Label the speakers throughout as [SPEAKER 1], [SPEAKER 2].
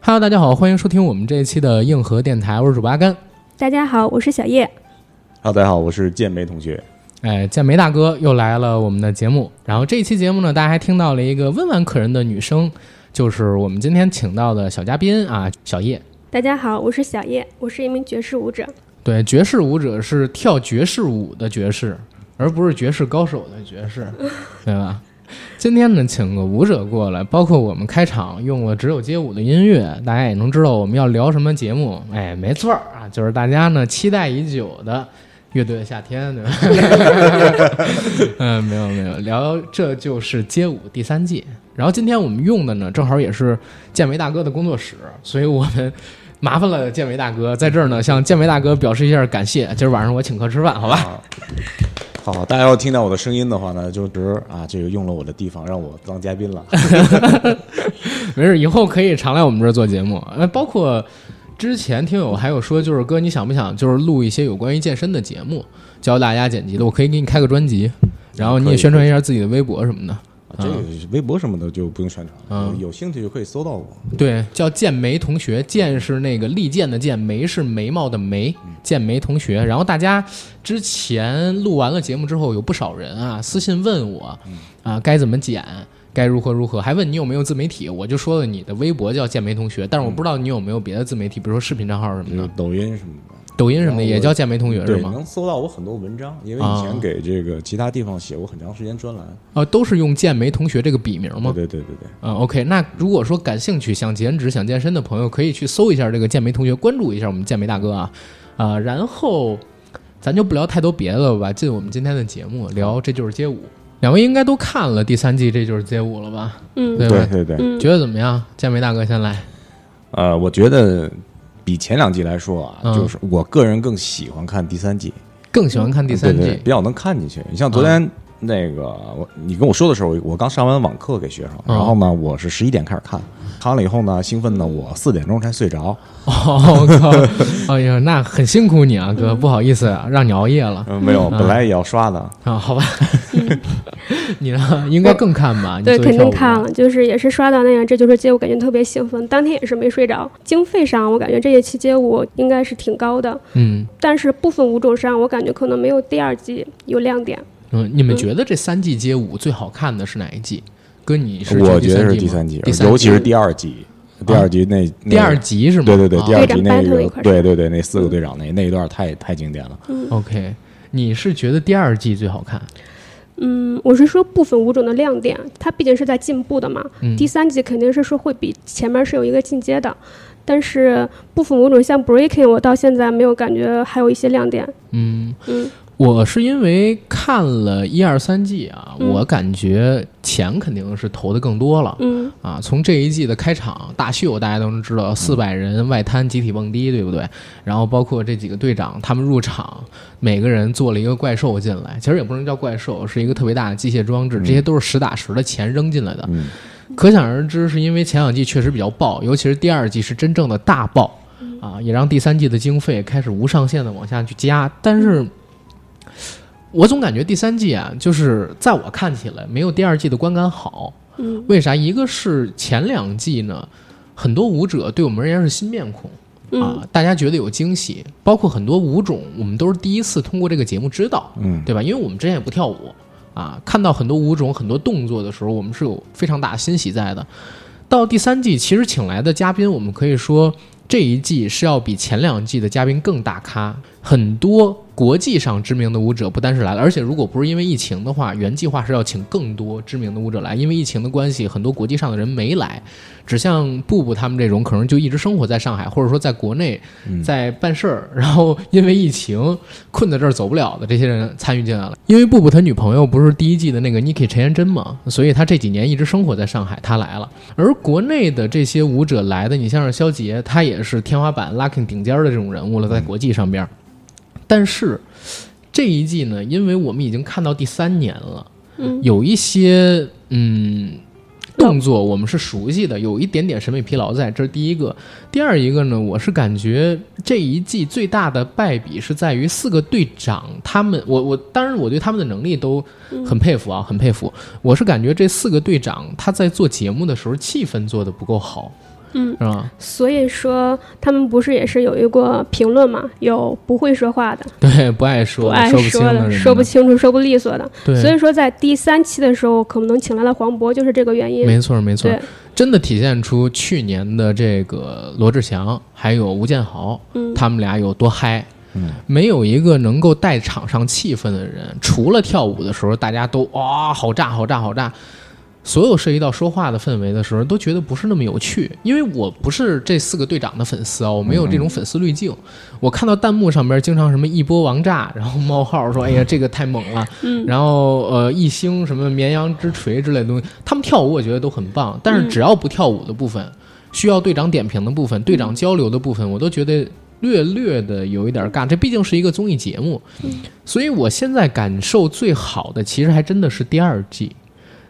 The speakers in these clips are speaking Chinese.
[SPEAKER 1] Hello，大家好，欢迎收听我们这一期的硬核电台，我是主播阿甘。
[SPEAKER 2] 大家好，我是小叶。
[SPEAKER 3] 哈喽，啊大家好，我是健美同学。
[SPEAKER 1] 哎，剑梅大哥又来了我们的节目。然后这一期节目呢，大家还听到了一个温婉可人的女声，就是我们今天请到的小嘉宾啊，小叶。
[SPEAKER 2] 大家好，我是小叶，我是一名爵士舞者。
[SPEAKER 1] 对，爵士舞者是跳爵士舞的爵士，而不是爵士高手的爵士，对吧？今天呢，请个舞者过来，包括我们开场用了只有街舞的音乐，大家也能知道我们要聊什么节目。哎，没错儿啊，就是大家呢期待已久的乐队的夏天，对吧？ 嗯，没有没有，聊这就是街舞第三季。然后今天我们用的呢，正好也是建维大哥的工作室，所以我们麻烦了建维大哥，在这儿呢向建维大哥表示一下感谢。今儿晚上我请客吃饭，好吧？
[SPEAKER 3] 啊好好，大家要听到我的声音的话呢，就是啊，这个用了我的地方让我当嘉宾了。啊
[SPEAKER 1] 没事，以后可以常来我们这儿做节目。呃，包括之前听友还有说，就是哥，你想不想就是录一些有关于健身的节目，教大家剪辑的？我可以给你开个专辑，然后你也宣传一下自己的微博什么的。
[SPEAKER 3] 啊这个微博什么的就不用宣传了，
[SPEAKER 1] 嗯
[SPEAKER 3] 有有兴趣就可以搜到我。
[SPEAKER 1] 对，叫健梅同学，健是那个利剑的剑，眉是眉毛的眉，
[SPEAKER 3] 嗯
[SPEAKER 1] 健梅同学。然后大家之前录完了节目之后，有不少人啊私信问我，
[SPEAKER 3] 嗯
[SPEAKER 1] 啊该怎么剪，该如何如何，还问你有没有自媒体，我就说了你的微博叫健梅同学，但是我不知道你有没有别的自媒体，比如说视频账号什
[SPEAKER 3] 比
[SPEAKER 1] 么
[SPEAKER 3] 如
[SPEAKER 1] 的，
[SPEAKER 3] 抖音什么的，
[SPEAKER 1] 抖音什么的
[SPEAKER 3] 然后我
[SPEAKER 1] 也叫健梅嗯同学是
[SPEAKER 3] 对，
[SPEAKER 1] 吗？
[SPEAKER 3] 能搜到我很多文章，因为
[SPEAKER 1] 啊
[SPEAKER 3] 以前给这个其他地方写过很长时间专栏。
[SPEAKER 1] 啊，都是用健梅同学这个笔名吗？
[SPEAKER 3] 对对对对对，
[SPEAKER 1] 嗯，OK，那如果说感兴趣、想减脂、想健身的朋友，可以去搜一下这个健梅同学，关注一下我们健梅大哥啊。啊、然后咱就不聊太多别的了吧，进我们今天的节目，聊这就是街舞。两位应该都看了第三季《这就是街舞》了吧？
[SPEAKER 2] 嗯
[SPEAKER 1] 对吧？
[SPEAKER 3] 对对对。
[SPEAKER 2] 嗯，
[SPEAKER 1] 觉得怎么样？健梅大哥先来。
[SPEAKER 3] 呃，我觉得比前两季来说啊，
[SPEAKER 1] 嗯
[SPEAKER 3] 就是我个人更喜欢看第三季。
[SPEAKER 1] 更喜欢看第三季，嗯
[SPEAKER 3] 对对比较能看进去。你像昨天那个，我你跟我说的时候，我刚上完网课给学生，
[SPEAKER 1] 嗯
[SPEAKER 3] 然后呢，我是十一点开始看，看完了以后呢，兴奋呢，我四点钟才睡着。
[SPEAKER 1] 哦，我靠，哎呀，那很辛苦你啊，哥，不好意思啊，让你熬夜了
[SPEAKER 3] 嗯，没有，本来也要刷的。
[SPEAKER 1] 啊，好吧， 你呢？应该更看吧？你
[SPEAKER 2] 嗯对，
[SPEAKER 1] 作为
[SPEAKER 2] 肯定
[SPEAKER 1] 跳舞
[SPEAKER 2] 看了，就是也是刷到那样，这就是街舞，感觉特别兴奋。当天也是没睡着。经费上，我感觉这一期街舞应该是挺高的，
[SPEAKER 1] 嗯。
[SPEAKER 2] 但是部分舞种上，我感觉可能没有第二季有亮点。
[SPEAKER 1] 嗯，你们觉得这三季街舞最好看的是哪一季？哥，你是
[SPEAKER 3] 我觉得是
[SPEAKER 1] 第
[SPEAKER 3] 第
[SPEAKER 1] 三
[SPEAKER 3] 三
[SPEAKER 1] 季
[SPEAKER 3] 季
[SPEAKER 1] 吗，第三季啊
[SPEAKER 3] 尤其是第二集，第二集那那
[SPEAKER 1] 第二集是吗？
[SPEAKER 3] 对对对，
[SPEAKER 1] 啊
[SPEAKER 3] 第二集
[SPEAKER 2] 队长
[SPEAKER 3] 那
[SPEAKER 2] battle
[SPEAKER 3] 个
[SPEAKER 2] 一块，儿
[SPEAKER 3] 对对对，那四个队长那那一段太太经典了。
[SPEAKER 1] OK，你是觉得第二季最好看？
[SPEAKER 2] 嗯，我是说部分舞种的亮点，它毕竟是在进步的嘛。
[SPEAKER 1] 嗯
[SPEAKER 2] 第三季肯定是说会比前面是有一个进阶的，但是部分舞种像 breaking，我到现在没有感觉还有一些亮点。
[SPEAKER 1] 嗯，
[SPEAKER 2] 嗯
[SPEAKER 1] 我是因为看了一二三季啊，
[SPEAKER 2] 嗯
[SPEAKER 1] 我感觉钱肯定是投的更多了。
[SPEAKER 2] 嗯
[SPEAKER 1] 啊，从这一季的开场大秀，大家都能知道，四百人外滩集体蹦迪，对不对？然后包括这几个队长，他们入场，每个人做了一个怪兽进来，其实也不能叫怪兽，是一个特别大的机械装置，这些都是实打实的钱扔进来的。
[SPEAKER 3] 嗯
[SPEAKER 1] 可想而知，是因为前两季确实比较爆，尤其是第二季是真正的大爆，啊，也让第三季的经费开始无上限的往下去加。但是，我总感觉第三季啊，就是在我看起来没有第二季的观感好。
[SPEAKER 2] 嗯
[SPEAKER 1] 为啥？一个是前两季呢，很多舞者对我们而言是新面孔。啊
[SPEAKER 2] 嗯，
[SPEAKER 1] 大家觉得有惊喜，包括很多舞种，我们都是第一次通过这个节目知道，
[SPEAKER 3] 嗯，
[SPEAKER 1] 对吧？因为我们之前也不跳舞啊，看到很多舞种、很多动作的时候，我们是有非常大的欣喜在的。到第三季，其实请来的嘉宾，我们可以说这一季是要比前两季的嘉宾更大咖，很多国际上知名的舞者不单是来了，而且如果不是因为疫情的话，原计划是要请更多知名的舞者来，因为疫情的关系，很多国际上的人没来，只像布布他们这种，可能就一直生活在上海，或者说在国内
[SPEAKER 3] 嗯
[SPEAKER 1] 在办事儿，然后因为疫情困在这儿走不了的这些人参与进来了。因为布布他女朋友不是第一季的那个 Niki 陈妍珍嘛，所以他这几年一直生活在上海，他来了。而国内的这些舞者来的，你像是肖杰，他也是天花板 locking 顶尖儿的这种人物了，在国际上边儿。但是这一季呢，因为我们已经看到第三年了，
[SPEAKER 2] 嗯
[SPEAKER 1] 有一些嗯动作我们是熟悉的，有一点点审美疲劳在，这是第一个。第二一个呢，我是感觉这一季最大的败笔是在于四个队长他们，我我当然我对他们的能力都很佩服啊，很佩服。我是感觉这四个队长他在做节目的时候气氛做的不够好。
[SPEAKER 2] 嗯，
[SPEAKER 1] 是吧？
[SPEAKER 2] 所以说他们不是也是有一个评论嘛，有不会说话的，
[SPEAKER 1] 对，不爱
[SPEAKER 2] 不
[SPEAKER 1] 说，
[SPEAKER 2] 爱
[SPEAKER 1] 说不清
[SPEAKER 2] 说的，
[SPEAKER 1] 的人
[SPEAKER 2] 说不
[SPEAKER 1] 呢
[SPEAKER 2] 清楚，说不利索的。
[SPEAKER 1] 对，
[SPEAKER 2] 所以说在第三期的时候，可能请来了黄渤，就是这个原因。
[SPEAKER 1] 没错没错
[SPEAKER 2] 对，
[SPEAKER 1] 真的体现出去年的这个罗志祥还有吴建豪，
[SPEAKER 2] 嗯
[SPEAKER 1] 他们俩有多嗨。
[SPEAKER 3] 嗯，
[SPEAKER 1] 没有一个能够带场上气氛的人，除了跳舞的时候大家都啊、好炸好炸好炸，所有涉及到说话的氛围的时候，都觉得不是那么有趣。因为我不是这四个队长的粉丝啊，我没有这种粉丝滤镜。我看到弹幕上边经常什么一波王炸，然后冒号说哎呀这个太猛了，
[SPEAKER 2] 嗯
[SPEAKER 1] 然后呃一星什么绵羊之锤之类的东西，他们跳舞我觉得都很棒，但是只要不跳舞的部分，需要队长点评的部
[SPEAKER 2] 嗯
[SPEAKER 1] 分、队长交流的部分，我都觉得略略的有一点尬。这毕竟是一个综艺节目，
[SPEAKER 2] 嗯
[SPEAKER 1] 所以我现在感受最好的，其实还真的是第二季。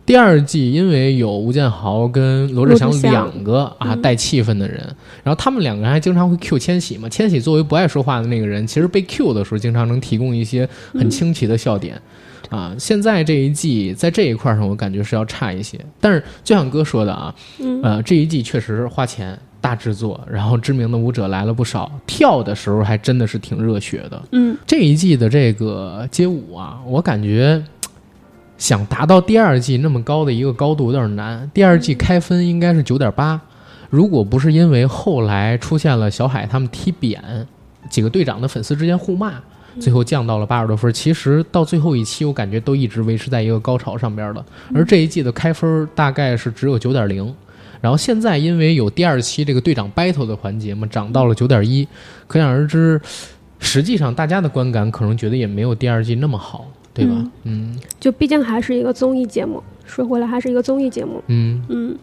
[SPEAKER 1] 第二季因为有吴建豪跟罗志祥
[SPEAKER 2] 罗志祥嗯
[SPEAKER 1] 两个啊带气氛的人，然后他们两个人还经常会 Q 千玺嘛。千玺作为不爱说话的那个人，其实被 Q 的时候，经常能提供一些
[SPEAKER 2] 嗯
[SPEAKER 1] 很清奇的笑点。啊，现在这一季在这一块上，我感觉是要差一些。但是就像哥说的啊，
[SPEAKER 2] 嗯
[SPEAKER 1] 呃，这一季确实花钱大制作，然后知名的舞者来了不少，跳的时候还真的是挺热血的。
[SPEAKER 2] 嗯
[SPEAKER 1] 这一季的这个街舞啊，我感觉想达到第二季那么高的一个高度有点难。第二季开分应该是九点八，如果不是因为后来出现了小海他们踢扁几个队长的粉丝之间互骂。最后降到了八十多分，其实到最后一期，我感觉都一直维持在一个高潮上边了。而这一季的开分大概是只有九点零，然后现在因为有第二期这个队长 battle 的环节嘛，涨到了九点一，可想而知，实际上大家的观感可能觉得也没有第二季那么好，对吧？嗯
[SPEAKER 2] 就毕竟还是一个综艺节目，说回来还是一个综艺节目。
[SPEAKER 1] 嗯
[SPEAKER 2] 嗯，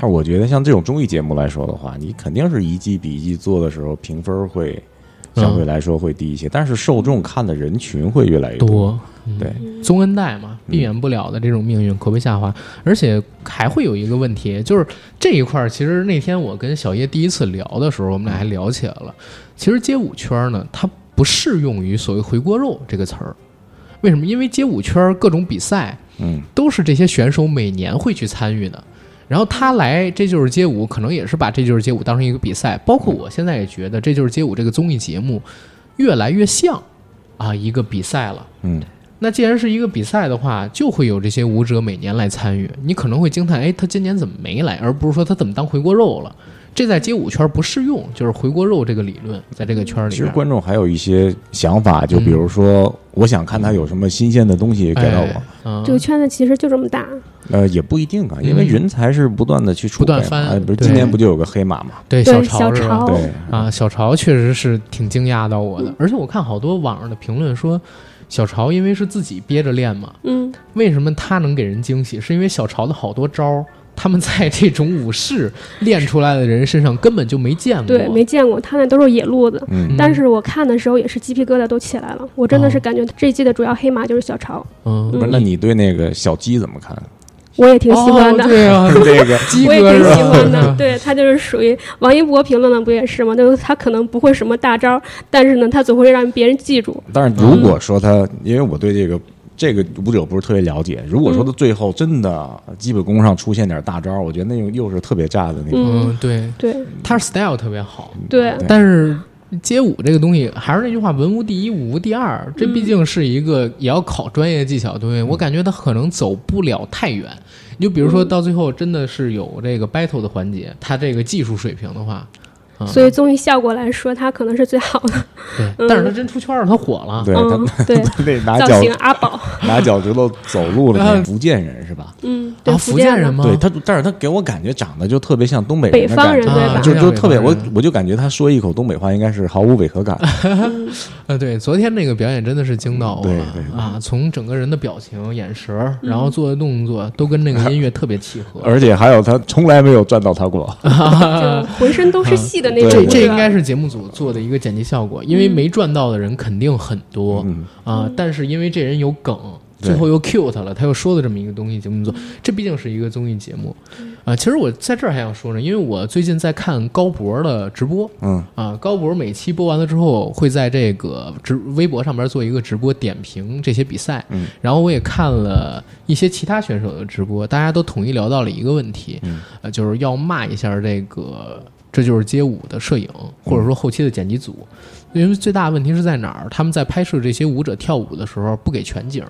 [SPEAKER 3] 但我觉得像这种综艺节目来说的话，你肯定是一季比一季做的时候，评分会相
[SPEAKER 1] 嗯
[SPEAKER 3] 对来说会低一些，但是受众看的人群会越来越多。
[SPEAKER 1] 多嗯
[SPEAKER 3] 对，
[SPEAKER 1] 宗恩带嘛，避免不了的这种命运，口碑下滑，而且还会有一个问题，就是这一块儿，其实那天我跟小叶第一次聊的时候，我们俩还聊起来了。其实街舞圈儿呢，它不适用于所谓“回锅肉”这个词儿，为什么？因为街舞圈儿各种比赛，
[SPEAKER 3] 嗯，
[SPEAKER 1] 都是这些选手每年会去参与的。然后他来《这就是街舞》，可能也是把《这就是街舞》当成一个比赛。包括我现在也觉得，《这就是街舞》这个综艺节目越来越像啊一个比赛了。
[SPEAKER 3] 嗯，
[SPEAKER 1] 那既然是一个比赛的话，就会有这些舞者每年来参与。你可能会惊叹，哎，他今年怎么没来？而不是说他怎么当回锅肉了。这在街舞圈不适用，就是回锅肉这个理论，在这个圈里
[SPEAKER 3] 其实
[SPEAKER 1] 边。
[SPEAKER 3] 观众还有一些想法，就比如说，我想看他有什么新鲜的东西给到我
[SPEAKER 1] 哎。嗯
[SPEAKER 2] 这个圈子其实就这么大。
[SPEAKER 3] 呃，也不一定啊，因为
[SPEAKER 1] 嗯
[SPEAKER 3] 人才是不断的去储
[SPEAKER 1] 不断
[SPEAKER 3] 备嘛
[SPEAKER 1] 翻
[SPEAKER 3] 哎不是
[SPEAKER 1] 对
[SPEAKER 3] 今年不就有个黑马嘛？
[SPEAKER 1] 对
[SPEAKER 2] 对
[SPEAKER 1] 小
[SPEAKER 2] 小
[SPEAKER 1] 是吧
[SPEAKER 2] 潮？
[SPEAKER 3] 对，
[SPEAKER 1] 啊，小潮确实是挺惊讶到我的，而且我看好多网上的评论说，小潮因为是自己憋着练嘛，
[SPEAKER 2] 嗯，
[SPEAKER 1] 为什么他能给人惊喜？是因为小潮的好多招儿，他们在这种舞室练出来的人身上根本就没见过。
[SPEAKER 2] 对，没见过，他那都是野路子。
[SPEAKER 3] 嗯
[SPEAKER 1] 嗯，哦
[SPEAKER 2] 但是我看的时候也是鸡皮疙瘩都起来了，我真的是感觉这一季的主要黑马就是小潮，
[SPEAKER 1] 嗯，
[SPEAKER 3] 不是，那你对那个小鸡怎么 看？，
[SPEAKER 2] 我也挺嗯喜欢的，
[SPEAKER 1] 哦、对 啊
[SPEAKER 3] 这个
[SPEAKER 1] 鸡
[SPEAKER 2] 我也
[SPEAKER 1] 哥
[SPEAKER 2] 挺
[SPEAKER 1] 是
[SPEAKER 2] 喜欢
[SPEAKER 1] 吧
[SPEAKER 2] 的。？ 对他就是属于王一博评论的不也是吗？就是他可能不会什么大招，但是呢，他总会让别人记住。
[SPEAKER 3] 但是如果说他，因为我对这个这个舞者不是特别了解，如果说他最后真的基本功上出现点大招，我觉得那又又是特别炸的那种。
[SPEAKER 2] 嗯，
[SPEAKER 1] 嗯，对，
[SPEAKER 2] 对
[SPEAKER 1] 他 style 特别好，
[SPEAKER 2] 对，
[SPEAKER 3] 对
[SPEAKER 1] 但是街舞这个东西，还是那句话，文无第一，武无第二。
[SPEAKER 3] 嗯
[SPEAKER 1] 这毕竟是一个也要考专业技巧的东西，我感觉它可能走不了太远。你就比如说到最后，真的是有这个 battle 的环节，它这个技术水平的话，嗯
[SPEAKER 2] 所以综艺效果来说，他可能是最好的。
[SPEAKER 1] 对，但是它真出圈了，它火了。
[SPEAKER 3] 对他
[SPEAKER 2] 嗯，对，
[SPEAKER 3] 那拿
[SPEAKER 2] 造
[SPEAKER 3] 脚
[SPEAKER 2] 型阿宝，
[SPEAKER 3] 拿脚趾头走路的那
[SPEAKER 1] 啊
[SPEAKER 3] 福建人是吧？
[SPEAKER 2] 嗯，对，
[SPEAKER 1] 啊，福建
[SPEAKER 2] 的
[SPEAKER 1] 人吗？
[SPEAKER 3] 对他，但是他给我感觉长得就特别像东北
[SPEAKER 2] 北
[SPEAKER 3] 的
[SPEAKER 2] 方
[SPEAKER 3] 感
[SPEAKER 2] 人
[SPEAKER 3] 觉，
[SPEAKER 2] 对
[SPEAKER 1] 啊啊
[SPEAKER 2] 吧？
[SPEAKER 3] 就就特别我
[SPEAKER 1] 像北方人
[SPEAKER 3] 我就感觉他说一口东北话应该是毫无违和感。
[SPEAKER 1] 呃，对，昨天那个表演真的是惊到我
[SPEAKER 3] 对
[SPEAKER 1] 了
[SPEAKER 3] 对对
[SPEAKER 1] 啊！从整个人的表情、眼神儿，然后做的动作，都跟那个音乐特别契合。
[SPEAKER 3] 而且还有他从来没有赚到他过，
[SPEAKER 1] 啊
[SPEAKER 2] 就浑身都
[SPEAKER 1] 嗯
[SPEAKER 2] 是戏的那种。
[SPEAKER 3] 对
[SPEAKER 1] 这
[SPEAKER 2] 对吧嗯
[SPEAKER 1] 这应该是节目组做的一个剪辑效果，因为没赚到的人肯定很多、
[SPEAKER 3] 嗯
[SPEAKER 1] 啊，但是因为这人有梗，
[SPEAKER 3] 对
[SPEAKER 1] 最后又 cue 他了，他又说了这么一个东西，节目组，
[SPEAKER 2] 嗯
[SPEAKER 1] 这毕竟是一个综艺节目啊、其实我在这儿还想说呢，因为我最近在看高博的直播
[SPEAKER 3] 嗯
[SPEAKER 1] 啊，高博每期播完了之后，会在这个直微博上面做一个直播点评这些比赛，
[SPEAKER 3] 嗯
[SPEAKER 1] 然后我也看了一些其他选手的直播，大家都统一聊到了一个问题，
[SPEAKER 3] 嗯
[SPEAKER 1] 呃，就是要骂一下这个这就是街舞的摄影，或者说后期的剪辑组，因为最大的问题是在哪儿？他们在拍摄这些舞者跳舞的时候不给全景，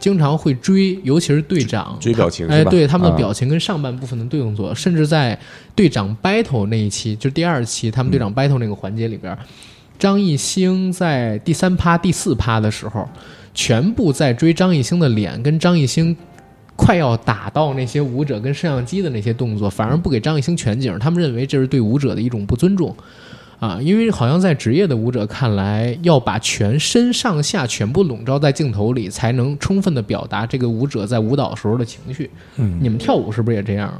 [SPEAKER 1] 经常会追，尤其是队长
[SPEAKER 3] 追表情
[SPEAKER 1] 哎，
[SPEAKER 3] 是吧？
[SPEAKER 1] 对他们的
[SPEAKER 3] 啊
[SPEAKER 1] 表情跟上半部分的对动作，甚至在队长 battle 那一期，就第二期他们
[SPEAKER 3] 嗯
[SPEAKER 1] 队长 battle 那个环节里边，张艺兴在第三趴、第四趴的时候，全部在追张艺兴的脸，跟张艺兴快要打到那些舞者跟摄像机的那些动作，反而不给张艺兴全景，他们认为这是对舞者的一种不尊重。啊，因为好像在职业的舞者看来，要把全身上下全部笼罩在镜头里，才能充分的表达这个舞者在舞蹈时候的情绪。
[SPEAKER 3] 嗯
[SPEAKER 1] 你们跳舞是不是也这样啊？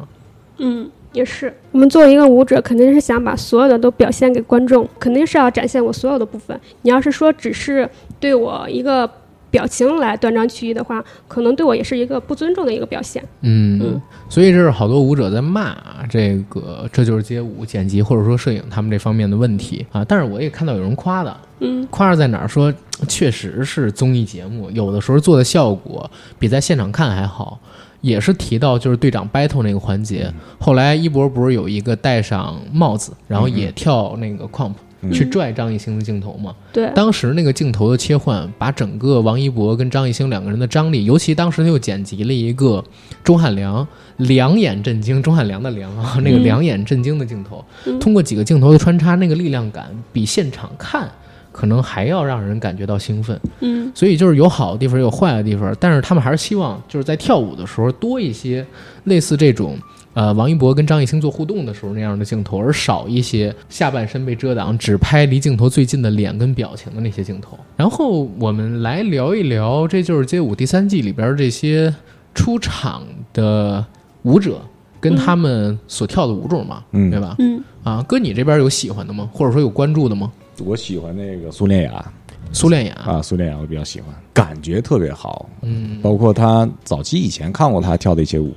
[SPEAKER 2] 嗯，也是。我们作为一个舞者，肯定是想把所有的都表现给观众，肯定是要展现我所有的部分。你要是说只是对我一个表情来断章取义的话，可能对我也是一个不尊重的一个表现。
[SPEAKER 1] 嗯，所以这是好多舞者在骂这个，这就是街舞剪辑或者说摄影他们这方面的问题啊。但是我也看到有人夸的，
[SPEAKER 2] 嗯，
[SPEAKER 1] 夸是在哪儿说，确实是综艺节目有的时候做的效果比在现场看还好。也是提到就是队长 battle 那个环
[SPEAKER 3] 嗯
[SPEAKER 1] 节，后来一博不是有一个戴上帽子，然后也跳那个 comp、
[SPEAKER 3] 嗯
[SPEAKER 1] 去拽张艺兴的镜头嘛？
[SPEAKER 2] 对，
[SPEAKER 1] 当时那个镜头的切换，把整个王一博跟张艺兴两个人的张力，尤其当时他又剪辑了一个钟汉良两眼震惊，钟汉良 的良啊，那个
[SPEAKER 2] 嗯
[SPEAKER 1] 两眼震惊的镜头，
[SPEAKER 2] 嗯
[SPEAKER 1] 通过几个镜头的穿插，那个力量感比现场看可能还要让人感觉到兴奋。
[SPEAKER 2] 嗯
[SPEAKER 1] 所以就是有好的地方，有坏的地方，但是他们还是希望就是在跳舞的时候多一些类似这种。呃，王一博跟张艺兴做互动的时候那样的镜头，而少一些下半身被遮挡，只拍离镜头最近的脸跟表情的那些镜头。然后我们来聊一聊《这就是街舞》第三季里边这些出场的舞者跟他们所跳的舞种嘛，
[SPEAKER 3] 嗯
[SPEAKER 1] 对吧？
[SPEAKER 2] 嗯，
[SPEAKER 1] 啊，哥，你这边有喜欢的吗？或者说有关注的吗？
[SPEAKER 3] 我喜欢那个苏恋雅
[SPEAKER 1] 苏恋雅，
[SPEAKER 3] 啊，苏恋雅我比较喜欢，感觉特别好，
[SPEAKER 1] 嗯
[SPEAKER 3] 包括她早期以前看过她跳的一些舞，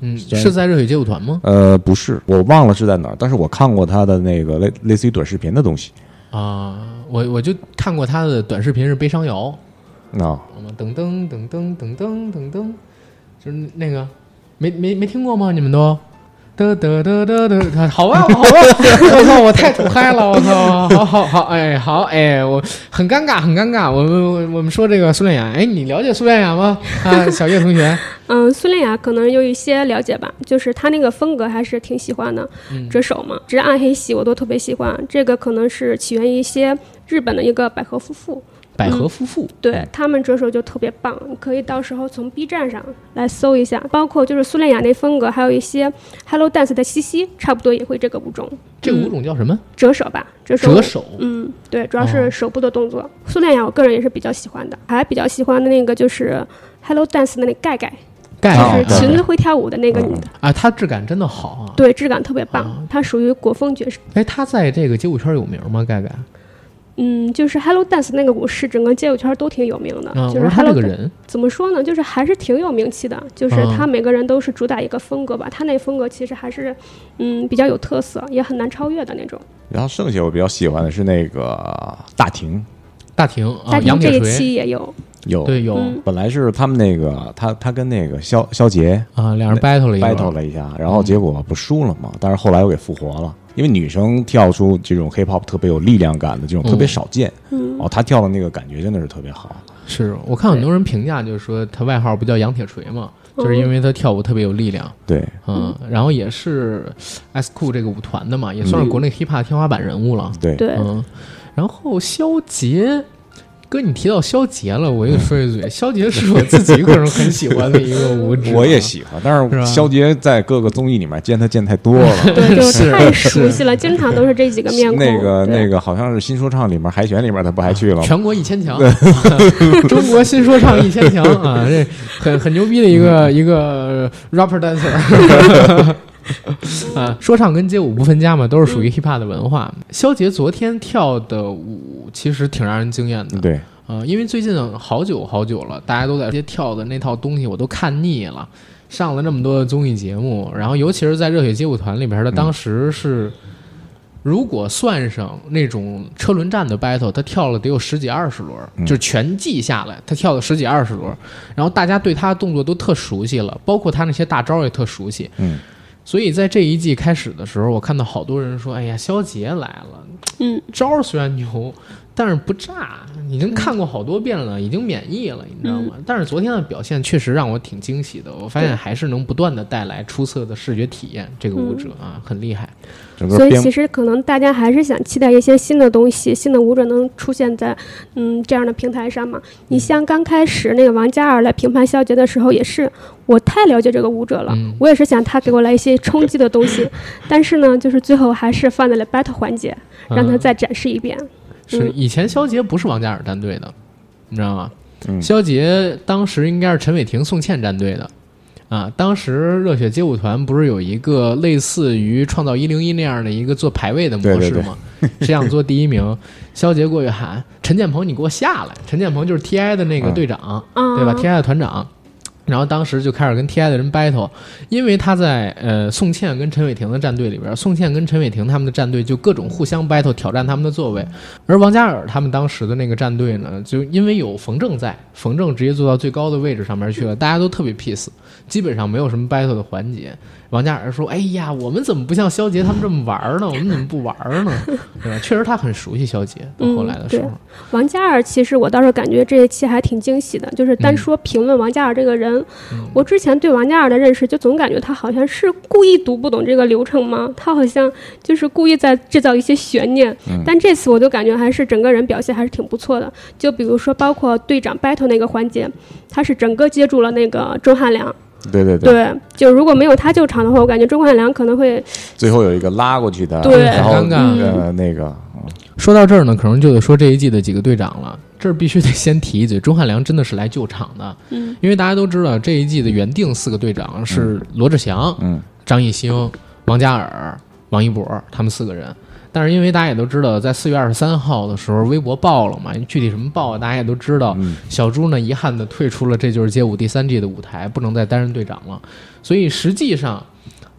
[SPEAKER 1] 嗯，
[SPEAKER 3] 虽然
[SPEAKER 1] 是在热血街舞团吗？
[SPEAKER 3] 呃，不是，我忘了是在哪儿，但是我看过她的那个类类似于短视频的东西
[SPEAKER 1] 啊，我我就看过他的短视频是悲伤摇，
[SPEAKER 3] 啊，
[SPEAKER 1] 好吗？噔噔噔噔噔噔噔噔，就是那个，没没没听过吗？你们都？得得得得得，好吧，好吧，我操，我太土嗨了，我操，好好好，哎，好哎，我很尴尬，很尴尬。我们我我们说这个苏恋雅，哎，你了解苏恋雅吗？啊，小叶同学，
[SPEAKER 2] 嗯，孙恋雅可能有一些了解吧，就是她那个风格还是挺喜欢的，折手嘛，直暗黑系我都特别喜欢。这个可能是起源于一些日本的一个百合夫妇，
[SPEAKER 1] 百合夫妇，
[SPEAKER 2] 对他们折手就特别棒，你可以到时候从 B 站上来搜一下，包括就是苏恋雅那风格，还有一些 Hello Dance 的西西，差不多也会这个舞种，
[SPEAKER 1] 这个舞种叫什么？
[SPEAKER 2] 折手吧，折手。
[SPEAKER 1] 折手，
[SPEAKER 2] 嗯，对，主要
[SPEAKER 1] 哦
[SPEAKER 2] 是手部的动作。苏恋雅我个人也是比较喜欢的，还比较喜欢的那个就是 Hello Dance 的那盖盖，
[SPEAKER 1] 盖
[SPEAKER 3] 哦
[SPEAKER 1] 上
[SPEAKER 2] 哎就是裙子会跳舞的那个女的，
[SPEAKER 1] 啊，它质感真的好啊。
[SPEAKER 2] 对，质感特别棒，
[SPEAKER 1] 哦
[SPEAKER 2] 它属于国风爵士。
[SPEAKER 1] 哎，她在这个街舞圈有名吗？盖盖，
[SPEAKER 2] 嗯，就是 Hello Dance 那个舞是整个街舞圈都挺有名的，
[SPEAKER 1] 啊，我
[SPEAKER 2] 就
[SPEAKER 1] 说
[SPEAKER 2] 是
[SPEAKER 1] 她这
[SPEAKER 2] Hello
[SPEAKER 1] 个
[SPEAKER 2] Dan-
[SPEAKER 1] 人，
[SPEAKER 2] 怎么说呢，就是还是挺有名气的，就是
[SPEAKER 1] 嗯
[SPEAKER 2] 他每个人都是主打一个风格吧，他那风格其实还是嗯比较有特色，也很难超越的那种。
[SPEAKER 3] 然后剩下我比较喜欢的是那个大婷，
[SPEAKER 1] 大婷啊，
[SPEAKER 2] 大
[SPEAKER 1] 杨
[SPEAKER 2] 婷
[SPEAKER 1] 铁
[SPEAKER 2] 这一
[SPEAKER 1] 锤，
[SPEAKER 2] 期也有，
[SPEAKER 3] 有
[SPEAKER 1] 对，有
[SPEAKER 2] 嗯
[SPEAKER 3] 本来是他们那个他他跟那个肖肖杰
[SPEAKER 1] 啊，俩人 battle 了一会儿嗯
[SPEAKER 3] battle 了一下，然后结果不输了嘛，但是后来又给复活了。因为女生跳出这种 hip hop 特别有力量感的这种特别少见，
[SPEAKER 2] 嗯
[SPEAKER 3] 哦，她跳的那个感觉真的是特别好，
[SPEAKER 1] 是我看很多人评价，就是说他外号不叫杨铁锤嘛，
[SPEAKER 2] 哦
[SPEAKER 1] 就是因为他跳舞特别有力量，
[SPEAKER 3] 对，
[SPEAKER 1] 嗯，然后也是 S Cool 这个舞团的嘛，也
[SPEAKER 3] 嗯
[SPEAKER 1] 算是国内 hip hop 天花板人物了，
[SPEAKER 3] 对，
[SPEAKER 2] 对，
[SPEAKER 1] 嗯，然后肖杰。哥，你提到肖杰了，我也说一 嘴，肖杰是我自己个人很喜欢的一个舞者，啊
[SPEAKER 3] 我也喜欢，但
[SPEAKER 1] 是吧
[SPEAKER 3] 是肖杰在各个综艺里面见他见太多 了。
[SPEAKER 2] 对，就是太熟悉了，经常都是这几个面孔。
[SPEAKER 3] 那个
[SPEAKER 2] 对
[SPEAKER 3] 那个好像是新说唱里面海选里面他不还去了吗？
[SPEAKER 1] 全国一千 强，中国新说唱一千强啊，这很很牛逼的一个
[SPEAKER 3] 嗯
[SPEAKER 1] 一个 rapper dancer。啊，说唱跟街舞不分家嘛，都是属于 hip hop 的文化。肖杰昨天跳的舞其实挺让人惊艳的
[SPEAKER 3] 对，
[SPEAKER 1] 呃，因为最近好久好久了，大家都在接跳的那套东西，我都看腻了。上了那么多的综艺节目，然后尤其是在《热血街舞团》里边的，
[SPEAKER 3] 嗯
[SPEAKER 1] 当时是、如果算上那种车轮战的 battle，他跳了得有十几二十轮，
[SPEAKER 3] 嗯
[SPEAKER 1] 就是全季下来，他跳了十几二十轮，然后大家对他的动作都特熟悉了，包括他那些大招也特熟悉。
[SPEAKER 3] 嗯，
[SPEAKER 1] 所以在这一季开始的时候，我看到好多人说：“哎呀，肖杰来了，
[SPEAKER 2] 嗯，
[SPEAKER 1] 招儿虽然牛，但是不炸，已经看过好多遍了，
[SPEAKER 2] 嗯
[SPEAKER 1] 已经免疫了，你知道吗？”但是昨天的表现确实让我挺惊喜的，我发现
[SPEAKER 2] 对
[SPEAKER 1] 还是能不断的带来出色的视觉体验，这个舞者
[SPEAKER 2] 嗯
[SPEAKER 1] 啊，很厉害。
[SPEAKER 3] 整
[SPEAKER 2] 所
[SPEAKER 3] 个
[SPEAKER 2] 以
[SPEAKER 3] 编
[SPEAKER 2] 其实可能大家还是想期待一些新的东西，新的舞者能出现在嗯这样的平台上嘛。
[SPEAKER 1] 嗯
[SPEAKER 2] 你像刚开始那个王嘉尔来评判肖杰的时候，也是我太了解这个舞者了，
[SPEAKER 1] 嗯
[SPEAKER 2] 我也是想他给我来一些冲击的 东西，但是呢，就是最后还是放在了 battle 环节，让他
[SPEAKER 1] 嗯
[SPEAKER 2] 再展示一遍。
[SPEAKER 1] 是以前肖杰不是王嘉尔战队的，你知道吗？
[SPEAKER 3] 嗯
[SPEAKER 1] 肖杰当时应该是陈伟霆、宋茜战队的。啊，当时热血街舞团不是有一个类似于创造一零一那样的一个做排位的模式
[SPEAKER 3] 对对对
[SPEAKER 1] 吗？ 谁想做第一名？肖杰过去喊陈建鹏，你给我下来！陈建鹏就是 TI 的那个
[SPEAKER 3] 嗯
[SPEAKER 1] 队长，
[SPEAKER 2] 啊，
[SPEAKER 1] 对吧？T I 的团长，然后当时就开始跟 T I 的人 battle，因为他在呃宋茜跟陈伟霆的战队里边，宋茜跟陈伟霆他们的战队就各种互相 battle 挑战他们的座位，而王嘉尔他们当时的那个战队呢，就因为有冯正在，冯正直接坐到最高的位置上面去了，大家都特别 peace，基本上没有什么 battle 的环节。王嘉尔说：“哎呀，我们怎么不像肖杰他们这么玩儿呢？我们怎么不玩儿呢？对吧？确实他很熟悉肖杰，到后来的时候，
[SPEAKER 2] 王嘉尔，其实我倒是感觉这一期还挺惊喜的。就是
[SPEAKER 3] 嗯
[SPEAKER 2] 单说评论王嘉尔这个人，我之前对王嘉尔的认识就总感觉他好像是故意读不懂这个流程吗？他好像就是故意在制造一些悬念。
[SPEAKER 3] 嗯
[SPEAKER 2] 但这次我就感觉还是整个人表现还是挺不错的。就比如说，包括队长 battle 那个环节，他是整个接住了那个钟汉良。
[SPEAKER 3] 对对对，
[SPEAKER 2] 对，就如果没有他救场的话，我感觉钟汉良可能会
[SPEAKER 3] 最后有一个拉过去的，
[SPEAKER 2] 对嗯
[SPEAKER 3] 然后
[SPEAKER 1] 很尴尬
[SPEAKER 3] 呃那个
[SPEAKER 1] 说到这儿呢，可能就得说这一季的几个队长了。这儿必须得先提一嘴，钟汉良真的是来救场的，
[SPEAKER 2] 嗯，
[SPEAKER 1] 因为大家都知道这一季的原定四个队长是罗志祥、
[SPEAKER 3] 嗯
[SPEAKER 1] 张艺兴、王嘉尔、王一博他们四个人。但是因为大家也都知道，在四月二十三号的时候，微博爆了嘛，具体什么爆啊，大家也都知道。
[SPEAKER 3] 嗯
[SPEAKER 1] 小猪呢，遗憾的退出了《这就是街舞》第三季的舞台，不能再担任队长了。所以实际上，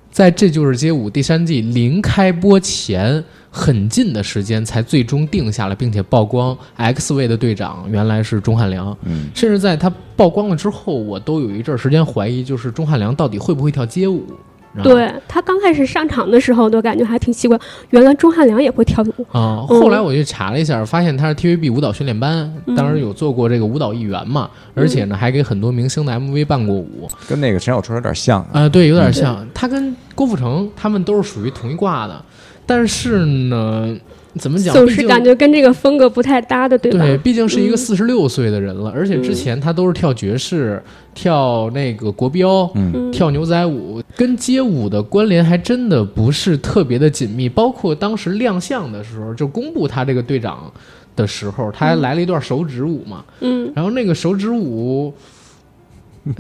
[SPEAKER 1] 在《这就是街舞》第三季临开播前很近的时间，才最终定下了，并且曝光 X 位的队长原来是钟汉良。
[SPEAKER 3] 嗯
[SPEAKER 1] 甚至在他曝光了之后，我都有一阵儿时间怀疑，就是钟汉良到底会不会跳街舞。然后
[SPEAKER 3] 啊
[SPEAKER 2] 对他刚开始上场的时候，都感觉还挺奇怪，原来钟汉良也会跳舞。
[SPEAKER 1] 啊、
[SPEAKER 2] 嗯
[SPEAKER 1] 后来我去查了一下，发现他是 TVB 舞蹈训练班，当时有做过这个舞蹈一员嘛，
[SPEAKER 2] 嗯
[SPEAKER 1] 而且呢还给很多明星的 MV 伴过舞。
[SPEAKER 3] 跟那个陈小春有点像，
[SPEAKER 2] 嗯
[SPEAKER 1] 啊、对，有点像。他跟郭富城他们都是属于同一挂的，但是呢，怎么讲？
[SPEAKER 2] 总
[SPEAKER 1] 毕
[SPEAKER 2] 是
[SPEAKER 1] 竟
[SPEAKER 2] 感觉跟这个风格不太搭的，对吧？
[SPEAKER 1] 对，毕竟是一个
[SPEAKER 2] 嗯
[SPEAKER 1] 四十六岁的人了，而且之前他都是跳爵士、跳那个国标、
[SPEAKER 3] 嗯
[SPEAKER 2] 嗯
[SPEAKER 1] 跳牛仔舞，跟街舞的关联还真的不是特别的紧密。包括当时亮相的时候，就公布他这个队长的时候，他还来了一段手指舞嘛。
[SPEAKER 2] 嗯
[SPEAKER 1] 然后那个手指舞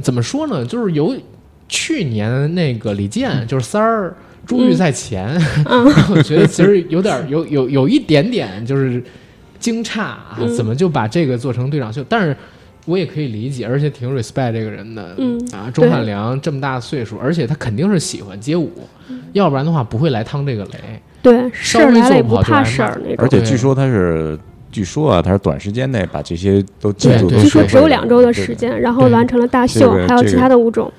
[SPEAKER 1] 怎么说呢？就是由去年那个李健，就是三儿。朱玉在前，
[SPEAKER 2] 嗯
[SPEAKER 1] 然后我觉得其实有点儿有有有一点点就是惊诧啊，
[SPEAKER 2] 嗯
[SPEAKER 1] 怎么就把这个做成队长秀？但是我也可以理解，而且挺 respect 这个人的。
[SPEAKER 2] 嗯
[SPEAKER 1] 啊，钟汉良这么大岁数，而且他肯定是喜欢街舞，
[SPEAKER 2] 嗯
[SPEAKER 1] 要不然的话不会来趟这个雷。
[SPEAKER 2] 对，事
[SPEAKER 1] 稍微
[SPEAKER 2] 儿来了也
[SPEAKER 1] 做不
[SPEAKER 2] 不
[SPEAKER 1] 好就
[SPEAKER 2] 怕
[SPEAKER 1] 挨
[SPEAKER 2] 事
[SPEAKER 1] 骂
[SPEAKER 2] 儿那种
[SPEAKER 3] 而。且
[SPEAKER 1] 对
[SPEAKER 3] 据说他是，据说啊，他是短时间内把这些都技
[SPEAKER 1] 对
[SPEAKER 3] 术都
[SPEAKER 1] 对
[SPEAKER 2] 据
[SPEAKER 3] 学
[SPEAKER 2] 说
[SPEAKER 3] 会
[SPEAKER 2] 只有
[SPEAKER 3] 了
[SPEAKER 2] 两周的
[SPEAKER 3] 对
[SPEAKER 2] 时间，然后完成了大
[SPEAKER 3] 这
[SPEAKER 2] 秀
[SPEAKER 3] 个，
[SPEAKER 2] 还有
[SPEAKER 3] 这
[SPEAKER 2] 其
[SPEAKER 3] 个
[SPEAKER 2] 他的舞种。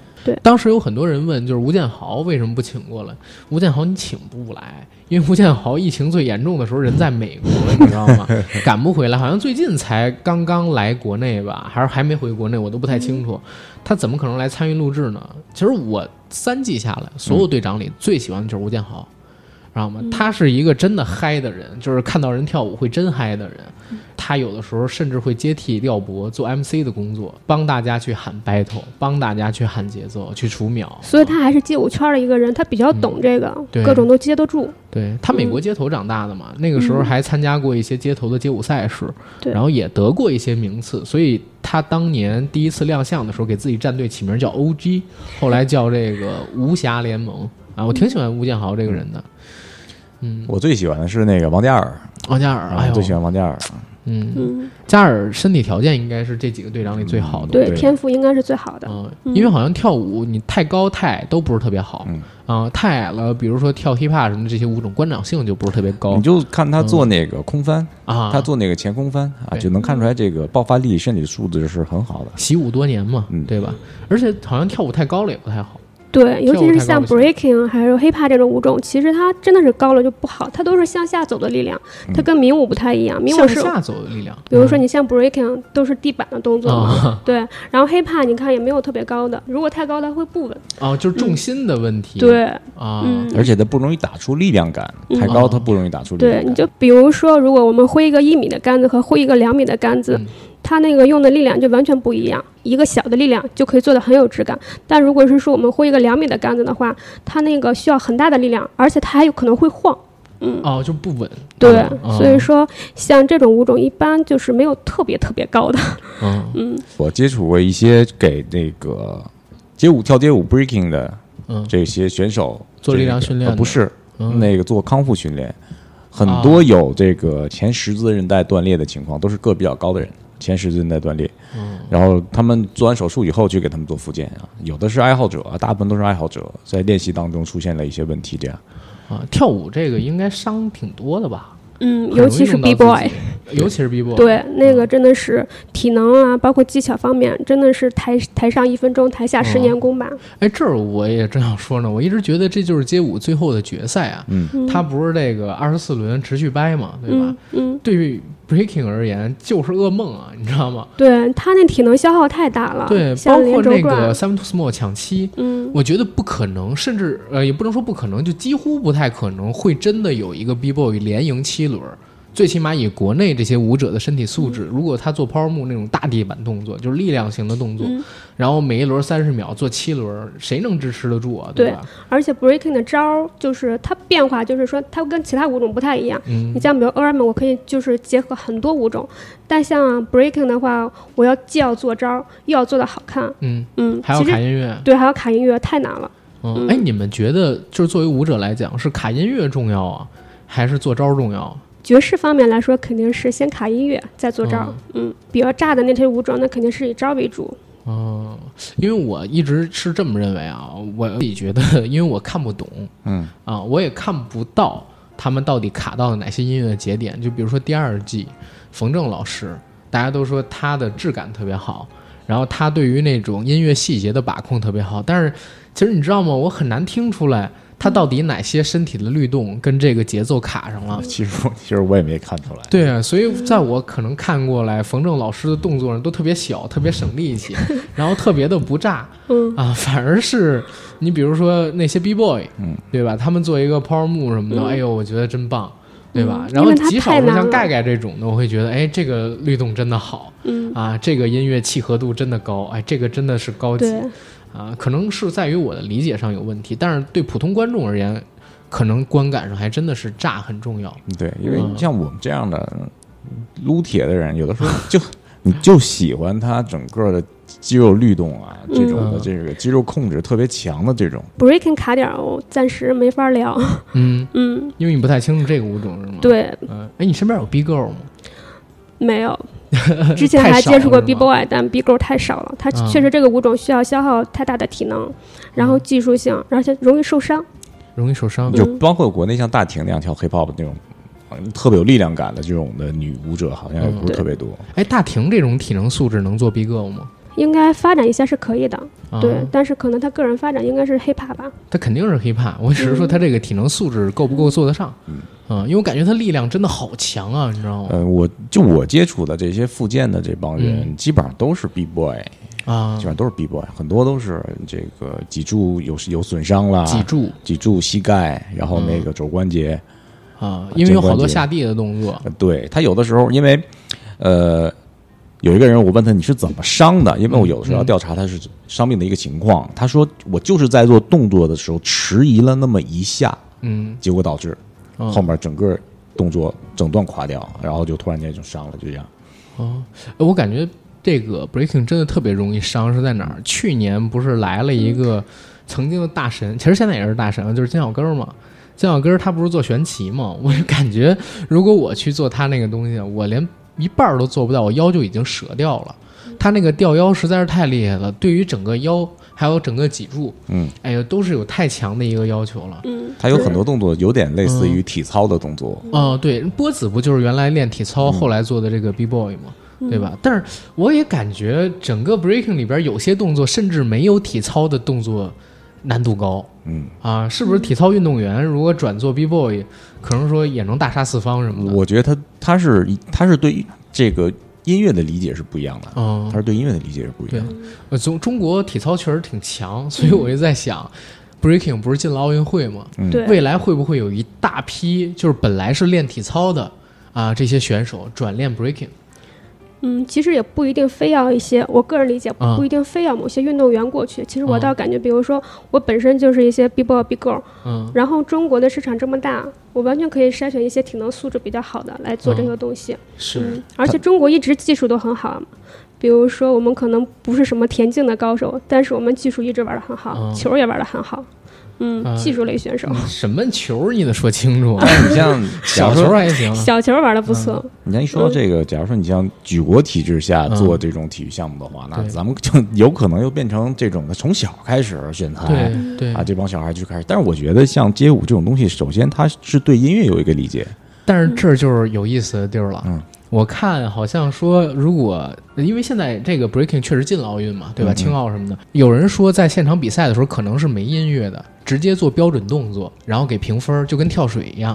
[SPEAKER 1] 当时有很多人问，就是吴建豪为什么不请过来？吴建豪你请不来，因为吴建豪疫情最严重的时候人在美国，你知道吗？赶不回来，好像最近才刚刚来国内吧，还是还没回国内，我都不太清楚。他怎么可能来参与录制呢？其实我三季下来，所有队长里最喜欢的就是吴建豪。知道吗？他是一个真的嗨的人，就是看到人跳舞会真嗨的人。他有的时候甚至会接替廖博做 MC 的工作，帮大家去喊 battle，帮大家去喊节奏，去除秒。
[SPEAKER 2] 所以他还是街舞圈儿的一个人，他比较懂这个，
[SPEAKER 1] 嗯对
[SPEAKER 2] 各种都接得住。
[SPEAKER 3] 嗯
[SPEAKER 1] 对他美国街头长大的嘛，那个时候还参加过一些街头的街舞赛事，
[SPEAKER 2] 嗯对
[SPEAKER 1] 然后也得过一些名次，所以他当年第一次亮相的时候，给自己战队起名叫 OG，后来叫这个无暇联盟啊，我挺喜欢吴建豪这个人的。嗯，
[SPEAKER 3] 我最喜欢的是那个王嘉尔，
[SPEAKER 1] 王嘉尔，哎
[SPEAKER 3] 啊，
[SPEAKER 1] 呦，
[SPEAKER 3] 我最喜欢王嘉尔，
[SPEAKER 1] 嗯，
[SPEAKER 2] 嗯，
[SPEAKER 1] 加尔身体条件应该是这几个队长里最好的。
[SPEAKER 2] 对，
[SPEAKER 3] 对
[SPEAKER 2] 天赋应该是最好的。
[SPEAKER 1] 嗯，
[SPEAKER 2] 嗯
[SPEAKER 1] 因为好像跳舞你太高太矮都不是特别好，
[SPEAKER 3] 嗯
[SPEAKER 1] 啊、太矮了，比如说跳 hiphop 什么这些舞种，观赏性就不是特别高
[SPEAKER 3] 你就看他做那个空翻，
[SPEAKER 1] 哦嗯啊。
[SPEAKER 3] 他做那个前空翻啊，
[SPEAKER 1] 对
[SPEAKER 3] 就能看出来这个爆发力、身体素质是很好的。
[SPEAKER 1] 习武多年嘛，
[SPEAKER 3] 嗯
[SPEAKER 1] 对吧？而且好像跳舞太高了也不太好。
[SPEAKER 2] 对，尤
[SPEAKER 1] 跳舞
[SPEAKER 2] 其
[SPEAKER 1] 太
[SPEAKER 2] 是
[SPEAKER 1] 高
[SPEAKER 2] 像
[SPEAKER 1] 不行
[SPEAKER 2] breaking 还有 hiphop 这种舞种，其实它真的是高了就不好，它都是向下走的力量，它
[SPEAKER 3] 嗯
[SPEAKER 2] 跟民舞不太一样。民舞
[SPEAKER 1] 向
[SPEAKER 2] 是，
[SPEAKER 1] 下走的力量，嗯
[SPEAKER 2] 比如说你像 breaking 都是地板的动作嘛，
[SPEAKER 1] 啊
[SPEAKER 2] 对，然后 hiphop 你看也没有特别高的，如果太高它会不稳。
[SPEAKER 1] 啊，就是重心的问题。
[SPEAKER 2] 嗯对，
[SPEAKER 1] 啊，
[SPEAKER 2] 嗯，
[SPEAKER 3] 而且他不容易打出力量感，太高他不容易打出力
[SPEAKER 2] 对，
[SPEAKER 3] 量
[SPEAKER 2] 你
[SPEAKER 3] 感。
[SPEAKER 2] 就比如说，如果我们挥一个一米的杆子和挥一个两米的杆子
[SPEAKER 1] 嗯，
[SPEAKER 2] 它那个用的力量就完全不一样。一个小的力量就可以做的很有质感，但如果是说我们挥一个两米的杆子的话，它那个需要很大的力量，而且它还有可能会晃。
[SPEAKER 1] 哦，就不稳。
[SPEAKER 2] 嗯对，
[SPEAKER 1] 嗯
[SPEAKER 2] 所以说像这种舞种一般就是没有特别特别高的。
[SPEAKER 1] 嗯
[SPEAKER 3] 我接触过一些给那个街舞跳街舞 breaking 的
[SPEAKER 1] 嗯
[SPEAKER 3] 这些选手
[SPEAKER 1] 做力量
[SPEAKER 3] 这个
[SPEAKER 1] 训练
[SPEAKER 3] 呃不
[SPEAKER 1] 的
[SPEAKER 3] 是
[SPEAKER 1] 嗯，
[SPEAKER 3] 那个做康复训练，很
[SPEAKER 1] 啊
[SPEAKER 3] 多有这个前十字韧带断裂的情况，都是个比较高的人，前十字韧带断裂。
[SPEAKER 1] 嗯
[SPEAKER 3] 然后他们做完手术以后去给他们做复健啊，有的是爱好者，大部分都是爱好者，在练习当中出现了一些问题，这样。
[SPEAKER 1] 啊，跳舞这个应该伤挺多的吧？
[SPEAKER 2] 嗯，
[SPEAKER 1] 很容
[SPEAKER 2] 尤
[SPEAKER 1] 易
[SPEAKER 2] 其是
[SPEAKER 1] 用到
[SPEAKER 2] B
[SPEAKER 1] 自
[SPEAKER 2] boy，
[SPEAKER 1] 己 尤其是 B boy，，
[SPEAKER 2] 对，那
[SPEAKER 1] 嗯
[SPEAKER 2] 个真的是体能啊，包括技巧方面，真的是台台上一分钟，台下十年功吧。
[SPEAKER 1] 哎，这儿我也正要说呢，我一直觉得这就是街舞最后的决赛啊，
[SPEAKER 3] 嗯，
[SPEAKER 1] 它不是这个二十四轮持续掰嘛，对吧
[SPEAKER 2] 嗯？嗯，
[SPEAKER 1] 对于 breaking 而言，就是噩梦啊，你知道吗？
[SPEAKER 2] 对他那体能消耗太大了，
[SPEAKER 1] 对，包
[SPEAKER 2] 啊像
[SPEAKER 1] 括
[SPEAKER 2] 连轴
[SPEAKER 1] 那
[SPEAKER 2] 转
[SPEAKER 1] 个，Seven to Small 抢七，
[SPEAKER 2] 嗯，
[SPEAKER 1] 我觉得不可能，甚至呃也不能说不可能，就几乎不太可能会真的有一个 B boy 连赢七轮儿。最起码以国内这些舞者的身体素
[SPEAKER 2] 嗯
[SPEAKER 1] 质，如果他做抛木那种大地板动作，就是力量型的动作，
[SPEAKER 2] 嗯
[SPEAKER 1] 然后每一轮三十秒做七轮儿，谁能支持得住啊？
[SPEAKER 2] 对
[SPEAKER 1] 吧？
[SPEAKER 2] 而且 breaking 的招儿就是它变化，就是说它跟其他舞种不太一样。
[SPEAKER 1] 嗯
[SPEAKER 2] 你像比如 a r m 我可以就是结合很多舞种，但像 breaking 的话，我要既要做招儿，又要做的好看，
[SPEAKER 1] 嗯，
[SPEAKER 2] 嗯，
[SPEAKER 1] 还要
[SPEAKER 2] 其实
[SPEAKER 1] 卡音乐。
[SPEAKER 2] 对，还要卡音乐，太难了。
[SPEAKER 1] 嗯，哎，你们觉得就是作为舞者来讲，是卡音乐重要啊，还是做招儿重要啊？
[SPEAKER 2] 爵士方面来说，肯定是先卡音乐，再做招儿
[SPEAKER 1] 嗯。
[SPEAKER 2] 嗯，比较炸的那些舞种，那肯定是以招儿为主。
[SPEAKER 1] 哦，因为我一直是这么认为啊，我自己觉得， 因为我看不懂
[SPEAKER 3] 嗯
[SPEAKER 1] 啊，我也看不到他们到底卡到了哪些音乐节点。就比如说第二季，冯正老师，大家都说他的质感特别好，然后他对于那种音乐细节的把控特别好，但是其实你知道吗？我很难听出来他到底哪些身体的律动跟这个节奏卡上了。
[SPEAKER 3] 其实我其实我也没看出来。
[SPEAKER 1] 对
[SPEAKER 2] 嗯
[SPEAKER 1] 啊，所以在我可能看过来，冯正老师的动作呢都特别小，特别省力 气，然后特别的不炸，
[SPEAKER 2] 嗯
[SPEAKER 1] 啊，反而是你比如说那些 B boy，
[SPEAKER 3] 嗯，
[SPEAKER 1] 对吧？他们做一个 power move 什么的，
[SPEAKER 2] 嗯
[SPEAKER 1] 哎呦，我觉得真棒，对吧？
[SPEAKER 2] 嗯
[SPEAKER 1] 然后
[SPEAKER 2] 因为它
[SPEAKER 1] 极少
[SPEAKER 2] 太
[SPEAKER 1] 数
[SPEAKER 2] 难
[SPEAKER 1] 像
[SPEAKER 2] 了
[SPEAKER 1] 盖盖这种的，我会觉得，哎，这个律动真的好
[SPEAKER 2] 嗯，
[SPEAKER 1] 啊，这个音乐契合度真的高，哎，这个真的是高级
[SPEAKER 2] 对，
[SPEAKER 1] 啊，可能是在于我的理解上有问题，但是对普通观众而言，可能观感上还真的是炸很重要。
[SPEAKER 3] 对，因为
[SPEAKER 1] 嗯
[SPEAKER 3] 像我们这样的撸铁的人，有的时候就你就喜欢他整个的肌肉律动啊，这种的
[SPEAKER 1] 嗯
[SPEAKER 3] 这个肌肉控制特别强的这种。
[SPEAKER 2] breaking 卡点儿，我暂时没法聊。
[SPEAKER 1] 嗯，
[SPEAKER 2] 嗯，
[SPEAKER 1] 因为你不太清楚这个舞种是吗？，
[SPEAKER 2] 对，
[SPEAKER 1] 嗯、哎，你身边有 B girl 吗？
[SPEAKER 2] 没 有。之前
[SPEAKER 1] 太
[SPEAKER 2] 还
[SPEAKER 1] 少
[SPEAKER 2] 接触过
[SPEAKER 1] 了是
[SPEAKER 2] B
[SPEAKER 1] 吗
[SPEAKER 2] boy，但 B girl 太少了。它
[SPEAKER 1] 嗯
[SPEAKER 2] 确实这个舞种需要消耗太大的体能，然后技术性，而且容易受伤。
[SPEAKER 1] 容易受伤。
[SPEAKER 3] 就包括国内像大婷那样跳 hiphop 的那种，嗯特别有力量感的这种的女舞者，好像也不是
[SPEAKER 2] 对
[SPEAKER 3] 特别多。
[SPEAKER 1] 哎，大婷这种体能素质能做 B girl 吗？
[SPEAKER 2] 应该发展一下是可以的，
[SPEAKER 1] 啊、
[SPEAKER 2] 对。但是可能他个人发展应该是 hiphop 吧。
[SPEAKER 1] 他肯定是 hiphop，我只是说他这个体能素质够不够做得上，嗯，因为我感觉他力量真的好强啊，你知道吗？
[SPEAKER 3] 呃，我就我接触的这些复健的这帮人，
[SPEAKER 1] 嗯
[SPEAKER 3] 基本上都是 b boy，
[SPEAKER 1] 啊
[SPEAKER 3] 基本，上都是 b boy，很多都是这个脊柱有有损伤啦，
[SPEAKER 1] 脊柱嗯
[SPEAKER 3] 脊柱、膝盖，然后那个肘关节。
[SPEAKER 1] 啊，因为有好多下地的动作，
[SPEAKER 3] 呃对他有的时候，因为呃，有一个人我问他你是怎么伤的，因为我
[SPEAKER 1] 嗯
[SPEAKER 3] 有的时候要调查他是伤病的一个情况，他说我就是在做动作的时候迟疑了那么一下，
[SPEAKER 1] 嗯，
[SPEAKER 3] 结果导致
[SPEAKER 1] 啊
[SPEAKER 3] 后面整个动作整段垮掉，然后就突然间就伤了，就这样。
[SPEAKER 1] 哦，呃我感觉这个 breaking 真的特别容易伤，是在哪儿？去年不是来了一个曾经的大神，其实现在也是大神啊，就是金小根儿嘛。金小根儿他不是做玄棋嘛？我就感觉如果我去做他那个东西，我连一半儿都做不到，我腰就已经折掉了。他那个吊腰实在是太厉害了，对于整个腰还有整个脊柱，
[SPEAKER 3] 嗯，
[SPEAKER 1] 哎呀，都是有太强的一个要求了。
[SPEAKER 2] 嗯，
[SPEAKER 3] 他有很多动作有点类似于体操的动作，
[SPEAKER 1] 哦，对，波子不就是原来练体
[SPEAKER 3] 嗯
[SPEAKER 1] 操，后来做的这个 B boy 吗？对吧？但是我也感觉整个 breaking 里边有些动作甚至没有体操的动作难度高
[SPEAKER 3] 嗯，
[SPEAKER 1] 啊！是不是体操运动员如果转做 B boy，可能说也能大杀四方什么的？
[SPEAKER 3] 我觉得他他是他是对这个音乐的理解是不一样的，
[SPEAKER 1] 嗯
[SPEAKER 3] 他，是对音乐的理解是不一样的。
[SPEAKER 1] 呃中中国体操确实挺强，所以我就在想、b r e a k i n g 不是进了奥运会吗？
[SPEAKER 3] 嗯
[SPEAKER 2] 对，
[SPEAKER 1] 未来会不会有一大批就是本来是练体操的啊这些选手转练 breaking？
[SPEAKER 2] 嗯，其实也不一定非要一些，我个人理解
[SPEAKER 1] 嗯
[SPEAKER 2] 不一定非要某些运动员过去。其实我
[SPEAKER 1] 嗯
[SPEAKER 2] 倒感觉，比如说我本身就是一些 B boy B girl，
[SPEAKER 1] 嗯
[SPEAKER 2] 然后中国的市场这么大，我完全可以筛选一些体能素质比较好的来
[SPEAKER 1] 嗯
[SPEAKER 2] 做这个东西。
[SPEAKER 1] 是
[SPEAKER 2] 嗯，而且中国一直技术都很好啊，比如说我们可能不是什么田径的高手，但是我们技术一直玩得很好，
[SPEAKER 1] 嗯
[SPEAKER 2] 球也玩得很好。嗯，
[SPEAKER 1] 啊
[SPEAKER 2] 技术类选手，
[SPEAKER 1] 什么球你得说清楚啊，
[SPEAKER 3] 但是你
[SPEAKER 1] 小
[SPEAKER 3] 像假如
[SPEAKER 1] 球
[SPEAKER 3] 说，
[SPEAKER 1] 还行，
[SPEAKER 2] 小球玩得不
[SPEAKER 1] 啊
[SPEAKER 2] 错。
[SPEAKER 3] 你像一说到这个，假如说你像举国体制下
[SPEAKER 1] 嗯
[SPEAKER 3] 做这种体育项目的话，那
[SPEAKER 1] 对
[SPEAKER 3] 咱们就有可能又变成这种的，从小开始选材。
[SPEAKER 1] 对对
[SPEAKER 3] 啊，这帮小孩就开始，但是我觉得像街舞这种东西，首先它是对音乐有一个理解，
[SPEAKER 1] 但是这儿就是有意思的地儿了。
[SPEAKER 3] 嗯
[SPEAKER 1] 我看好像说，如果因为现在这个 breaking 确实进了奥运嘛，对吧？
[SPEAKER 3] 嗯嗯
[SPEAKER 1] 青奥什么的，有人说在现场比赛的时候可能是没音乐的，直接做标准动作，然后给评分儿，就跟跳水一样。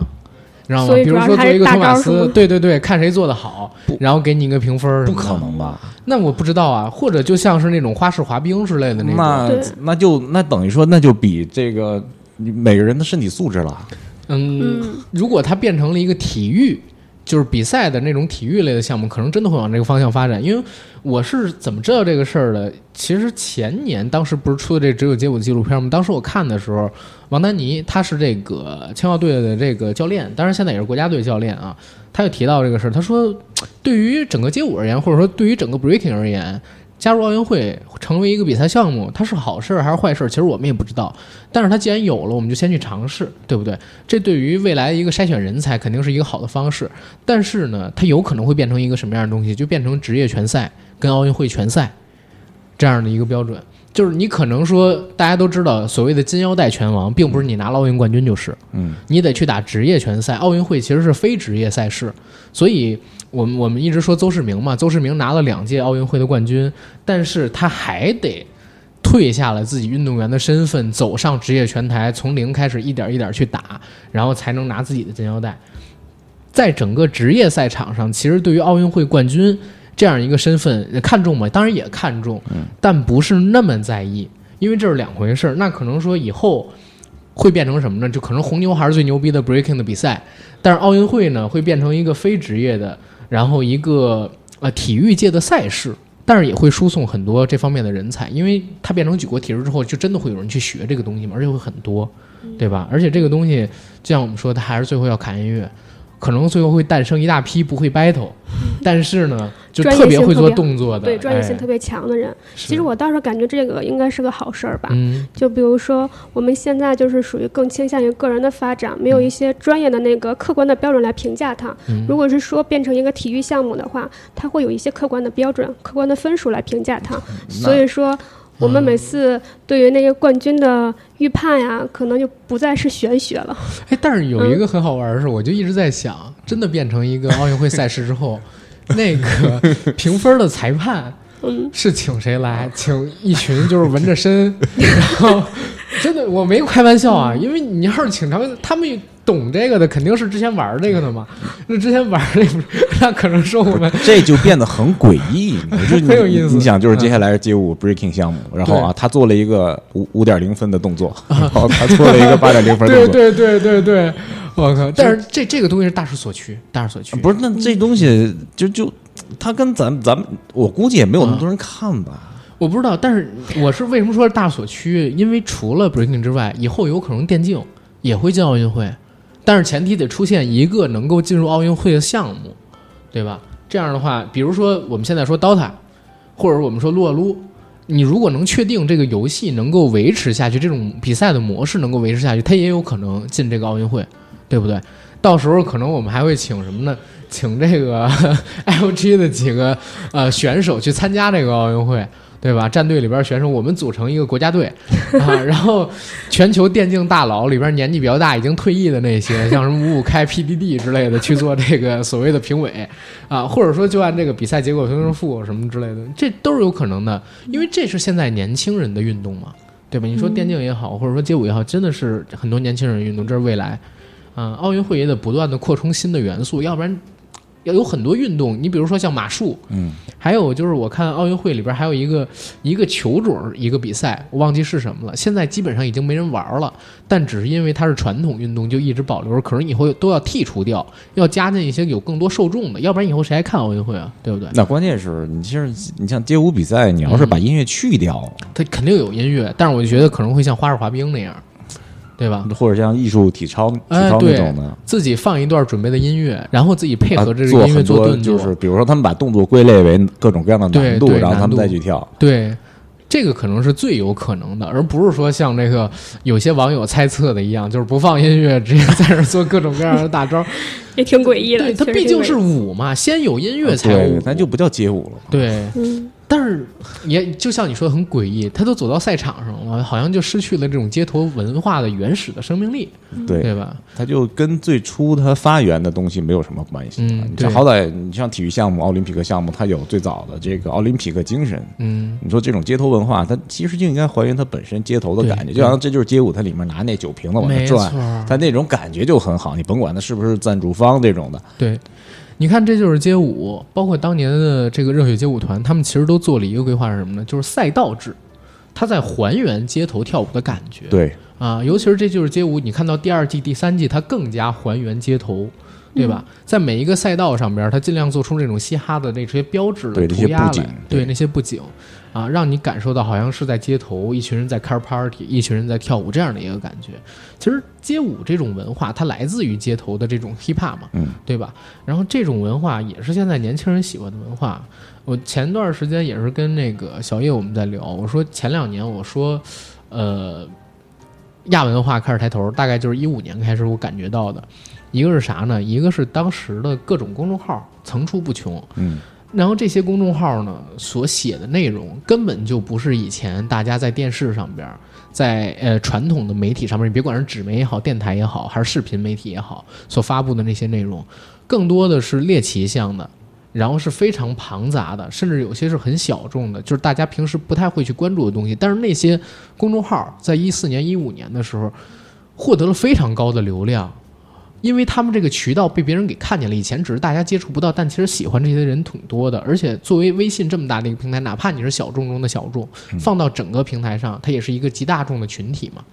[SPEAKER 1] 你知道吗？
[SPEAKER 2] 所以
[SPEAKER 1] 比
[SPEAKER 2] 主
[SPEAKER 1] 如
[SPEAKER 2] 要
[SPEAKER 1] 说
[SPEAKER 2] 还
[SPEAKER 1] 做一
[SPEAKER 2] 是
[SPEAKER 1] 个
[SPEAKER 2] 大
[SPEAKER 1] 托马
[SPEAKER 2] 招是
[SPEAKER 1] 斯
[SPEAKER 2] 吗，
[SPEAKER 1] 对对对，看谁做的好
[SPEAKER 3] 不，
[SPEAKER 1] 然后给你一个评分儿什
[SPEAKER 3] 不
[SPEAKER 1] 么的。
[SPEAKER 3] 可能吧？
[SPEAKER 1] 那我不知道啊，或者就像是那种花式滑冰之类的那种，
[SPEAKER 3] 那
[SPEAKER 2] 对
[SPEAKER 3] 那就那等于说，那就比这个你每个人的身体素质了。
[SPEAKER 1] 嗯，
[SPEAKER 2] 嗯，
[SPEAKER 1] 如果它变成了一个体育，就是比赛的那种体育类的项目，可能真的会往这个方向发展。因为我是怎么知道这个事儿的？其实前年当时不是出的这只有街舞纪录片吗？当时我看的时候，王丹妮她是这个青奥队的这个教练，当然现在也是国家队教练啊。他就提到这个事儿，他说，对于整个街舞而言，或者说对于整个 breaking 而言，加入奥运会成为一个比赛项目，它是好事儿还是坏事儿，其实我们也不知道。但是它既然有了，我们就先去尝试，对不对？这对于未来一个筛选人才肯定是一个好的方式。但是呢，它有可能会变成一个什么样的东西？就变成职业拳赛跟奥运会拳赛这样的一个标准。就是你可能说，大家都知道，所谓的金腰带拳王，并不是你拿了奥运冠军就是，
[SPEAKER 3] 嗯，
[SPEAKER 1] 你得去打职业拳赛。奥运会其实是非职业赛事，所以我们我们一直说邹市明嘛，邹市明拿了两届奥运会的冠军，但是他还得退下了自己运动员的身份，走上职业拳台，从零开始一点一点去打，然后才能拿自己的金腰带。在整个职业赛场上，其实对于奥运会冠军这样一个身份呃看重吗？当然也看重，但不是那么在意，因为这是两回事儿。那可能说以后会变成什么呢？就可能红牛还是最牛逼的 breaking 的比赛，但是奥运会呢会变成一个非职业的，然后一个呃体育界的赛事。但是也会输送很多这方面的人才，因为它变成举国体制之后，就真的会有人去学这个东西嘛，而且会很多，
[SPEAKER 2] 嗯
[SPEAKER 1] 对吧？而且这个东西，就像我们说，它还是最后要看音乐，可能最后会诞生一大批不会 battle，但是 呢，就
[SPEAKER 2] 嗯专业
[SPEAKER 1] 特别
[SPEAKER 2] 性
[SPEAKER 1] 会
[SPEAKER 2] 特
[SPEAKER 1] 做
[SPEAKER 2] 别
[SPEAKER 1] 动作的，
[SPEAKER 2] 对，专业性
[SPEAKER 1] 哎
[SPEAKER 2] 特别强的人。
[SPEAKER 1] 是
[SPEAKER 2] 其实我倒是感觉这个应该是个好事儿吧。
[SPEAKER 1] 嗯
[SPEAKER 2] 就比如说，我们现在就是属于更倾向于个人的发展，
[SPEAKER 1] 嗯
[SPEAKER 2] 没有一些专业的那个客观的标准来评价它。如果是说变成一个体育项目的话，它会有一些客观的标准、客观的分数来评价它。
[SPEAKER 1] 嗯
[SPEAKER 2] 所以说，我们每次对于那个冠军的预判呀，可能就不再是玄学了。
[SPEAKER 1] 哎，但是有一个很好玩儿的事，我就一直在想，真的变成一 个奥运会赛事之后，那个评分儿的裁判
[SPEAKER 2] 嗯，
[SPEAKER 1] 是请谁来？请一群就是纹着身， 然后真的我没开玩笑啊，因为你要是请他们，他们懂这个的肯定是之前玩儿这个的嘛。那之前玩儿那个，那可能说我们
[SPEAKER 3] 这就变得很诡异，就是 你
[SPEAKER 1] 很有意思
[SPEAKER 3] 你想，就是接下来是街舞 breaking 项目，然后啊，他做了一个五五点零分的动 作，然后他做了一个八点零分的
[SPEAKER 1] 对
[SPEAKER 3] 动作。
[SPEAKER 1] 对对对对，我靠！但是这这个东西是大势所趋，大势所趋。
[SPEAKER 3] 不是，那这东西就就他跟咱们咱们，我估计也没有那么多人看吧。
[SPEAKER 1] 我不知道，但是我是为什么说是大所趋？因为除了 breaking 之外，以后有可能电竞也会进奥运会，但是呃前提得出现一个能够进入奥运会的项目，对吧？这样的话，比如说我们现在说 DOTA，或者我们说撸啊撸，你如果能确定这个游戏能够维持下去，这种比赛的模式能够维持下去，它也有可能进这个奥运会，对不对？到时候可能我们还会请什么呢？请这个 LG 的几个呃选手去参加这个奥运会。对吧？战队里边选手，我们组成一个国家队 啊，然后全球电竞大佬里边年纪比较大、已经退役的那些，像什么五五开、PDD 之类的，去做这个所谓的评委啊，或者说就按这个比赛结果评胜负什么之类的，这都是有可能的，因为这是现在年轻人的运动嘛，对吧？你说电竞也好，或者说街舞也好，真的是很多年轻人的运动，这是未来。嗯，奥运会也得不断的扩充新的元素，要不然要有很多运动，你比如说像马术，
[SPEAKER 3] 嗯，
[SPEAKER 1] 还有就是我看奥运会里边还有一个一个球种儿一个比赛，我忘记是什么了，现在基本上已经没人玩儿了，但只是因为它是传统运动，就一直保留着，可能以后都要剔除掉，要加进一些有更多受众的，要不然以后谁还看奥运会啊？对不对？
[SPEAKER 3] 那关键是你其实你像街舞比赛，你要是把音乐去掉，
[SPEAKER 1] 它肯定有音乐，但是我就觉得可能会像花式滑冰那样，对吧？
[SPEAKER 3] 或者像艺术体操体
[SPEAKER 1] 哎
[SPEAKER 3] 操那
[SPEAKER 1] 对
[SPEAKER 3] 种的，
[SPEAKER 1] 自己放一段准备的音乐，然后自己配
[SPEAKER 3] 啊
[SPEAKER 1] 合这个
[SPEAKER 3] 做
[SPEAKER 1] 音乐
[SPEAKER 3] 很
[SPEAKER 1] 做
[SPEAKER 3] 多
[SPEAKER 1] 动作，
[SPEAKER 3] 就是比如说他们把动作归类为各种各样的难
[SPEAKER 1] 对
[SPEAKER 3] 度，
[SPEAKER 1] 对
[SPEAKER 3] 然后他
[SPEAKER 1] 难
[SPEAKER 3] 们
[SPEAKER 1] 度
[SPEAKER 3] 再去跳。
[SPEAKER 1] 对，这个可能是最有可能的，而不是说像那个有些网友猜测的一样，就是不放音乐，直接在这儿做各种各样的大招。
[SPEAKER 2] 也挺诡异的。
[SPEAKER 1] 对，它
[SPEAKER 2] 确实
[SPEAKER 1] 毕
[SPEAKER 2] 挺
[SPEAKER 1] 竟
[SPEAKER 2] 诡
[SPEAKER 1] 是
[SPEAKER 2] 异
[SPEAKER 1] 舞嘛，先有音乐才有
[SPEAKER 3] 啊对
[SPEAKER 1] 舞，，
[SPEAKER 3] 那就不叫街舞了。
[SPEAKER 1] 对。
[SPEAKER 2] 嗯，
[SPEAKER 1] 但是也就像你说的很诡异，他都走到赛场上了，好像就失去了这种街头文化的原始的生命力，
[SPEAKER 3] 对，
[SPEAKER 1] 嗯对吧？
[SPEAKER 3] 它就跟最初它发源的东西没有什么关系。啊
[SPEAKER 1] 嗯
[SPEAKER 3] 你
[SPEAKER 1] 对
[SPEAKER 3] 像好歹你像体育项目、奥林匹克项目，它有最早的这个奥林匹克精神。
[SPEAKER 1] 嗯，
[SPEAKER 3] 你说这种街头文化，它其实就应该还原它本身街头的
[SPEAKER 1] 对
[SPEAKER 3] 感觉，就好像这就是街舞，它里面拿那酒瓶子往那
[SPEAKER 1] 没错
[SPEAKER 3] 转，，它那种感觉就很好。你甭管它是不是赞助方这种的，
[SPEAKER 1] 对，你看，这就是街舞，包括当年的这个热血街舞团，他们其实都做了一个规划是什么呢？就是赛道制，它在还原街头跳舞的感觉。
[SPEAKER 3] 对，
[SPEAKER 1] 啊，尤其是这就是街舞，你看到第二季、第三季，它更加还原街头。对
[SPEAKER 3] 嗯
[SPEAKER 1] 吧？在每一个赛道上边，它尽量做出这种嘻哈的那些标志
[SPEAKER 3] 对
[SPEAKER 1] 的
[SPEAKER 3] 那
[SPEAKER 1] 涂
[SPEAKER 3] 些
[SPEAKER 1] 鸦
[SPEAKER 3] 布景
[SPEAKER 1] 来，对
[SPEAKER 3] 对
[SPEAKER 1] 那些布景啊，让你感受到好像是在街头，一群人在开 party，一群人在跳舞这样的一个感觉。其实街舞这种文化，它来自于街头的这种 hip hop 嘛，
[SPEAKER 3] 嗯
[SPEAKER 1] 对吧？然后这种文化也是现在年轻人喜欢的文化。我前段时间也是跟那个小叶我们在聊，我说前两年我说，呃，亚文化开始抬头，大概就是一五年开始我感觉到的，一个是啥呢？一个是当时的各种公众号层出不穷，
[SPEAKER 3] 嗯，
[SPEAKER 1] 然后这些公众号呢所写的内容根本就不是以前大家在电视上边儿，在呃传统的媒体上面，你别管是纸媒也好、电台也好，还是视频媒体也好，所发布的那些内容，更多的是猎奇向的，然后是非常庞杂的，甚至有些是很小众的，就是大家平时不太会去关注的东西。但是那些公众号在一四年、一五年的时候，获得了非常高的流量。因为他们这个渠道被别人给看见了，以前只是大家接触不到，但其实喜欢这些人挺多的。而且作为微信这么大的一个平台，哪怕你是小众中的小众，放到整个平台上，它也是一个极大众的群体嘛，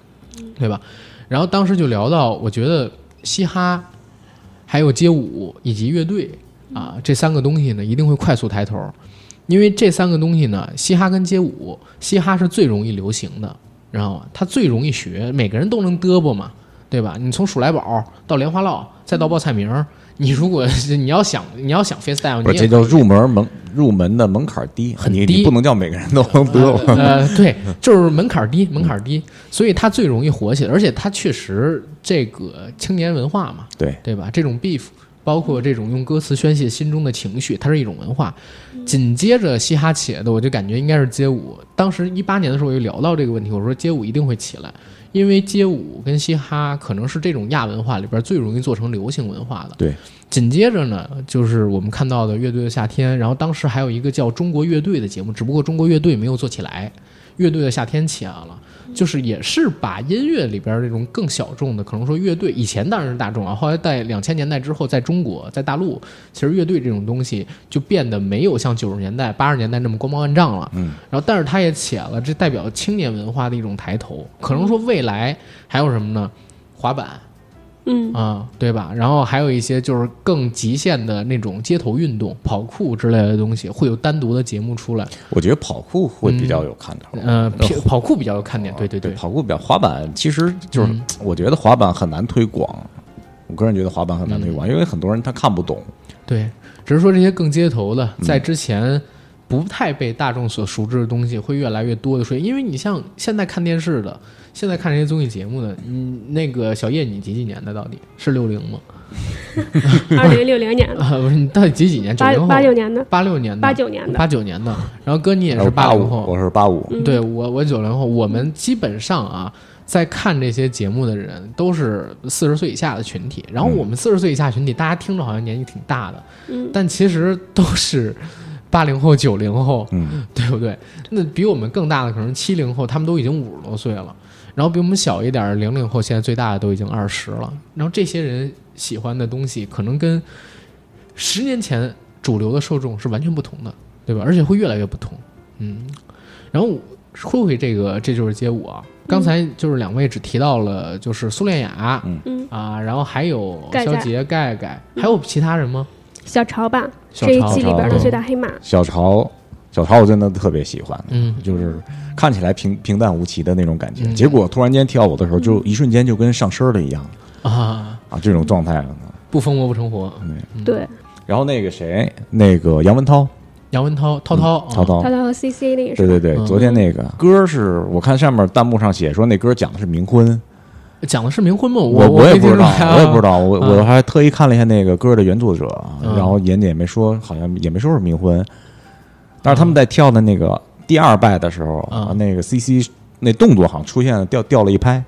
[SPEAKER 1] 对吧？然后当时就聊到，我觉得嘻哈、还有街舞以及乐队啊这三个东西呢，一定会快速抬头，因为这三个东西呢，嘻哈跟街舞，嘻哈是最容易流行的，知道吗？它最容易学，每个人都能嘚啵嘛。对吧？你从鼠来宝到莲花落，再到报菜名儿，你如果你要想你要想 freestyle，
[SPEAKER 3] 不
[SPEAKER 1] 你
[SPEAKER 3] 是，
[SPEAKER 1] 也
[SPEAKER 3] 这叫入门门入门的门槛低，
[SPEAKER 1] 很
[SPEAKER 3] 你你
[SPEAKER 1] 低
[SPEAKER 3] 不能叫每个人 都能得。
[SPEAKER 1] 呃，对，就是门槛儿低，门槛儿低，所以它最容易火起来，而且它确实这个青年文化嘛，
[SPEAKER 3] 对
[SPEAKER 1] 对吧？这种 beef，包括这种用歌词宣泄心中的情绪，它是一种文化。紧接着嘻哈起来的，我就感觉应该是街舞。当时一八年的时候，我就聊到这个问题，我说街舞一定会起来，因为街舞跟嘻哈可能是这种亚文化里边最容易做成流行文化的。
[SPEAKER 3] 对，
[SPEAKER 1] 紧接着呢，就是我们看到的乐队的夏天，然后当时还有一个叫中国乐队的节目，只不过中国乐队没有做起来，乐队的夏天起来了。就是也是把音乐里边儿这种更小众的，可能说乐队以前当然是大众啊，后来在两千年代之后，在中国在大陆，其实乐队这种东西就变得没有像九十年代、八十年代那么光芒万丈了。
[SPEAKER 3] 嗯，
[SPEAKER 1] 然后但是它也起来了，这代表青年文化的一种抬头。可能说未来还有什么呢？滑板，
[SPEAKER 2] 嗯，
[SPEAKER 1] 啊、对吧？然后还有一些就是更极限的那种街头运动、跑酷之类的东西，会有单独的节目出来。
[SPEAKER 3] 我觉得跑酷会比较有看头。
[SPEAKER 1] 呃，偏跑酷比较有看点，对对对，
[SPEAKER 3] 跑酷比较滑板，其实就是、
[SPEAKER 1] 嗯
[SPEAKER 3] 我觉得滑板很难推广。我个人觉得滑板很难推
[SPEAKER 1] 嗯
[SPEAKER 3] 广，因为很多人他看不懂。
[SPEAKER 1] 对，只是说这些更街头的，
[SPEAKER 3] 嗯
[SPEAKER 1] 在之前不太被大众所熟知的东西，会越来越多的出现。因为你像现在看电视的，现在看这些综艺节目的，嗯，那个小叶，你几几年的？到底是六零吗？
[SPEAKER 2] 二零六零年的，
[SPEAKER 1] 啊，不是你到底几几年？九
[SPEAKER 2] 八
[SPEAKER 1] 零后，
[SPEAKER 2] 八六年的，
[SPEAKER 1] 八六年的，
[SPEAKER 2] 八九年的，
[SPEAKER 1] 八九年的。然后哥你也是
[SPEAKER 3] 八
[SPEAKER 1] 零
[SPEAKER 3] 五，
[SPEAKER 1] 后，
[SPEAKER 3] 我是八五，
[SPEAKER 2] 嗯
[SPEAKER 1] 对我我九零后，我们基本上啊，在看这些节目的人都是四十岁以下的群体。然后
[SPEAKER 3] 嗯
[SPEAKER 1] 我们四十岁以下群体，大家听着好像年纪挺大的，
[SPEAKER 2] 嗯
[SPEAKER 1] 但其实都是八零后、九零后，
[SPEAKER 3] 嗯，
[SPEAKER 1] 对不对？那比我们更大的可能七零后，他们都已经五十多岁了。然后比我们小一点儿，零零后现在最大的都已经二十了。然后这些人喜欢的东西，可能跟十年前主流的受众是完全不同的，对吧？而且会越来越不同。嗯，然后我说回这个，这就是街舞啊。刚才就是两位只提到了就是苏恋雅，
[SPEAKER 3] 嗯
[SPEAKER 2] 嗯
[SPEAKER 1] 啊，然后还有
[SPEAKER 2] 盖
[SPEAKER 1] 肖
[SPEAKER 2] 盖
[SPEAKER 1] 杰、盖盖，还有其他人吗？
[SPEAKER 2] 小潮吧，
[SPEAKER 1] 小嗯
[SPEAKER 2] 这一
[SPEAKER 1] 超
[SPEAKER 2] 季里边
[SPEAKER 3] 小
[SPEAKER 2] 的
[SPEAKER 3] 潮
[SPEAKER 2] 最大黑马，
[SPEAKER 3] 小潮，小潮我真的特别喜欢，
[SPEAKER 1] 嗯，
[SPEAKER 3] 就是看起来平平淡无奇的那种感觉，
[SPEAKER 1] 嗯
[SPEAKER 3] 结果突然间跳舞的时候，就一瞬间就跟上身了一样
[SPEAKER 1] 啊，
[SPEAKER 3] 啊，这种状态了。
[SPEAKER 1] 不疯魔不成活。
[SPEAKER 3] 嗯
[SPEAKER 2] 对，
[SPEAKER 3] 然后那个谁，那个杨文涛，
[SPEAKER 1] 杨文涛、涛涛、啊
[SPEAKER 3] 嗯涛涛
[SPEAKER 2] 涛，涛和 CC 那个
[SPEAKER 3] 对
[SPEAKER 2] 是
[SPEAKER 3] 对对，
[SPEAKER 1] 哦嗯
[SPEAKER 3] 昨天那个歌是我看上面弹幕上写说那歌讲的是冥婚，
[SPEAKER 1] 讲的是冥婚吗？
[SPEAKER 3] 我
[SPEAKER 1] 我
[SPEAKER 3] 也不知道，我也不知
[SPEAKER 1] 道。
[SPEAKER 3] 道，我
[SPEAKER 1] 嗯
[SPEAKER 3] 我还特意看了一下那个歌的原作者，
[SPEAKER 1] 嗯
[SPEAKER 3] 然后人家也没说，好像也没说是冥婚，但是他们在跳的那个第二拜的时候，
[SPEAKER 1] 嗯
[SPEAKER 3] 啊那个 C C 那动作好像出现了掉掉了一拍，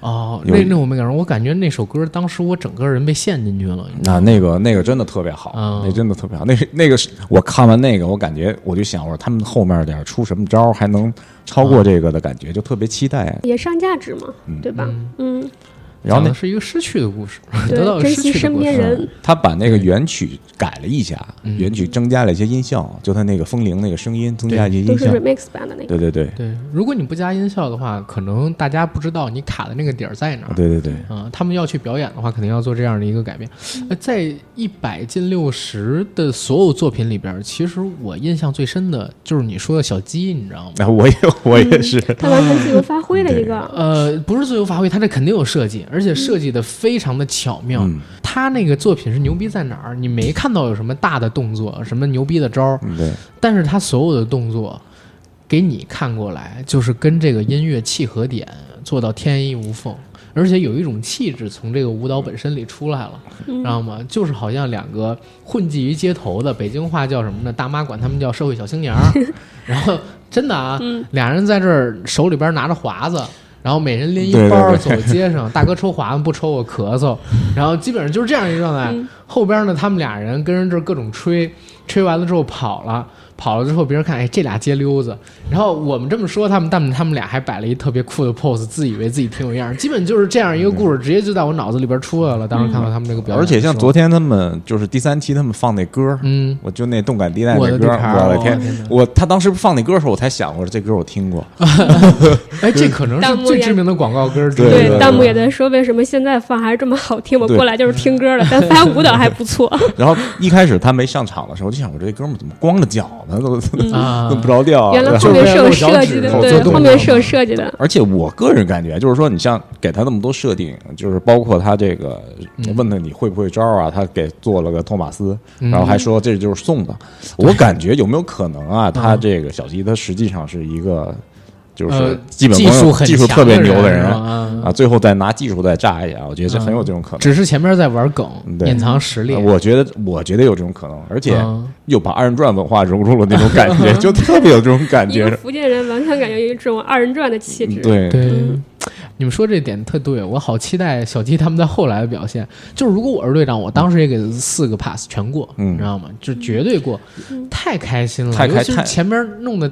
[SPEAKER 1] 哦，
[SPEAKER 3] 有
[SPEAKER 1] 那那我没感受，我感觉那首歌当时我整个人被陷进去了。你知道
[SPEAKER 3] 那啊那个那个真的特别好，
[SPEAKER 1] 嗯
[SPEAKER 3] 那真的特别好，那那个是我看完那个，我感觉我就想，我说他们后面点儿出什么招儿还能超
[SPEAKER 1] 嗯
[SPEAKER 3] 过这个的感觉，就特别期待。
[SPEAKER 2] 也上价值嘛
[SPEAKER 3] 嗯，
[SPEAKER 2] 对吧？嗯，
[SPEAKER 1] 吗
[SPEAKER 3] 然后
[SPEAKER 1] 讲
[SPEAKER 3] 那
[SPEAKER 1] 的是一个失去的故事，
[SPEAKER 2] 对
[SPEAKER 1] 得到，了
[SPEAKER 2] 珍
[SPEAKER 1] 失
[SPEAKER 2] 惜
[SPEAKER 1] 去的
[SPEAKER 2] 身
[SPEAKER 1] 故
[SPEAKER 2] 边
[SPEAKER 1] 事。
[SPEAKER 2] 人，
[SPEAKER 3] 他把那个原曲改了一下，
[SPEAKER 1] 嗯
[SPEAKER 3] 原曲增加了一些音效，就他那个风铃那个声音增加一些
[SPEAKER 2] 都
[SPEAKER 3] 音
[SPEAKER 2] 是
[SPEAKER 3] 效。
[SPEAKER 2] remix 版的那个，
[SPEAKER 3] 对对对
[SPEAKER 1] 对，如果你不加音效的话，可能大家不知道你卡的那个点儿在哪儿。
[SPEAKER 3] 对对对，
[SPEAKER 1] 啊、他们要去表演的话，肯定要做这样的一个改变。
[SPEAKER 3] 嗯
[SPEAKER 1] 呃，在一百进六十的所有作品里边儿，其实我印象最深的就是你说的小鸡，你知道吗？
[SPEAKER 3] 然后啊我也
[SPEAKER 1] 嗯
[SPEAKER 3] 我也是，
[SPEAKER 2] 他完全自由发挥的一个，
[SPEAKER 1] 呃，不是自由发挥，它这肯定有设计，而且设计的非常的巧妙。
[SPEAKER 3] 嗯
[SPEAKER 1] 他那个作品是牛逼在哪儿？你没看到有什么大的动作，什么牛逼的招儿，
[SPEAKER 3] 嗯对，
[SPEAKER 1] 但是他所有的动作给你看过来，就是跟这个音乐契合点做到天衣无缝，而且有一种气质从这个舞蹈本身里出来了，知道吗？就是好像两个混迹于街头的，北京话叫什么呢？大妈管他们叫社会小青年儿，然后真的啊，俩人在这儿手里边拿着华子。然后每人拎一
[SPEAKER 3] 对对
[SPEAKER 1] 包儿走
[SPEAKER 3] 对
[SPEAKER 1] 街上，大哥抽华子不抽我咳嗽，然后基本上就是这样一个状
[SPEAKER 2] 嗯
[SPEAKER 1] 态。后边呢，他们俩人跟人这儿各种吹，吹完了之后跑了，跑了之后别人看，哎，这俩街溜子。然后我们这么说他们，但他们俩还摆了一特别酷的 pose，自以为自己挺有样儿。基本就是这样一个故事，直接就在我脑子里边出来了。当时看到他们这个表演
[SPEAKER 3] 嗯而
[SPEAKER 1] 的时候，
[SPEAKER 3] 且像昨天他们就是第三期他们放那歌，
[SPEAKER 1] 嗯，
[SPEAKER 3] 我就那动感地带
[SPEAKER 1] 我的
[SPEAKER 3] 那歌，
[SPEAKER 1] 绿茶儿
[SPEAKER 3] 我的
[SPEAKER 1] 我
[SPEAKER 3] 天
[SPEAKER 1] 的天哪！
[SPEAKER 3] 我他当时放那歌的时候，我才想，我说这歌我 听过，
[SPEAKER 1] 哎，这可能
[SPEAKER 2] 弹
[SPEAKER 1] 是
[SPEAKER 2] 幕
[SPEAKER 1] 最
[SPEAKER 2] 也
[SPEAKER 1] 知名的广告歌之一
[SPEAKER 3] 对
[SPEAKER 1] 了。
[SPEAKER 3] 对对
[SPEAKER 2] 弹幕也在说为什么现在放还是这么好听。我
[SPEAKER 3] 对
[SPEAKER 2] 过来就是听歌的，但发现舞蹈还不 错。
[SPEAKER 3] 然后一开始他没上场的时候，我就想，我这哥们儿怎么光着脚呢？怎么怎么
[SPEAKER 1] 啊
[SPEAKER 3] 怎么不着调啊？
[SPEAKER 2] 原来
[SPEAKER 3] 然后
[SPEAKER 2] 后面是有设计的，
[SPEAKER 3] 就是为了落脚趾
[SPEAKER 2] 对，
[SPEAKER 3] 头
[SPEAKER 2] 后面是有设计的。
[SPEAKER 3] 而且我个人感觉，就是说，你像给他那么多设定，就是包括他这个问他你会不会招啊，他给做了个托马斯，
[SPEAKER 1] 嗯
[SPEAKER 3] 然后还说这就是送的。我感觉有没有可能啊？他这个小鸡，他实际上是一个就是
[SPEAKER 1] 呃，
[SPEAKER 3] 基本
[SPEAKER 1] 技
[SPEAKER 3] 功
[SPEAKER 1] 术很
[SPEAKER 3] 技术
[SPEAKER 1] 强
[SPEAKER 3] 特别牛的
[SPEAKER 1] 人
[SPEAKER 3] 人
[SPEAKER 1] 啊，嗯
[SPEAKER 3] 啊，最后再拿技术再炸一下，我觉得这很有这种可能。
[SPEAKER 1] 只是前面在玩梗，
[SPEAKER 3] 对
[SPEAKER 1] 隐藏实力。
[SPEAKER 3] 啊我觉得，我觉得有这种可能，而且
[SPEAKER 1] 嗯
[SPEAKER 3] 又把二人转文化融入了那种感 觉，就特别有这种感
[SPEAKER 2] 一个
[SPEAKER 3] 觉。
[SPEAKER 2] 福建人完全感觉有一种二人转的气质。
[SPEAKER 3] 对，
[SPEAKER 1] 对
[SPEAKER 2] 嗯，
[SPEAKER 1] 你们说这点特对，我好期待小鸡他们在后来的表现。就是如果我是队长，我当时也给四个 pass 全过，
[SPEAKER 3] 嗯
[SPEAKER 1] 你知道吗？就绝对过，
[SPEAKER 2] 嗯
[SPEAKER 1] 太开心了，
[SPEAKER 3] 太开
[SPEAKER 1] 尤其是
[SPEAKER 3] 太
[SPEAKER 1] 前面弄的，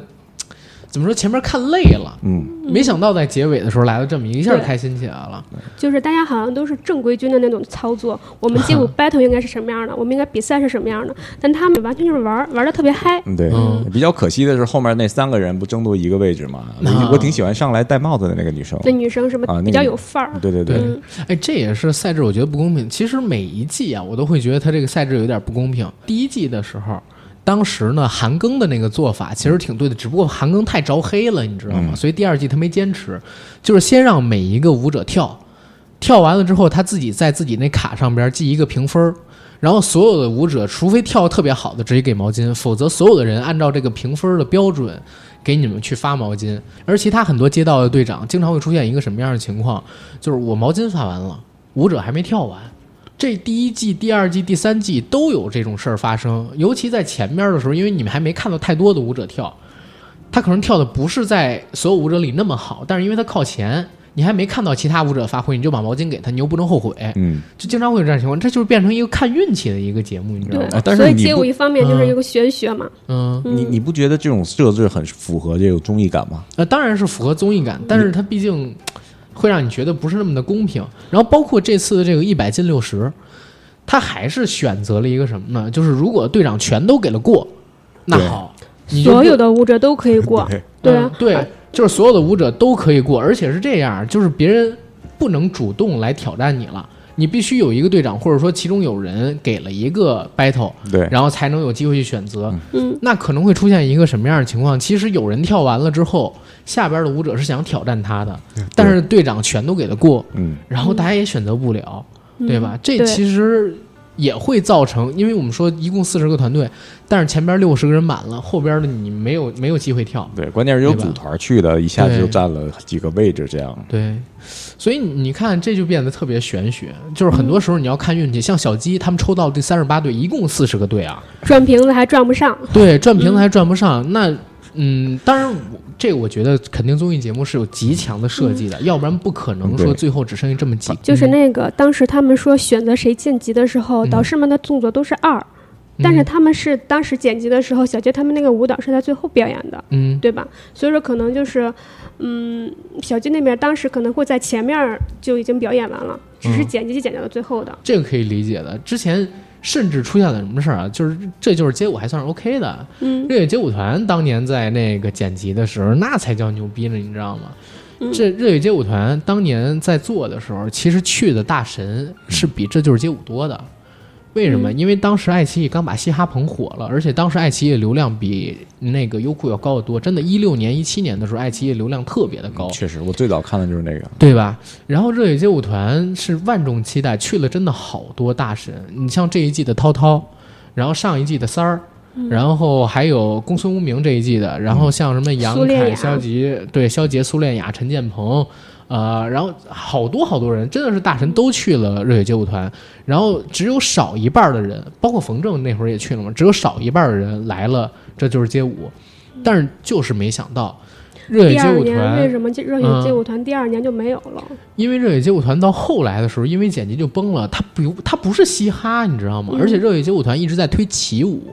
[SPEAKER 1] 怎么说？前面看累了，
[SPEAKER 3] 嗯。
[SPEAKER 1] 没想到在结尾的时候来了这么一下，
[SPEAKER 2] 对
[SPEAKER 1] 开心起来了。
[SPEAKER 2] 就是大家好像都是正规军的那种操作，我们街 舞 battle 应该是什么样的，我们应该比赛是什么样的，但他们完全就是玩儿，玩的特别嗨。
[SPEAKER 3] 嗯，对
[SPEAKER 1] 嗯，
[SPEAKER 3] 比较可惜的是后面那三个人不争夺一个位置嘛？
[SPEAKER 1] 啊
[SPEAKER 3] 我我挺喜欢上来戴帽子的那个女生。
[SPEAKER 2] 那女生什么
[SPEAKER 3] 啊那个
[SPEAKER 2] 比较有范儿，
[SPEAKER 3] 对对对，
[SPEAKER 2] 嗯
[SPEAKER 1] 哎，这也是赛制，我觉得不公平。其实每一季啊，我都会觉得它这个赛制有点不公平。第一季的时候，当时呢韩庚的那个做法其实挺对的，只不过韩庚太着黑了，你知道吗？
[SPEAKER 3] 嗯
[SPEAKER 1] 所以第二季他没坚持，就是先让每一个舞者跳，跳完了之后他自己在自己那卡上边记一个评分儿。然后所有的舞者，除非跳得特别好的，直接给毛巾，否则所有的人按照这个评分的标准给你们去发毛巾。而其他很多街道的队长经常会出现一个什么样的情况？就是我毛巾发完了，舞者还没跳完，这第一季、第二季、第三季都有这种事儿发生，尤其在前面的时候，因为你们还没看到太多的舞者跳，他可能跳的不是在所有舞者里那么好，但是因为他靠前，你还没看到其他舞者发挥，你就把毛巾给他，你又不能后悔，
[SPEAKER 3] 嗯，
[SPEAKER 1] 就经常会有这样的情况，这就是变成一个看运气的一个节啊目，你知道
[SPEAKER 2] 对
[SPEAKER 1] 吗？
[SPEAKER 3] 哎，但
[SPEAKER 2] 所
[SPEAKER 3] 是
[SPEAKER 2] 以
[SPEAKER 3] 你
[SPEAKER 2] 街
[SPEAKER 3] 不
[SPEAKER 2] 舞一方面就是
[SPEAKER 1] 嗯
[SPEAKER 2] 一个玄学嘛，
[SPEAKER 1] 嗯，
[SPEAKER 3] 你你不觉得这种设置很符合这个综艺感吗？
[SPEAKER 1] 呃，当然是符合综艺感，但是它毕竟会让你觉得不是那么的公平。然后包括这次的这个一百进六十，他还是选择了一个什么呢？就是如果队长全都给了过，那
[SPEAKER 3] 对，
[SPEAKER 1] 好，你就
[SPEAKER 2] 所
[SPEAKER 1] 不
[SPEAKER 2] 有的舞者都可以过
[SPEAKER 3] 对
[SPEAKER 2] 对
[SPEAKER 1] 嗯
[SPEAKER 2] 啊，
[SPEAKER 1] 对，就是所有的舞者都可以过，而且是这样，就是别人不能主动来挑战你了。你必须有一个队长，或者说其中有人给了一个 battle，
[SPEAKER 3] 对，
[SPEAKER 1] 然后才能有机会去选择。
[SPEAKER 2] 嗯，
[SPEAKER 1] 那可能会出现一个什么样的情况？其实有人跳完了之后，下边的舞者是想挑战他的，但是队长全都给他过，
[SPEAKER 3] 嗯，
[SPEAKER 1] 然后大家也选择不了，嗯对吧？这
[SPEAKER 2] 嗯对
[SPEAKER 1] 其实也会造成，因为我们说一共四十个团队，但是前边六十个人满了，后边的你没有没有机会跳。
[SPEAKER 3] 对，关键是有
[SPEAKER 1] 对吧
[SPEAKER 3] 组团去的，一下子就
[SPEAKER 1] 对
[SPEAKER 3] 占了几个位置，这样。
[SPEAKER 1] 对，所以你看，这就变得特别玄学，就是很多时候你要看运气。像小鸡他们抽到第三十八队，一共四十个队啊，
[SPEAKER 2] 转瓶子还转不上，
[SPEAKER 1] 对，转瓶子还转不上。那嗯，当然我，这个我觉得肯定综艺节目是有极强的设计的，要不然不可能说
[SPEAKER 3] 对
[SPEAKER 1] 最后只剩下这么几。
[SPEAKER 2] 嗯就是那个当时他们说选择谁晋级的时候，
[SPEAKER 1] 嗯
[SPEAKER 2] 导师们的动作都是二，但是他们是当时剪辑的时候，小杰他们那个舞蹈是在最后表演的，
[SPEAKER 1] 嗯
[SPEAKER 2] 对吧？所以说可能就是，嗯，小金那边当时可能会在前面儿就已经表演完了，只是
[SPEAKER 1] 嗯
[SPEAKER 2] 剪辑是剪到了最后的。
[SPEAKER 1] 这个可以理解的。之前甚至出现了什么事儿啊？就是这就是街舞还算是 OK 的。
[SPEAKER 2] 嗯，
[SPEAKER 1] 热血街舞团当年在那个剪辑的时候，那才叫牛逼呢，你知道吗？这热血街舞团当年在做的时候，其实去的大神是比这就是街舞多的。为什么？因为当时爱奇艺刚把嘻哈棚火了，而且当时爱奇艺的流量比那个优酷要高得多。真的，一六年、一七年的时候，爱奇艺流量特别的高，
[SPEAKER 3] 确实，我最早看的就是那个。
[SPEAKER 1] 对吧？然后热血街舞团是万众期待，去了真的好多大神。你像这一季的涛涛，然后上一季的三儿，
[SPEAKER 2] 嗯
[SPEAKER 1] 然后还有公孙无名这一季的，然后像什么
[SPEAKER 2] 苏
[SPEAKER 1] 杨
[SPEAKER 2] 恋
[SPEAKER 1] 凯、
[SPEAKER 2] 雅
[SPEAKER 1] 肖杰，对，肖杰、苏恋雅、陈建鹏，呃，然后好多好多人真的是大神都去了热血街舞团，然后只有少一半儿的人，包括冯正那会儿也去了嘛，只有少一半儿的人来了，这就是街舞，但是就是没想到。热血
[SPEAKER 2] 第
[SPEAKER 1] 街
[SPEAKER 2] 二
[SPEAKER 1] 舞
[SPEAKER 2] 年
[SPEAKER 1] 团
[SPEAKER 2] 为什么这热
[SPEAKER 1] 嗯
[SPEAKER 2] 血街舞团第二年就没有了？
[SPEAKER 1] 因为热血街舞团到后来的时候，因为剪辑就崩了，它不它不是嘻哈，你知道吗？
[SPEAKER 2] 嗯
[SPEAKER 1] 而且热血街舞团一直在推起舞，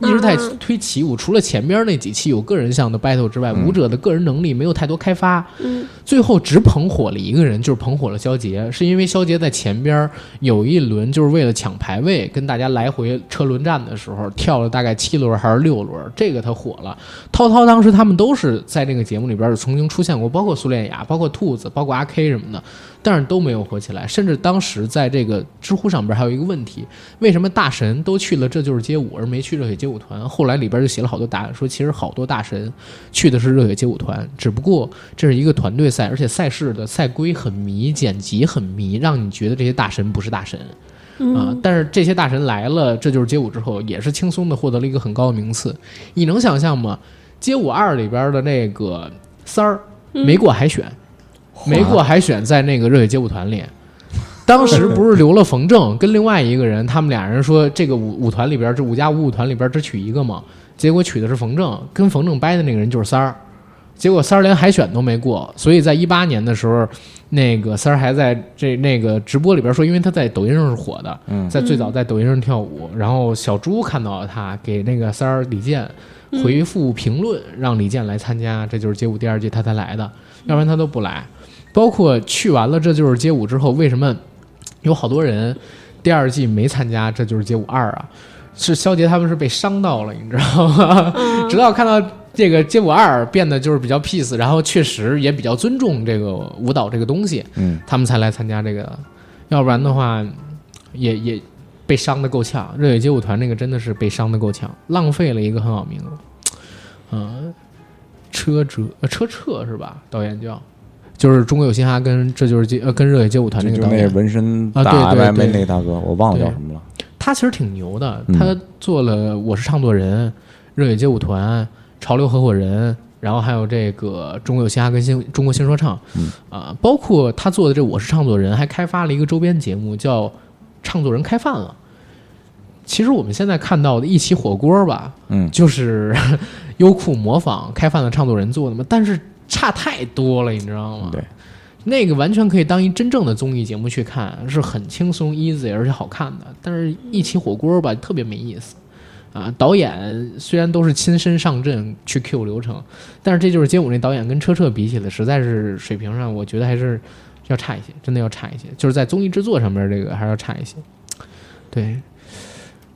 [SPEAKER 1] 一直在推起舞。除了前边那几期有个人项的 battle 之外，
[SPEAKER 3] 嗯
[SPEAKER 1] 舞者的个人能力没有太多开发，
[SPEAKER 2] 嗯，
[SPEAKER 1] 最后只捧火了一个人，就是捧火了肖杰，是因为肖杰在前边有一轮就是为了抢排位，跟大家来回车轮战的时候跳了大概七轮还是六轮，这个他火了。涛涛当时他们都是在那个节目里边儿曾经出现过，包括苏恋雅、包括兔子、包括阿 K 什么的，但是都没有火起来。甚至当时在这个知乎上边还有一个问题：为什么大神都去了这就是街舞，而没去热血街舞团？后来里边就写了好多答案，说其实好多大神去的是热血街舞团，只不过这是一个团队赛，而且赛事的赛规很迷，剪辑很迷，让你觉得这些大神不是大神。啊，但是这些大神来了，这就是街舞之后，也是轻松的获得了一个很高的名次。你能想象吗？街舞二里边的那个三儿没过海选，没过海选在那个热血街舞团里。当时不是留了冯正跟另外一个人，他们俩人说这个舞舞团里边这五加五舞团里边只取一个嘛，结果取的是冯正，跟冯正掰的那个人就是三儿，结果三儿连海选都没过，所以在一八年的时候，那个三儿还在这那个直播里边说，因为他在抖音上是火的，
[SPEAKER 3] 嗯
[SPEAKER 1] 在最早在抖音上跳舞，然后小猪看到了他，给那个三儿李健回复评论，让李健来参加，这就是街舞第二季他才来的，要不然他都不来。包括去完了这就是街舞之后，为什么有好多人第二季没参加这就是街舞二啊？是肖杰他们是被伤到了，你知道吗？直到看到这个街舞二变得就是比较 peace，然后确实也比较尊重这个舞蹈这个东西，
[SPEAKER 3] 嗯，
[SPEAKER 1] 他们才来参加这个的，要不然的话，也也被伤的够呛。热血街舞团那个真的是被伤的够呛，浪费了一个很好名额。嗯，车辙呃车辙是吧？导演叫，就是中国有嘻哈跟这就是街呃跟热血街舞团
[SPEAKER 3] 就
[SPEAKER 1] 那个
[SPEAKER 3] 就
[SPEAKER 1] 导
[SPEAKER 3] 那
[SPEAKER 1] 演，
[SPEAKER 3] 纹身
[SPEAKER 1] 啊
[SPEAKER 3] 打
[SPEAKER 1] 对对
[SPEAKER 3] MMA
[SPEAKER 1] 对
[SPEAKER 3] 那大哥，我忘了叫什么了。
[SPEAKER 1] 他其实挺牛的，
[SPEAKER 3] 嗯
[SPEAKER 1] 他做了《我是唱作人》《热血街舞团》《潮流合伙人》，然后还有这个《中国有嘻哈》跟新中国新
[SPEAKER 3] 嗯
[SPEAKER 1] 说唱，啊、包括他做的这《我是唱作人》，还开发了一个周边节目叫《唱作人开饭了。其实我们现在看到的一起火锅吧，
[SPEAKER 3] 嗯
[SPEAKER 1] 就是优酷模仿开饭的唱作人做的嘛，但是差太多了，你知道吗？
[SPEAKER 3] 对，
[SPEAKER 1] 那个完全可以当一真正的综艺节目去看，是很轻松 easy 而且好看的。但是一起火锅吧，特别没意思。啊，导演虽然都是亲身上阵去 Q 流程，但是这就是街舞那导演跟车澈比起来，实在是水平上，我觉得还是要差一些，真的要差一些，就是在综艺制作上面这个还是要差一些。对，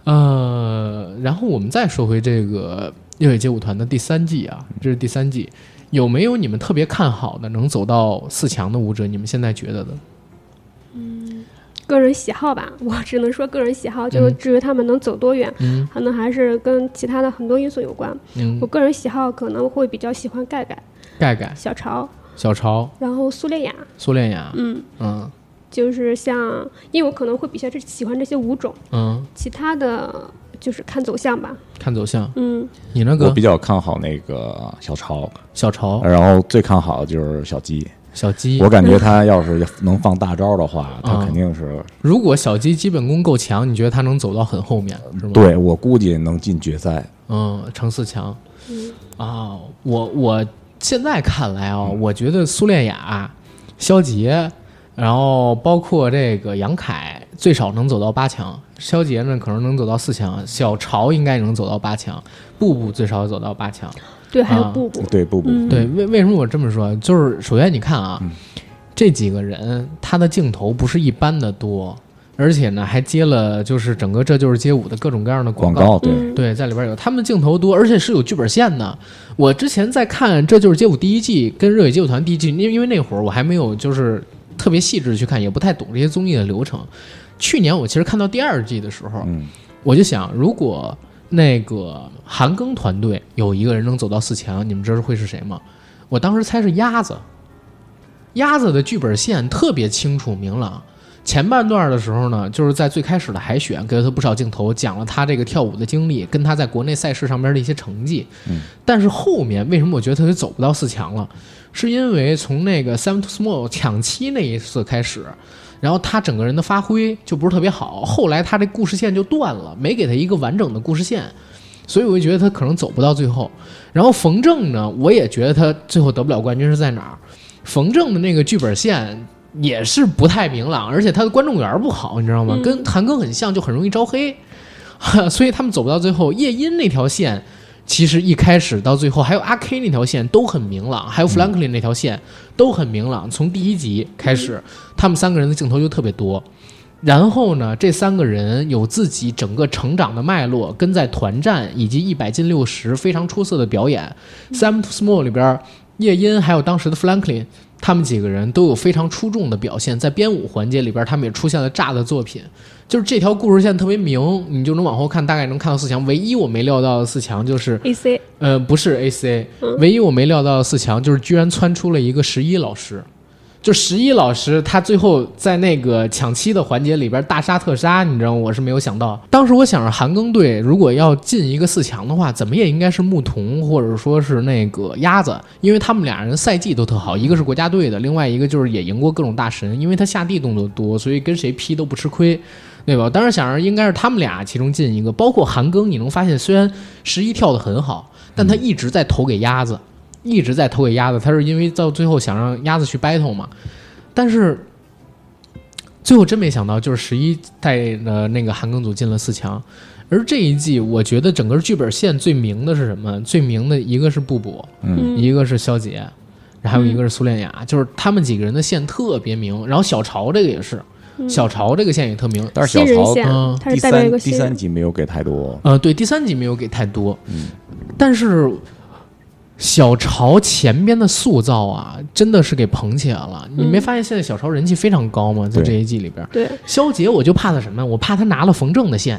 [SPEAKER 1] 呃，然后我们再说回这个热血街舞团的第三季啊，这是第三季，有没有你们特别看好的能走到四强的舞者？你们现在觉得的？
[SPEAKER 2] 个人喜好吧，我只能说个人喜好，就是
[SPEAKER 1] 嗯
[SPEAKER 2] 至于他们能走多远，
[SPEAKER 1] 嗯
[SPEAKER 2] 可能还是跟其他的很多因素有关。我
[SPEAKER 1] 嗯，
[SPEAKER 2] 个人喜好可能会比较喜欢盖盖、
[SPEAKER 1] 盖盖、
[SPEAKER 2] 小潮，
[SPEAKER 1] 小潮、
[SPEAKER 2] 然后苏烈雅，
[SPEAKER 1] 苏恋雅，
[SPEAKER 2] 嗯，
[SPEAKER 1] 嗯
[SPEAKER 2] 就是像，因为我可能会比较喜欢这些舞种，
[SPEAKER 1] 嗯，
[SPEAKER 2] 其他的就是看走向吧。
[SPEAKER 1] 看走向。
[SPEAKER 2] 嗯，
[SPEAKER 1] 你那
[SPEAKER 3] 我
[SPEAKER 1] 个
[SPEAKER 3] 比较看好那个小超，
[SPEAKER 1] 小潮、
[SPEAKER 3] 然后最看好的就是小鸡。
[SPEAKER 1] 小鸡
[SPEAKER 3] 我，感觉他要是能放大招的话，他
[SPEAKER 1] 嗯
[SPEAKER 3] 肯定是
[SPEAKER 1] 如果小鸡基本功够强，你觉得他能走到很后面是吗？，
[SPEAKER 3] 对我估计能进决赛。
[SPEAKER 1] 嗯，程四强。啊，我我现在看来啊、我觉得苏恋雅、肖杰，然后包括这个杨凯，最少能走到八强。肖杰呢，可能能走到四强；小潮应该能走到八强；步步最少走到八强。
[SPEAKER 2] 对，还有
[SPEAKER 1] 啊
[SPEAKER 2] 布布，
[SPEAKER 3] 对，不不，
[SPEAKER 2] 嗯
[SPEAKER 1] 对，为为什么我这么说？就是首先你看啊，这几个人他的镜头不是一般的多，而且呢还接了就是整个这就是街舞的各种各样的
[SPEAKER 3] 广
[SPEAKER 1] 广告。
[SPEAKER 3] 告对，
[SPEAKER 2] 嗯，
[SPEAKER 1] 对，在里边有他们镜头多，而且是有剧本线的。我之前在看《这就是街舞》第一季跟《热血街舞团》第一季，因为因为那会儿我还没有就是特别细致地去看，也不太懂这些综艺的流程。去年我其实看到第二季的时候，
[SPEAKER 3] 嗯，
[SPEAKER 1] 我就想，如果那个韩庚团队有一个人能走到四强，你们知道会是谁吗？我当时猜是鸭子。鸭子的剧本线特别清楚明朗。前半段的时候呢，就是在最开始的海选，给了他不少镜头，讲了他这个跳舞的经历，跟他在国内赛事上面的一些成绩。
[SPEAKER 3] 嗯、
[SPEAKER 1] 但是后面为什么我觉得他就走不到四强了？是因为从那个 Seven to Small 抢七那一次开始，然后他整个人的发挥就不是特别好，后来他这故事线就断了，没给他一个完整的故事线，所以我就觉得他可能走不到最后。然后冯正呢，我也觉得他最后得不了冠军是在哪儿？冯正的那个剧本线也是不太明朗，而且他的观众缘儿不好，你知道吗？
[SPEAKER 2] 嗯
[SPEAKER 1] 跟韩庚很像，就很容易招黑，所以他们走不到最后。夜莺那条线。其实一开始到最后，还有阿 K 那条线都很明朗，还有弗兰克林那条线都很明朗。从第一集开始，他们三个人的镜头就特别多。然后呢，这三个人有自己整个成长的脉络，跟在团战以及一百进六十非常出色的表演。Sam to Small 里边，夜莺还有当时的 Franklin，他们几个人都有非常出众的表现。在编舞环节里边，他们也出现了炸的作品。就是这条故事线特别明，你就能往后看，大概能看到四强。唯一我没料到的四强就是，
[SPEAKER 2] A C，
[SPEAKER 1] 呃，不是 AC，唯一我没料到的四强就是居然窜出了一个十一老师。就十一老师，他最后在那个抢七的环节里边大杀特杀，你知道吗我是没有想到。当时我想着韩庚队如果要进一个四强的话，怎么也应该是牧童或者说是那个鸭子，因为他们俩人赛季都特好，一个是国家队的，另外一个就是也赢过各种大神，因为他下地动作多，所以跟谁劈都不吃亏。对吧？我当时想着应该是他们俩其中进一个，包括韩庚，你能发现虽然十一跳得很好，但他一直在投给鸭子，一直在投给鸭子，他是因为到最后想让鸭子去 battle 嘛，但是最后真没想到，就是十一带着那个韩庚组进了四强。而这一季，我觉得整个剧本线最明的是什么？最明的一个是布布，
[SPEAKER 2] 嗯
[SPEAKER 1] 一个是肖杰，然后还有一个是苏恋雅，就是他们几个人的线特别明。然后小潮这个也是，小潮这个线也特明。
[SPEAKER 3] 但是
[SPEAKER 2] 新
[SPEAKER 3] 小
[SPEAKER 2] 人
[SPEAKER 3] 曹
[SPEAKER 2] 线
[SPEAKER 1] 嗯，
[SPEAKER 2] 他
[SPEAKER 3] 第
[SPEAKER 2] 是代表一
[SPEAKER 3] 三
[SPEAKER 2] 个
[SPEAKER 3] 第
[SPEAKER 2] 新
[SPEAKER 3] 三
[SPEAKER 2] 人，
[SPEAKER 3] 集没有给太多，
[SPEAKER 1] 呃，对，第三集没有给太多，
[SPEAKER 3] 嗯
[SPEAKER 1] 但是小潮前边的塑造啊，真的是给捧起来了。你没发现现在小潮人气非常高吗？在
[SPEAKER 3] 对
[SPEAKER 1] 这一季里边，
[SPEAKER 2] 对，
[SPEAKER 1] 肖杰我就怕他什么？我怕他拿了冯正的线，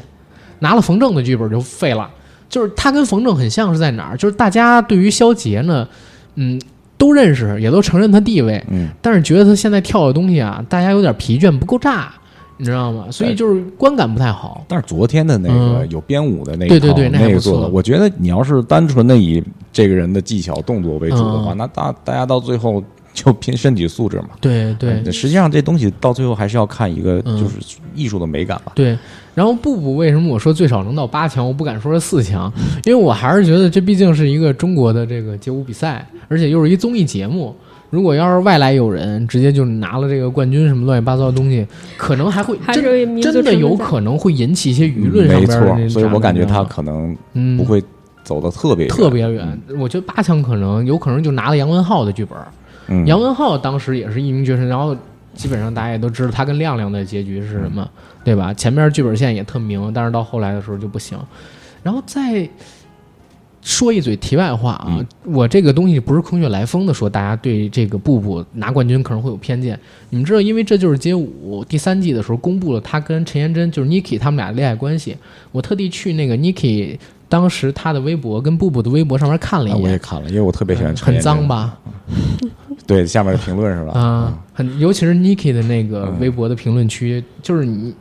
[SPEAKER 1] 拿了冯正的剧本就废了。就是他跟冯正很像是在哪儿？就是大家对于肖杰呢，嗯，都认识，也都承认他地位，
[SPEAKER 3] 嗯，
[SPEAKER 1] 但是觉得他现在跳的东西啊，大家有点疲倦，不够炸，你知道吗？所
[SPEAKER 3] 哎
[SPEAKER 1] 以就是观感不太好。
[SPEAKER 3] 但是昨天的那个
[SPEAKER 1] 嗯
[SPEAKER 3] 有编舞的那一
[SPEAKER 1] 对对
[SPEAKER 3] 套
[SPEAKER 1] 对那还
[SPEAKER 3] 那
[SPEAKER 1] 不
[SPEAKER 3] 个做的，
[SPEAKER 1] 错
[SPEAKER 3] 我觉得你要是单纯的以这个人的技巧动作为主的话，
[SPEAKER 1] 嗯
[SPEAKER 3] 那大大家到最后就拼身体素质嘛。
[SPEAKER 1] 对对
[SPEAKER 3] 嗯实际上这东西到最后还是要看一个
[SPEAKER 1] 嗯
[SPEAKER 3] 就是艺术的美感吧。
[SPEAKER 1] 对。然后步步为什么我说最少能到八强，我不敢说是四强，因为我还是觉得这毕竟是一个中国的这个街舞比赛，而且又是一综艺节目。如果要是外来友人直接就拿了这个冠军什么乱七八糟的东西，可能还会
[SPEAKER 2] 还
[SPEAKER 1] 真
[SPEAKER 2] 是有民族
[SPEAKER 1] 真的
[SPEAKER 2] 成分
[SPEAKER 1] 有
[SPEAKER 2] 在
[SPEAKER 1] 可能会引起一些舆
[SPEAKER 3] 嗯
[SPEAKER 1] 论上
[SPEAKER 3] 没
[SPEAKER 1] 边的那
[SPEAKER 3] 错，
[SPEAKER 1] 种
[SPEAKER 3] 所以我感觉他
[SPEAKER 1] 你知道吗
[SPEAKER 3] 可能
[SPEAKER 1] 嗯
[SPEAKER 3] 不会走的特别远
[SPEAKER 1] 特别远。我觉得八强可能有可能就拿了杨文浩的剧本，
[SPEAKER 3] 嗯，
[SPEAKER 1] 杨文浩当时也是一鸣绝尘，然后基本上大家也都知道他跟亮亮的结局是什么，
[SPEAKER 3] 嗯
[SPEAKER 1] 对吧？前面剧本线也特明，但是到后来的时候就不行。然后再说一嘴题外话啊，
[SPEAKER 3] 嗯
[SPEAKER 1] 我这个东西不是空穴来风的说，大家对这个步步拿冠军可能会有偏见。你们知道，因为这就是街舞第三季的时候公布了他跟陈妍珍就是 Niki 他们俩恋爱关系，我特地去那个 Niki 当时他的微博跟步步的微博上面看了
[SPEAKER 3] 啊
[SPEAKER 1] 一
[SPEAKER 3] 我也
[SPEAKER 1] 眼，
[SPEAKER 3] 看了，因为我特别喜欢陈
[SPEAKER 1] 很
[SPEAKER 3] 妍珍
[SPEAKER 1] 脏？吧？
[SPEAKER 3] 对，下面的评论 是吧？
[SPEAKER 1] 啊，很尤其是 Niki 的那个微博的评论区，就是你，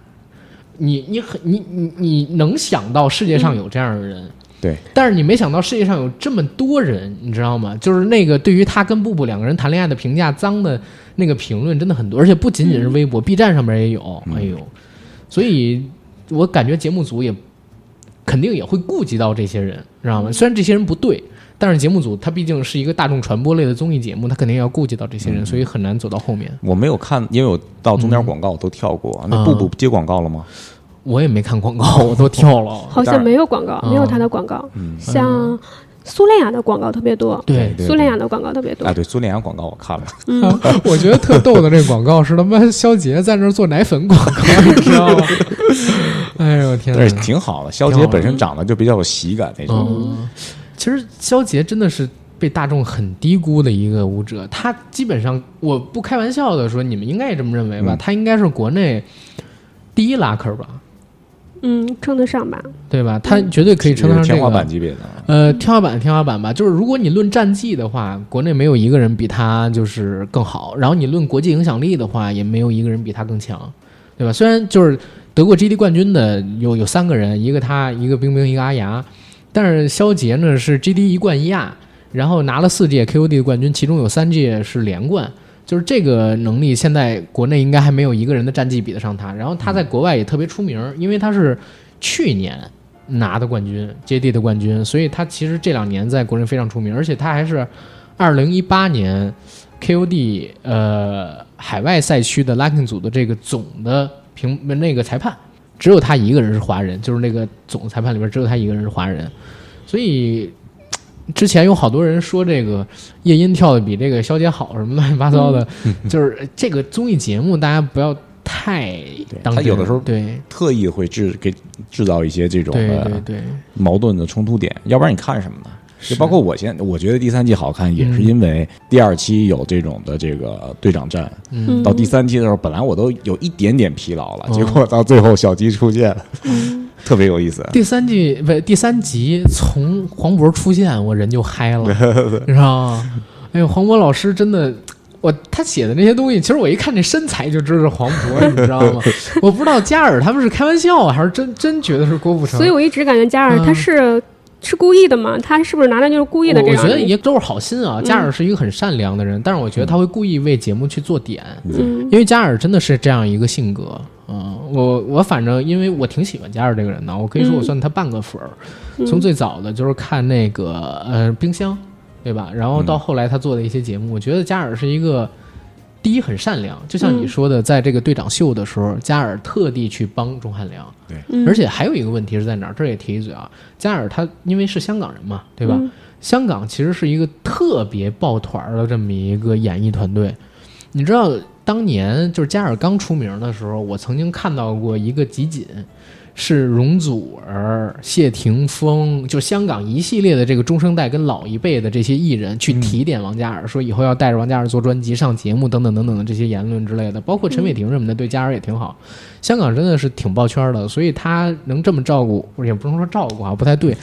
[SPEAKER 1] 你你很你你你能想到世界上有这样的人，
[SPEAKER 3] 对，
[SPEAKER 1] 但是你没想到世界上有这么多人，你知道吗？就是那个对于他跟布布两个人谈恋爱的评价，脏的那个评论真的很多，而且不仅仅是微博、b 站上面也有，哎呦，所以我感觉节目组也肯定也会顾及到这些人，知道吗？虽然这些人不对。但是节目组它毕竟是一个大众传播类的综艺节目，它肯定要顾及到这些人，所以很难走到后面。
[SPEAKER 3] 我没有看，因为我到中间广告我都跳过。
[SPEAKER 1] 嗯
[SPEAKER 3] 那步步接广告了吗？
[SPEAKER 1] 我也没看广告， 我都跳了。
[SPEAKER 2] 好像没有广告，
[SPEAKER 1] 啊
[SPEAKER 2] 没有他的广告，像苏联雅的广告特别多，
[SPEAKER 1] 嗯对，哎
[SPEAKER 3] 对
[SPEAKER 2] 苏联雅的广告特别多
[SPEAKER 1] 嗯
[SPEAKER 3] 啊，，对，苏联阳广告我看了，
[SPEAKER 1] 我觉得特逗的这广告是他妈肖杰在那儿做奶粉广告，你知道 吗？哎呦天
[SPEAKER 3] 但是
[SPEAKER 1] 哪！
[SPEAKER 3] 挺好的。肖
[SPEAKER 1] 挺
[SPEAKER 3] 杰
[SPEAKER 1] 好的
[SPEAKER 3] 本身长得就比较有喜感那种，
[SPEAKER 1] 嗯，其实肖杰真的是被大众很低估的一个舞者，他基本上我不开玩笑的说，你们应该也这么认为吧？
[SPEAKER 3] 嗯
[SPEAKER 1] 他应该是国内第一拉客吧，
[SPEAKER 2] 嗯，称得上吧，
[SPEAKER 1] 对吧？他绝对可以称得上这
[SPEAKER 3] 天
[SPEAKER 1] 个
[SPEAKER 3] 花板级别的。
[SPEAKER 1] 呃，天花板，天花板吧，就是如果你论战绩的话，国内没有一个人比他就是更好，然后你论国际影响力的话，也没有一个人比他更强，对吧？虽然就是得过 GD 冠军的有有三个人，一个他，一个冰冰，一个阿牙，但是肖杰呢是 GD 一冠一亚，然后拿了四届 KOD 的冠军，其中有三届是连冠。就是这个能力，现在国内应该还没有一个人的战绩比得上他。然后他在国外也特别出名，因为他是去年拿的冠军，JD 的冠军，所以他其实这两年在国内非常出名，而且他还是二零一八年 KOD 呃海外赛区的 Locking 组的这个总的评那个裁判，只有他一个人是华人，就是那个总裁判里边只有他一个人是华人，所以。之前有好多人说这个夜莺跳的比这个肖姐好什么乱七八糟的，
[SPEAKER 3] 嗯
[SPEAKER 1] 就是这个综艺节目大家不要太当
[SPEAKER 3] 他
[SPEAKER 1] 真。
[SPEAKER 3] 有的时候
[SPEAKER 1] 对
[SPEAKER 3] 特意会制给制造一些这种
[SPEAKER 1] 对
[SPEAKER 3] 呃
[SPEAKER 1] 对对，
[SPEAKER 3] 矛盾的冲突点，要不然你看什么呢？
[SPEAKER 1] 是
[SPEAKER 3] 就包括我现在，我觉得第三季好看，也是因为第二期有这种的这个呃队长战，
[SPEAKER 2] 嗯，
[SPEAKER 3] 到第三期的时候，本来我都有一点点疲劳了，
[SPEAKER 1] 嗯
[SPEAKER 3] 结果到最后小鸡出现了，
[SPEAKER 2] 嗯
[SPEAKER 3] 特别有意思。
[SPEAKER 1] 第三季不第三集从黄渤出现，我人就嗨了，你知道吗？ 哎呦，黄渤老师真的，我他写的那些东西，其实我一看这身材就知道是黄渤，你知道吗？ 我不知道嘉尔他们是开玩笑啊，还是真真觉得是郭富城。
[SPEAKER 2] 所以我一直感觉加尔
[SPEAKER 1] 嗯
[SPEAKER 2] 他是是故意的嘛，他是不是拿来就是故意的嗯
[SPEAKER 1] 我
[SPEAKER 2] 这
[SPEAKER 1] 我
[SPEAKER 2] 样
[SPEAKER 1] 觉
[SPEAKER 2] 的？
[SPEAKER 1] 得也都是好心啊。嘉尔是一个很善良的人，但是我觉得他会故意为节目去做点，
[SPEAKER 2] 嗯
[SPEAKER 1] 因为嘉尔真的是这样一个性格。嗯，我我反正因为我挺喜欢嘉尔这个人的，我可以说我算他半个粉儿。从最早的就是看那个呃冰箱，对吧？然后到后来他做的一些节目，我觉得嘉尔是一个第一很善良，就像你说的，在这个队长秀的时候，嘉尔特地去帮钟汉良。
[SPEAKER 2] 嗯
[SPEAKER 1] 而且还有一个问题是在哪儿？这儿也提一嘴啊，加尔他因为是香港人嘛，对吧？香港其实是一个特别抱团儿的这么一个演艺团队。你知道当年就是加尔刚出名的时候，我曾经看到过一个集锦，是容祖儿、谢霆锋，就香港一系列的这个中生代跟老一辈的这些艺人去提点王嘉尔，说以后要带着王嘉尔做专辑、上节目等等等等的这些言论之类的，包括陈伟霆什么的，对嘉尔也挺好。香港真的是挺抱圈儿的，所以他能这么照顾，也不能说照顾啊，不太对。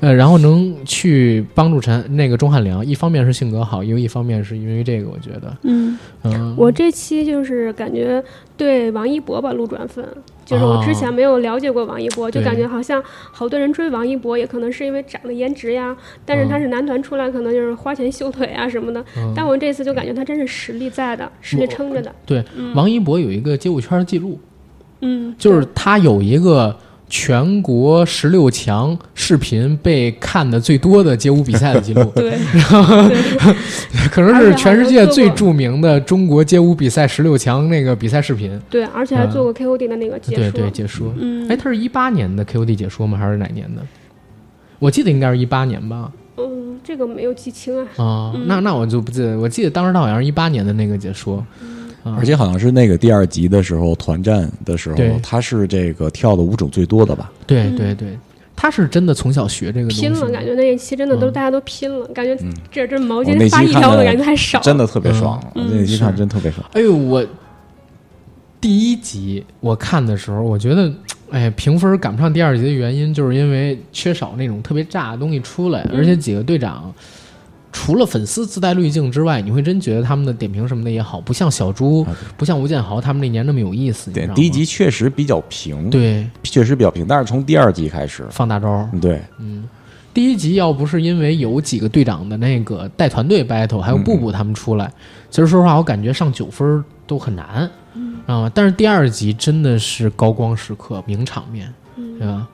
[SPEAKER 1] 呃，然后能去帮助陈那个钟汉良，一方面是性格好，又一方面是因为这个，我觉得，
[SPEAKER 2] 嗯，
[SPEAKER 1] 嗯，
[SPEAKER 2] 我这期就是感觉对王一博吧路转粉，就是我之前
[SPEAKER 1] 啊
[SPEAKER 2] 没有了解过王一博，就
[SPEAKER 1] 对
[SPEAKER 2] 感觉好像好多人追王一博，也可能是因为长得颜值呀，但
[SPEAKER 1] 啊
[SPEAKER 2] 是他是男团出来，可能就是花钱修腿啊什么的。但我这次就感觉他真是实力在的，实力撑着的。
[SPEAKER 1] 对，王一博有一个街舞圈的记录，
[SPEAKER 2] 嗯，，
[SPEAKER 1] 就是他有一个全国十六强视频被看的最多的街舞比赛的记录
[SPEAKER 2] 对，
[SPEAKER 1] 可能是全世界最著名的中国街舞比赛十六强那个比赛视频。
[SPEAKER 2] 对，而且还做过 KOD 的那个解
[SPEAKER 1] 对
[SPEAKER 2] 说。
[SPEAKER 1] 啊对，解说。
[SPEAKER 2] 嗯，
[SPEAKER 1] 哎，他是一八年的 KOD 解说吗？还是哪年的？我记得应该是一八年吧。
[SPEAKER 2] 嗯，这个没有记清啊。
[SPEAKER 1] 啊、那那我就不记得，我记得当时他好像是一八年的那个解说。
[SPEAKER 3] 而且好像是那个第二集的时候，团战的时候
[SPEAKER 1] 嗯对，
[SPEAKER 3] 他是这个跳的舞种最多的吧？
[SPEAKER 1] 对对对，他是真的从小学这个东西
[SPEAKER 2] 嗯拼了，
[SPEAKER 1] 吗
[SPEAKER 2] 感觉那一期真的都
[SPEAKER 1] 嗯哦
[SPEAKER 2] 大家都拼了，感觉这这毛
[SPEAKER 3] 我那
[SPEAKER 2] 巾
[SPEAKER 3] 期
[SPEAKER 2] 发一
[SPEAKER 3] 看
[SPEAKER 2] 条的
[SPEAKER 3] 的
[SPEAKER 2] 感觉太少了，
[SPEAKER 3] 真的特别爽，我
[SPEAKER 2] 嗯
[SPEAKER 3] 那一看真特别爽。
[SPEAKER 1] 哎呦，我第一集我看的时候，我觉得，哎，评分赶不上第二集的原因，就是因为缺少那种特别炸的东西出来，
[SPEAKER 3] 嗯
[SPEAKER 1] 而且几个队长。除了粉丝自带滤镜之外，你会真觉得他们的点评什么的也好，不像小猪，不像吴建豪他们那年那么有意思。你知
[SPEAKER 3] 对
[SPEAKER 1] 道，吗
[SPEAKER 3] 第一集确实比较平，，
[SPEAKER 1] 嗯对
[SPEAKER 3] 确实比较平，但是从第二集开始，
[SPEAKER 1] 放大招儿，
[SPEAKER 3] 嗯对，
[SPEAKER 1] 第一集要不是因为有几个队长的那个带团队 battle，还有布布他们出来，其实说实话，我感觉上九分都很难，啊、但是第二集真的是高光时刻，名场面，对吧？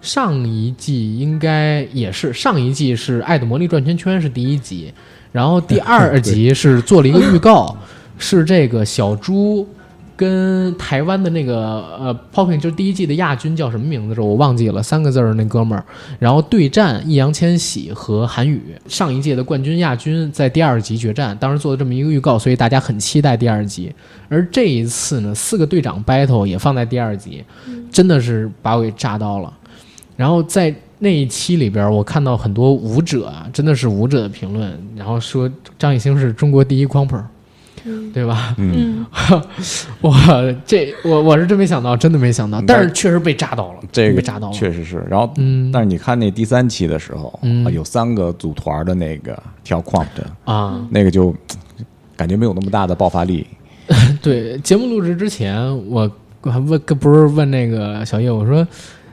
[SPEAKER 1] 上一季应该也是，上一季是《爱的魔力转圈圈》是第一集，然后第二集是做了一个预告，是这个小猪跟台湾的那个呃 Popping，就是第一季的亚军叫什么名字？我忘记了，三个字儿那哥们儿，然后对战易烊千玺和韩宇，上一届的冠军亚军在第二集决战，当时做了这么一个预告，所以大家很期待第二集。而这一次呢，四个队长 battle 也放在第二集，真的是把我给炸到了。然后在那一期里边，我看到很多舞者啊，真的是舞者的评论，然后说张艺兴是中国第一光盆儿，对吧？
[SPEAKER 3] 嗯，
[SPEAKER 2] 嗯，
[SPEAKER 1] 我这我我是真没想到，真的没想到，
[SPEAKER 3] 嗯
[SPEAKER 1] 但是确实被炸到了，
[SPEAKER 3] 这
[SPEAKER 1] 被
[SPEAKER 3] 个
[SPEAKER 1] 炸到了。
[SPEAKER 3] 确实是。然后，
[SPEAKER 1] 嗯
[SPEAKER 3] 但是你看那第三期的时候，
[SPEAKER 1] 嗯
[SPEAKER 3] 啊有三个组团的那个跳矿的，
[SPEAKER 1] 啊，
[SPEAKER 3] 那个就嘖感觉没有那么大的爆发力。
[SPEAKER 1] 对，节目录制之前，我我还问，跟不是问那个小叶，我说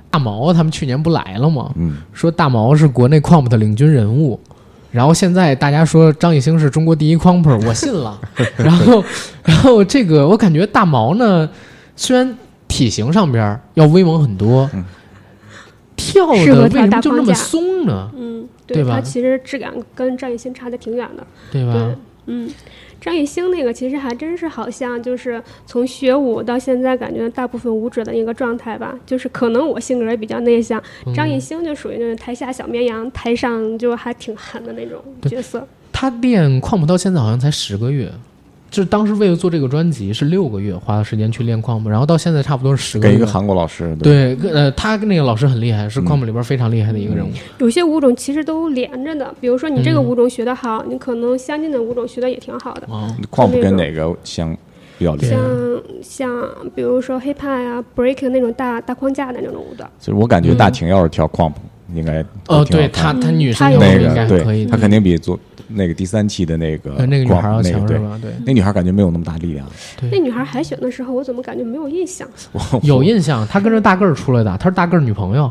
[SPEAKER 1] 大毛他们去年不来了吗？
[SPEAKER 3] 嗯，
[SPEAKER 1] 说大毛是国内 comp 的领军人物，然后现在大家说张艺兴是中国第一 comp，我信了。然后，然后这个我感觉大毛呢，虽然体型上边儿要威猛很多，跳的
[SPEAKER 2] 适合
[SPEAKER 1] 为
[SPEAKER 2] 跳
[SPEAKER 1] 什
[SPEAKER 2] 大
[SPEAKER 1] 么就那
[SPEAKER 2] 框
[SPEAKER 1] 么
[SPEAKER 2] 架
[SPEAKER 1] 松呢？
[SPEAKER 2] 嗯，
[SPEAKER 1] 对吧
[SPEAKER 2] 他其实质感跟张艺兴差的挺远的。
[SPEAKER 1] 对啊吧？
[SPEAKER 2] 对嗯，张艺兴那个其实还真是好像就是从学舞到现在，感觉大部分舞者的一个状态吧，就是可能我性格也比较内向，
[SPEAKER 1] 嗯
[SPEAKER 2] 张艺兴就属于那种台下小绵羊，台上就还挺狠的那种角色。
[SPEAKER 1] 他练矿步到现在好像才十个月，就是当时为了做这个专辑是六个月花的时间去练矿步，然后到现在差不多是十个
[SPEAKER 3] 给
[SPEAKER 1] 月。
[SPEAKER 3] 一个韩国老师，对
[SPEAKER 1] 对，跟呃，他跟那个老师很厉害，是矿步里边非常厉害的一个人物。
[SPEAKER 2] 有些舞种其实都连着的，比如说你
[SPEAKER 1] 嗯
[SPEAKER 2] 这个舞种学得好，你可能相近的舞种学得也挺好的。
[SPEAKER 1] 啊，
[SPEAKER 3] 矿不跟哪个相比较
[SPEAKER 1] 对
[SPEAKER 3] 连？
[SPEAKER 2] 像像比如说 hiphop 呀、breaking 那种大大框架的那种舞蹈，
[SPEAKER 3] 就是我感觉大晴要是跳矿，应该
[SPEAKER 1] 嗯哦，
[SPEAKER 3] 挺好
[SPEAKER 1] 对
[SPEAKER 3] 看
[SPEAKER 1] 他，
[SPEAKER 3] 的
[SPEAKER 1] 他女生
[SPEAKER 2] 她有
[SPEAKER 1] 跳
[SPEAKER 2] 那
[SPEAKER 1] 舞
[SPEAKER 2] 个
[SPEAKER 1] 应该可以
[SPEAKER 3] 对，
[SPEAKER 1] 的
[SPEAKER 3] 他肯定比做那个第三期的那个
[SPEAKER 1] 呃那个女孩要
[SPEAKER 3] 矿那
[SPEAKER 1] 强
[SPEAKER 3] 个
[SPEAKER 1] 是
[SPEAKER 3] 对。
[SPEAKER 1] 吧？ 对，
[SPEAKER 3] 那女孩感觉没有那么大力量，
[SPEAKER 2] 那女孩海选的时候，我怎么感觉没有印象？
[SPEAKER 1] 有印象，她跟着大个儿出来的，她是大个儿女朋友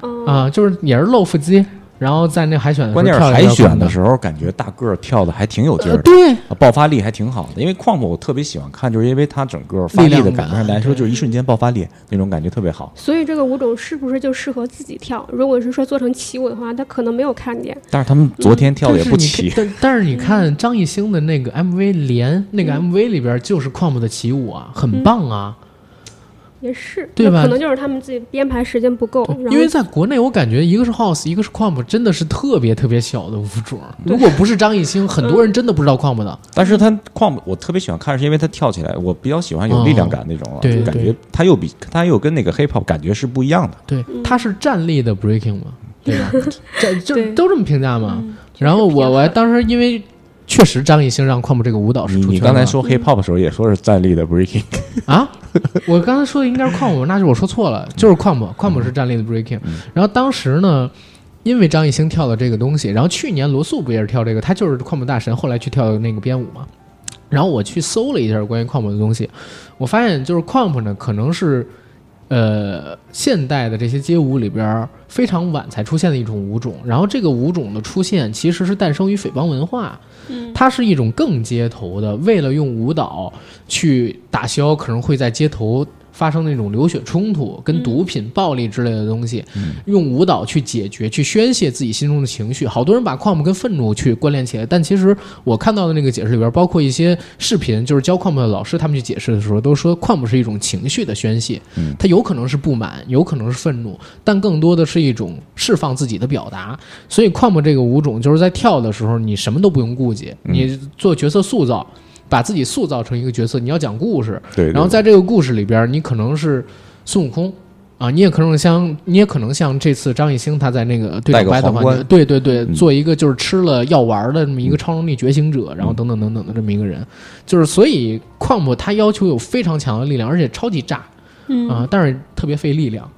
[SPEAKER 2] 嗯，
[SPEAKER 1] 啊，就是也是露腹肌，然后在那海选的时候
[SPEAKER 3] 关键是
[SPEAKER 1] 呃跳
[SPEAKER 3] 海选
[SPEAKER 1] 的
[SPEAKER 3] 的时候，感觉大个儿跳的还挺有劲儿
[SPEAKER 1] 呃，
[SPEAKER 3] 的。
[SPEAKER 1] 对，
[SPEAKER 3] 啊，爆发力还挺好的，因为矿部我特别喜欢看，就是因为它整个发
[SPEAKER 1] 力
[SPEAKER 3] 力的
[SPEAKER 1] 量
[SPEAKER 3] 感
[SPEAKER 1] 感嗯
[SPEAKER 3] 觉来说，就是一瞬间爆发力那种感觉特别好。
[SPEAKER 2] 所以这个舞种是不是就适合自己跳？如果是说做成起舞的话，他可能没有看见。
[SPEAKER 3] 但是他们昨天跳的也不
[SPEAKER 1] 但是你
[SPEAKER 3] 齐，
[SPEAKER 1] 看但但是你看张艺兴的那个 MV 连那
[SPEAKER 2] 嗯
[SPEAKER 1] 个 MV 里边就是矿部的起舞啊，很棒啊。
[SPEAKER 2] 也是，
[SPEAKER 1] 对吧
[SPEAKER 2] 那可能就是他们自己编排时间不够，哦然
[SPEAKER 1] 因为
[SPEAKER 2] 后
[SPEAKER 1] 在国内，我感觉一个是 House，一个是矿部，真的是特别特别小的舞种。如果不是张艺兴，很多人真的不知道矿部
[SPEAKER 2] 嗯
[SPEAKER 1] 的。
[SPEAKER 3] 但是他矿部我特别喜欢看，是因为他跳起来，我比较喜欢有力量感那种啊，
[SPEAKER 1] 哦对
[SPEAKER 3] 就感
[SPEAKER 1] 对
[SPEAKER 3] 觉他又比他又跟那个 hip hop 感觉是不一样的。
[SPEAKER 1] 对，他是站立的 Breaking 嘛，对吧？这就
[SPEAKER 2] 对嗯
[SPEAKER 1] 都这么评价嘛。然后
[SPEAKER 2] 就是比
[SPEAKER 1] 我
[SPEAKER 2] 较
[SPEAKER 1] 我还当时因为确实张艺兴让矿部这个舞哦蹈是
[SPEAKER 3] 你
[SPEAKER 1] 出圈
[SPEAKER 3] 你刚才
[SPEAKER 1] 了
[SPEAKER 3] 说 hip hop 的时候也说是站立的 breaking，
[SPEAKER 1] 啊，我刚才说的应该是矿姆，那是我说错了，就是矿姆，矿姆是站立的 breaking。然后当时呢，因为张艺兴跳的这个东西，然后去年罗素不也是跳这个，他就是矿姆大神，后来去跳那个编舞嘛。然后我去搜了一下关于矿谱的东西，我发现就是矿谱呢，可能是呃现代的这些街舞里边儿非常晚才出现的一种舞种。然后这个舞种的出现其实是诞生于匪帮文化，
[SPEAKER 2] 嗯
[SPEAKER 1] 它是一种更街头的，为了用舞蹈去打消可能会在街头。发生那种流血冲突、跟毒品、暴力之类的东西，用舞蹈去解决、去宣泄自己心中的情绪。好多人把矿 u 跟愤怒去关联起来，但其实我看到的那个解释里边，包括一些视频，就是教矿 u 的老师他们去解释的时候，都说矿 u 是一种情绪的宣泄，
[SPEAKER 3] 嗯
[SPEAKER 1] 它有可能是不满，有可能是愤怒，但更多的是一种释放自己的表达。所以矿 u 这个舞种就是在跳的时候，你什么都不用顾忌，
[SPEAKER 3] 嗯
[SPEAKER 1] 你做角色塑造。把自己塑造成一个角色，你要讲故事，
[SPEAKER 3] 对，对
[SPEAKER 1] 然后在这个故事里边儿，你可能是孙悟空啊，你也可能像你也可能像这次张艺兴他在那个对长
[SPEAKER 3] 戴个
[SPEAKER 1] 白的
[SPEAKER 3] 皇
[SPEAKER 1] 环
[SPEAKER 3] 冠
[SPEAKER 1] 节，对对对，
[SPEAKER 3] 嗯
[SPEAKER 1] 做一个就是吃了药丸儿的这么一个超能力觉醒者，
[SPEAKER 3] 嗯
[SPEAKER 1] 然后等等等等的这么一个人，就是所以矿姆他要求有非常强的力量，而且超级炸
[SPEAKER 2] 嗯
[SPEAKER 1] 啊，但是特别费力量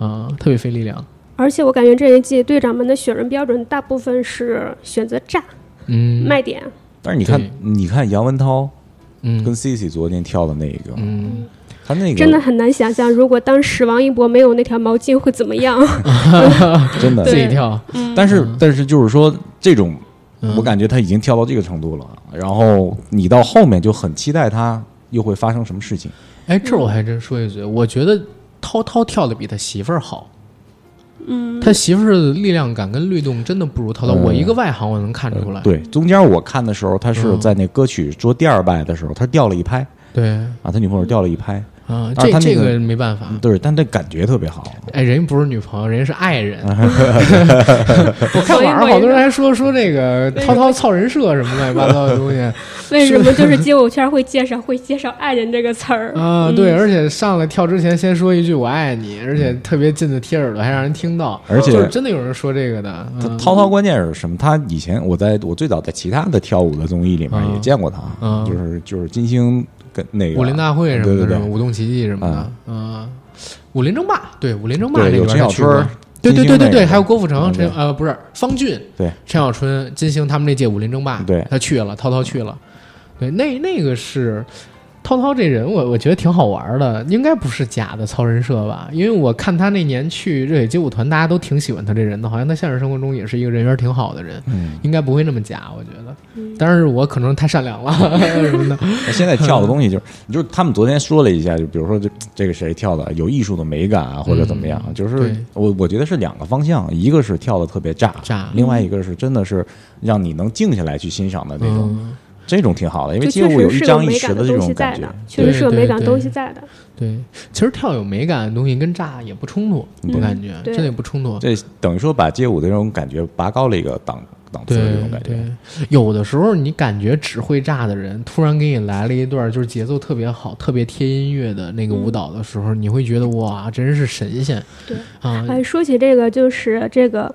[SPEAKER 1] 啊，特别费力量，
[SPEAKER 2] 而且我感觉这一季队长们的选人标准大部分是选择炸、
[SPEAKER 1] 嗯
[SPEAKER 2] 卖点，
[SPEAKER 3] 但是你看
[SPEAKER 1] 对，
[SPEAKER 3] 你看杨文涛
[SPEAKER 1] 嗯
[SPEAKER 3] 跟 Cici 昨天跳的那个，
[SPEAKER 1] 嗯，
[SPEAKER 3] 他那个
[SPEAKER 2] 真的很难想象，如果当时王一博没有那条毛巾会怎 么样。
[SPEAKER 3] 真的
[SPEAKER 1] 自
[SPEAKER 2] 对
[SPEAKER 1] 己跳，
[SPEAKER 3] 但是但是就是说这种，
[SPEAKER 1] 嗯
[SPEAKER 3] 我感觉他已经跳到这个程度了。然后你到后面就很期待他又会发生什么事情。
[SPEAKER 1] 哎，这我还真说一嘴，我觉得涛涛跳的比他媳妇儿好。嗯，他媳妇儿的力量感跟律动真的不如涛涛。
[SPEAKER 3] 嗯
[SPEAKER 1] 我一个外行，我能看出来。
[SPEAKER 3] 对，中间我看的时候，他是
[SPEAKER 1] 嗯
[SPEAKER 3] 在那歌曲说第二拜的时候，他掉了一拍
[SPEAKER 1] 对
[SPEAKER 3] 啊，他女朋友掉了一拍，
[SPEAKER 1] 啊，
[SPEAKER 3] 而
[SPEAKER 1] 这
[SPEAKER 3] 他那
[SPEAKER 1] 这
[SPEAKER 3] 个
[SPEAKER 1] 个没办法。
[SPEAKER 3] 对，但这感觉特别好。
[SPEAKER 1] 哎，人家不是女朋友，人家是爱 人。我看网上好多人还说说这个涛涛操人设什么乱七八糟的东 西
[SPEAKER 2] 为什么就是街舞圈会介绍会介绍“爱人”这个词儿？
[SPEAKER 1] 啊，对，而且上来跳之前先说一句我爱你，而且特别近的贴耳朵还让人听到，
[SPEAKER 3] 而且
[SPEAKER 1] 就是真的有人说这个的。
[SPEAKER 3] 他
[SPEAKER 1] 嗯
[SPEAKER 3] 涛涛关键是什么？他以前我在我最早在其他的跳舞的综艺里面
[SPEAKER 1] 嗯
[SPEAKER 3] 也见过他，
[SPEAKER 1] 嗯
[SPEAKER 3] 就是就是金星跟那个
[SPEAKER 1] 武林大会什么
[SPEAKER 3] 对
[SPEAKER 1] 的，
[SPEAKER 3] 对
[SPEAKER 1] 什
[SPEAKER 3] 对
[SPEAKER 1] 么舞动奇迹什么的
[SPEAKER 3] 啊，
[SPEAKER 1] 嗯，武林争霸，对，武林争霸那
[SPEAKER 3] 对
[SPEAKER 1] 边
[SPEAKER 3] 有
[SPEAKER 1] 儿
[SPEAKER 3] 陈小
[SPEAKER 1] 他去
[SPEAKER 3] 春
[SPEAKER 1] 过
[SPEAKER 3] 儿，，
[SPEAKER 1] 对对
[SPEAKER 3] 金星
[SPEAKER 1] 对对
[SPEAKER 3] 那
[SPEAKER 1] 对，
[SPEAKER 3] 个
[SPEAKER 1] 还有郭富城、
[SPEAKER 3] 嗯
[SPEAKER 1] 陈
[SPEAKER 3] 对
[SPEAKER 1] 呃不是方俊、
[SPEAKER 3] 对
[SPEAKER 1] 陈小春、金星他们那届武林争霸，
[SPEAKER 3] 对
[SPEAKER 1] 他去了，涛涛去了，对，那那个是。涛涛这人我，我觉得挺好玩的，应该不是假的操人设吧？因为我看他那年去热血街舞团，大家都挺喜欢他这人的，好像他现实生活中也是一个人缘挺好的人，
[SPEAKER 3] 嗯，
[SPEAKER 1] 应该不会那么假，我觉得。但是我可能太善良了
[SPEAKER 3] 嗯
[SPEAKER 1] 什么的，
[SPEAKER 3] 那现在跳的东 西就是，就是他们昨天说了一下，就比如说这这个谁跳的有艺术的美感啊，或者怎么样，就是
[SPEAKER 1] 嗯对
[SPEAKER 3] 我我觉得是两个方向，一个是跳的特别炸，
[SPEAKER 1] 炸嗯
[SPEAKER 3] 另外一个是真的是让你能静下来去欣赏的那种，
[SPEAKER 1] 嗯，
[SPEAKER 3] 这种挺好的，因为
[SPEAKER 2] 就
[SPEAKER 3] 街
[SPEAKER 2] 确
[SPEAKER 3] 舞有
[SPEAKER 2] 实
[SPEAKER 3] 一
[SPEAKER 2] 是有
[SPEAKER 3] 张一
[SPEAKER 2] 美
[SPEAKER 3] 弛
[SPEAKER 2] 感的
[SPEAKER 3] 这
[SPEAKER 2] 东西
[SPEAKER 3] 种
[SPEAKER 2] 在
[SPEAKER 3] 感觉
[SPEAKER 2] 的，，确实是有
[SPEAKER 1] 对
[SPEAKER 2] 美
[SPEAKER 1] 对
[SPEAKER 2] 感
[SPEAKER 1] 对
[SPEAKER 2] 东西在的。
[SPEAKER 1] 对，其实跳有美感的东西跟炸也不冲突，我
[SPEAKER 3] 对
[SPEAKER 1] 感觉
[SPEAKER 2] 对
[SPEAKER 1] 真的也不冲突。
[SPEAKER 3] 这等于说把街舞的这种感觉拔高了一个档档次
[SPEAKER 1] 对
[SPEAKER 3] 的这种感觉。
[SPEAKER 1] 对，有的时候你感觉只会炸的人，突然给你来了一段就是节奏特别好、特别贴音乐的那个舞蹈的时候，你会觉得哇，真是神仙。
[SPEAKER 2] 嗯对
[SPEAKER 1] 啊，
[SPEAKER 2] 哎，说起这个，就是这个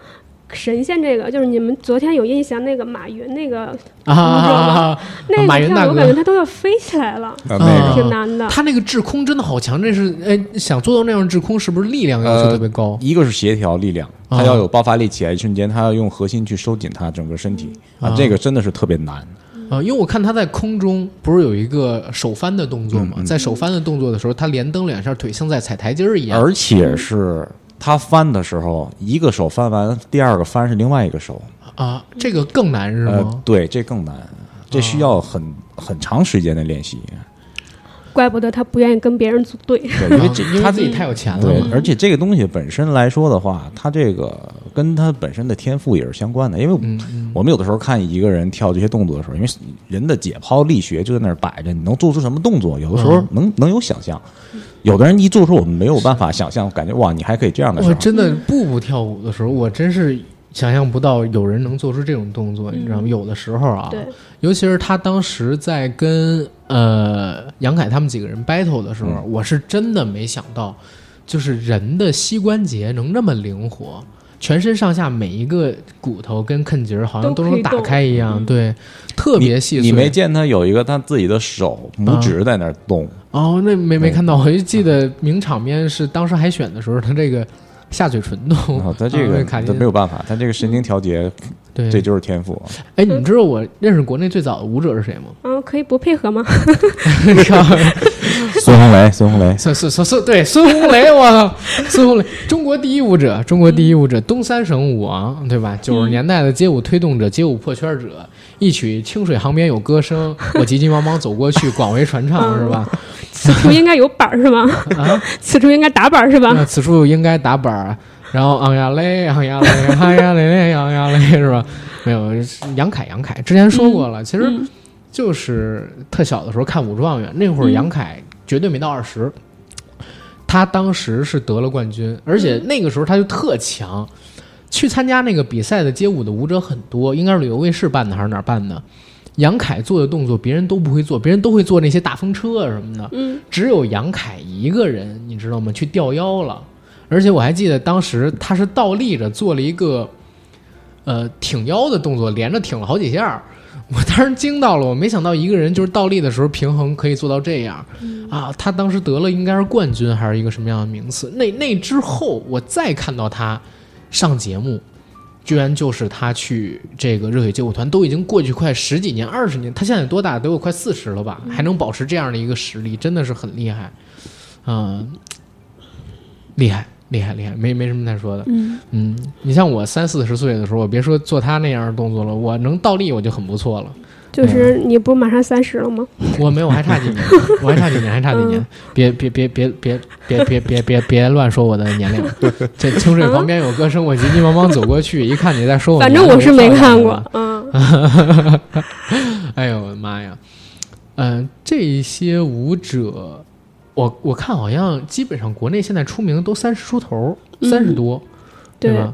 [SPEAKER 2] 神仙，这个就是你们昨天有印象那个马云那个
[SPEAKER 1] 啊啊！
[SPEAKER 2] 那个
[SPEAKER 1] 马云大
[SPEAKER 2] 跳，
[SPEAKER 1] 哥
[SPEAKER 2] 我感觉他都要飞起来了，
[SPEAKER 3] 呃，
[SPEAKER 1] 啊
[SPEAKER 3] 那个
[SPEAKER 2] 挺难的。
[SPEAKER 1] 他那个制空真的好强，这是哎，想做到那样制空，是不是力量
[SPEAKER 3] 呃
[SPEAKER 1] 要求特别
[SPEAKER 2] 嗯
[SPEAKER 1] 高？
[SPEAKER 3] 一个是协调力量，
[SPEAKER 1] 啊
[SPEAKER 3] 它要有爆发力起来一瞬间，它要用核心去收紧它整个身体
[SPEAKER 1] 啊
[SPEAKER 3] 啊，这个真的是特别难。
[SPEAKER 1] 啊，因为我看他在空中不是有一个手翻的动作嘛，
[SPEAKER 3] 嗯嗯
[SPEAKER 1] 在手翻的动作的时候，他连蹬两下腿，像在踩台阶儿一样。
[SPEAKER 3] 而且是他翻的时候，一个手翻完，第二个翻是另外一个手。
[SPEAKER 1] 啊，这个更难是
[SPEAKER 3] 呃
[SPEAKER 1] 吗？，
[SPEAKER 3] 对，这更难，这需要很很长时间的练习。
[SPEAKER 2] 怪不得他不愿意跟别人组队。
[SPEAKER 3] 对，
[SPEAKER 1] 因
[SPEAKER 3] 因为这
[SPEAKER 1] 啊因呃嗯
[SPEAKER 3] 他
[SPEAKER 1] 为自己太有钱了
[SPEAKER 3] 对
[SPEAKER 1] 嘛，。
[SPEAKER 3] 而且这个东西本身来说的话，它这个跟他本身的天赋也是相关的。因为
[SPEAKER 1] 嗯嗯，
[SPEAKER 3] 我们有的时候看一个人跳这些动作的时候，因为人的解剖力学就在那儿摆着，你能做出什么动作，有的时候
[SPEAKER 1] 嗯
[SPEAKER 3] 能、能有想象。有的人一做出我们没有办法想象，感觉哇，你还可以这样的时
[SPEAKER 1] 我
[SPEAKER 3] 候，
[SPEAKER 1] 真的步步跳舞的时候，我真是想象不到有人能做出这种动作，你知道吗？有的时候啊，
[SPEAKER 2] 对，
[SPEAKER 1] 尤其是他当时在跟呃杨凯他们几个人 battle 的时候，我是真的没想到，就是人的膝关节能那么灵活。全身上下每一个骨头跟啃节儿好像都
[SPEAKER 2] 都可以
[SPEAKER 1] 能打
[SPEAKER 2] 动
[SPEAKER 1] 开一样，对，特别细碎。啊
[SPEAKER 3] 你没见他有一个他自己的手拇指在那儿动，
[SPEAKER 1] 哦，那没没
[SPEAKER 3] 对
[SPEAKER 1] 看到，我就记得名场面是当时海选的时候，他这个下嘴唇痛。
[SPEAKER 3] 啊，他这
[SPEAKER 1] 啊
[SPEAKER 3] 个
[SPEAKER 1] 被卡进嗯
[SPEAKER 3] 他没有办法，他这个神经调节，
[SPEAKER 1] 对，
[SPEAKER 3] 这就是 天赋。啊
[SPEAKER 1] 哎，你们知道我认识国内最早的舞者是谁吗？
[SPEAKER 2] 嗯，可以不配合吗？
[SPEAKER 3] 孙红雷，孙红雷，
[SPEAKER 1] 孙孙孙孙，对孙红雷，我操，孙红雷，中国第一舞者，中国第一舞者，东三省舞王，对吧？九十年代的街舞推动者，街舞破圈者，一曲《清水旁边有歌声》，我急急忙忙走过去，广为传唱，是吧？
[SPEAKER 2] 此处应该有板儿是吗？ 此处应该打板儿是吧？
[SPEAKER 1] 那此处应该打板儿，啊然后昂呀嘞，昂呀嘞，昂呀嘞嘞，昂呀嘞，是吧？没有，是杨凯，杨凯之前说过了，其实就是特小的时候看《武术状元》，那会儿杨凯绝对没到二十，他当时是得了冠军，而且那个时候他就特强。去参加那个比赛的街舞的舞者很多，应该是旅游卫视办的还是哪儿办的？杨凯做的动作别人都不会做，别人都会做那些大风车啊什么的，
[SPEAKER 2] 嗯
[SPEAKER 1] 只有杨凯一个人，你知道吗？去吊腰了，而且我还记得当时他是倒立着做了一个，呃，挺腰的动作，连着挺了好几下儿。我当时惊到了，我没想到一个人就是倒立的时候平衡可以做到这样，啊，他当时得了应该是冠军还是一个什么样的名次？那那之后我再看到他上节目，居然就是他去这个热血街舞团，都已经过去快十几年、二十年，他现在多大？得有快四十了吧，还能保持这样的一个实力，真的是很厉害，嗯，厉害，厉害，厉害，没没什么再说的。
[SPEAKER 2] 嗯，
[SPEAKER 1] 嗯，你像我三四十岁的时候，我别说做他那样的动作了，我能倒立我就很不错了。
[SPEAKER 2] 就是你不马上三十了吗？
[SPEAKER 1] 我没有，我还差几年，我还差几年，还差几年。别别别别别别别别别别乱说我的年龄。这清水旁边有歌声，我急急忙忙走过去，一看哦你在说我
[SPEAKER 2] 反
[SPEAKER 1] 年龄，
[SPEAKER 2] 正我是没
[SPEAKER 1] 跳下来
[SPEAKER 2] 看
[SPEAKER 1] 了
[SPEAKER 2] 过。。嗯，
[SPEAKER 1] 哎呦我的妈呀！嗯、这些舞者，我我看好像基本上国内现在出名的都三十出头，三十多，对
[SPEAKER 2] 对
[SPEAKER 1] 吧？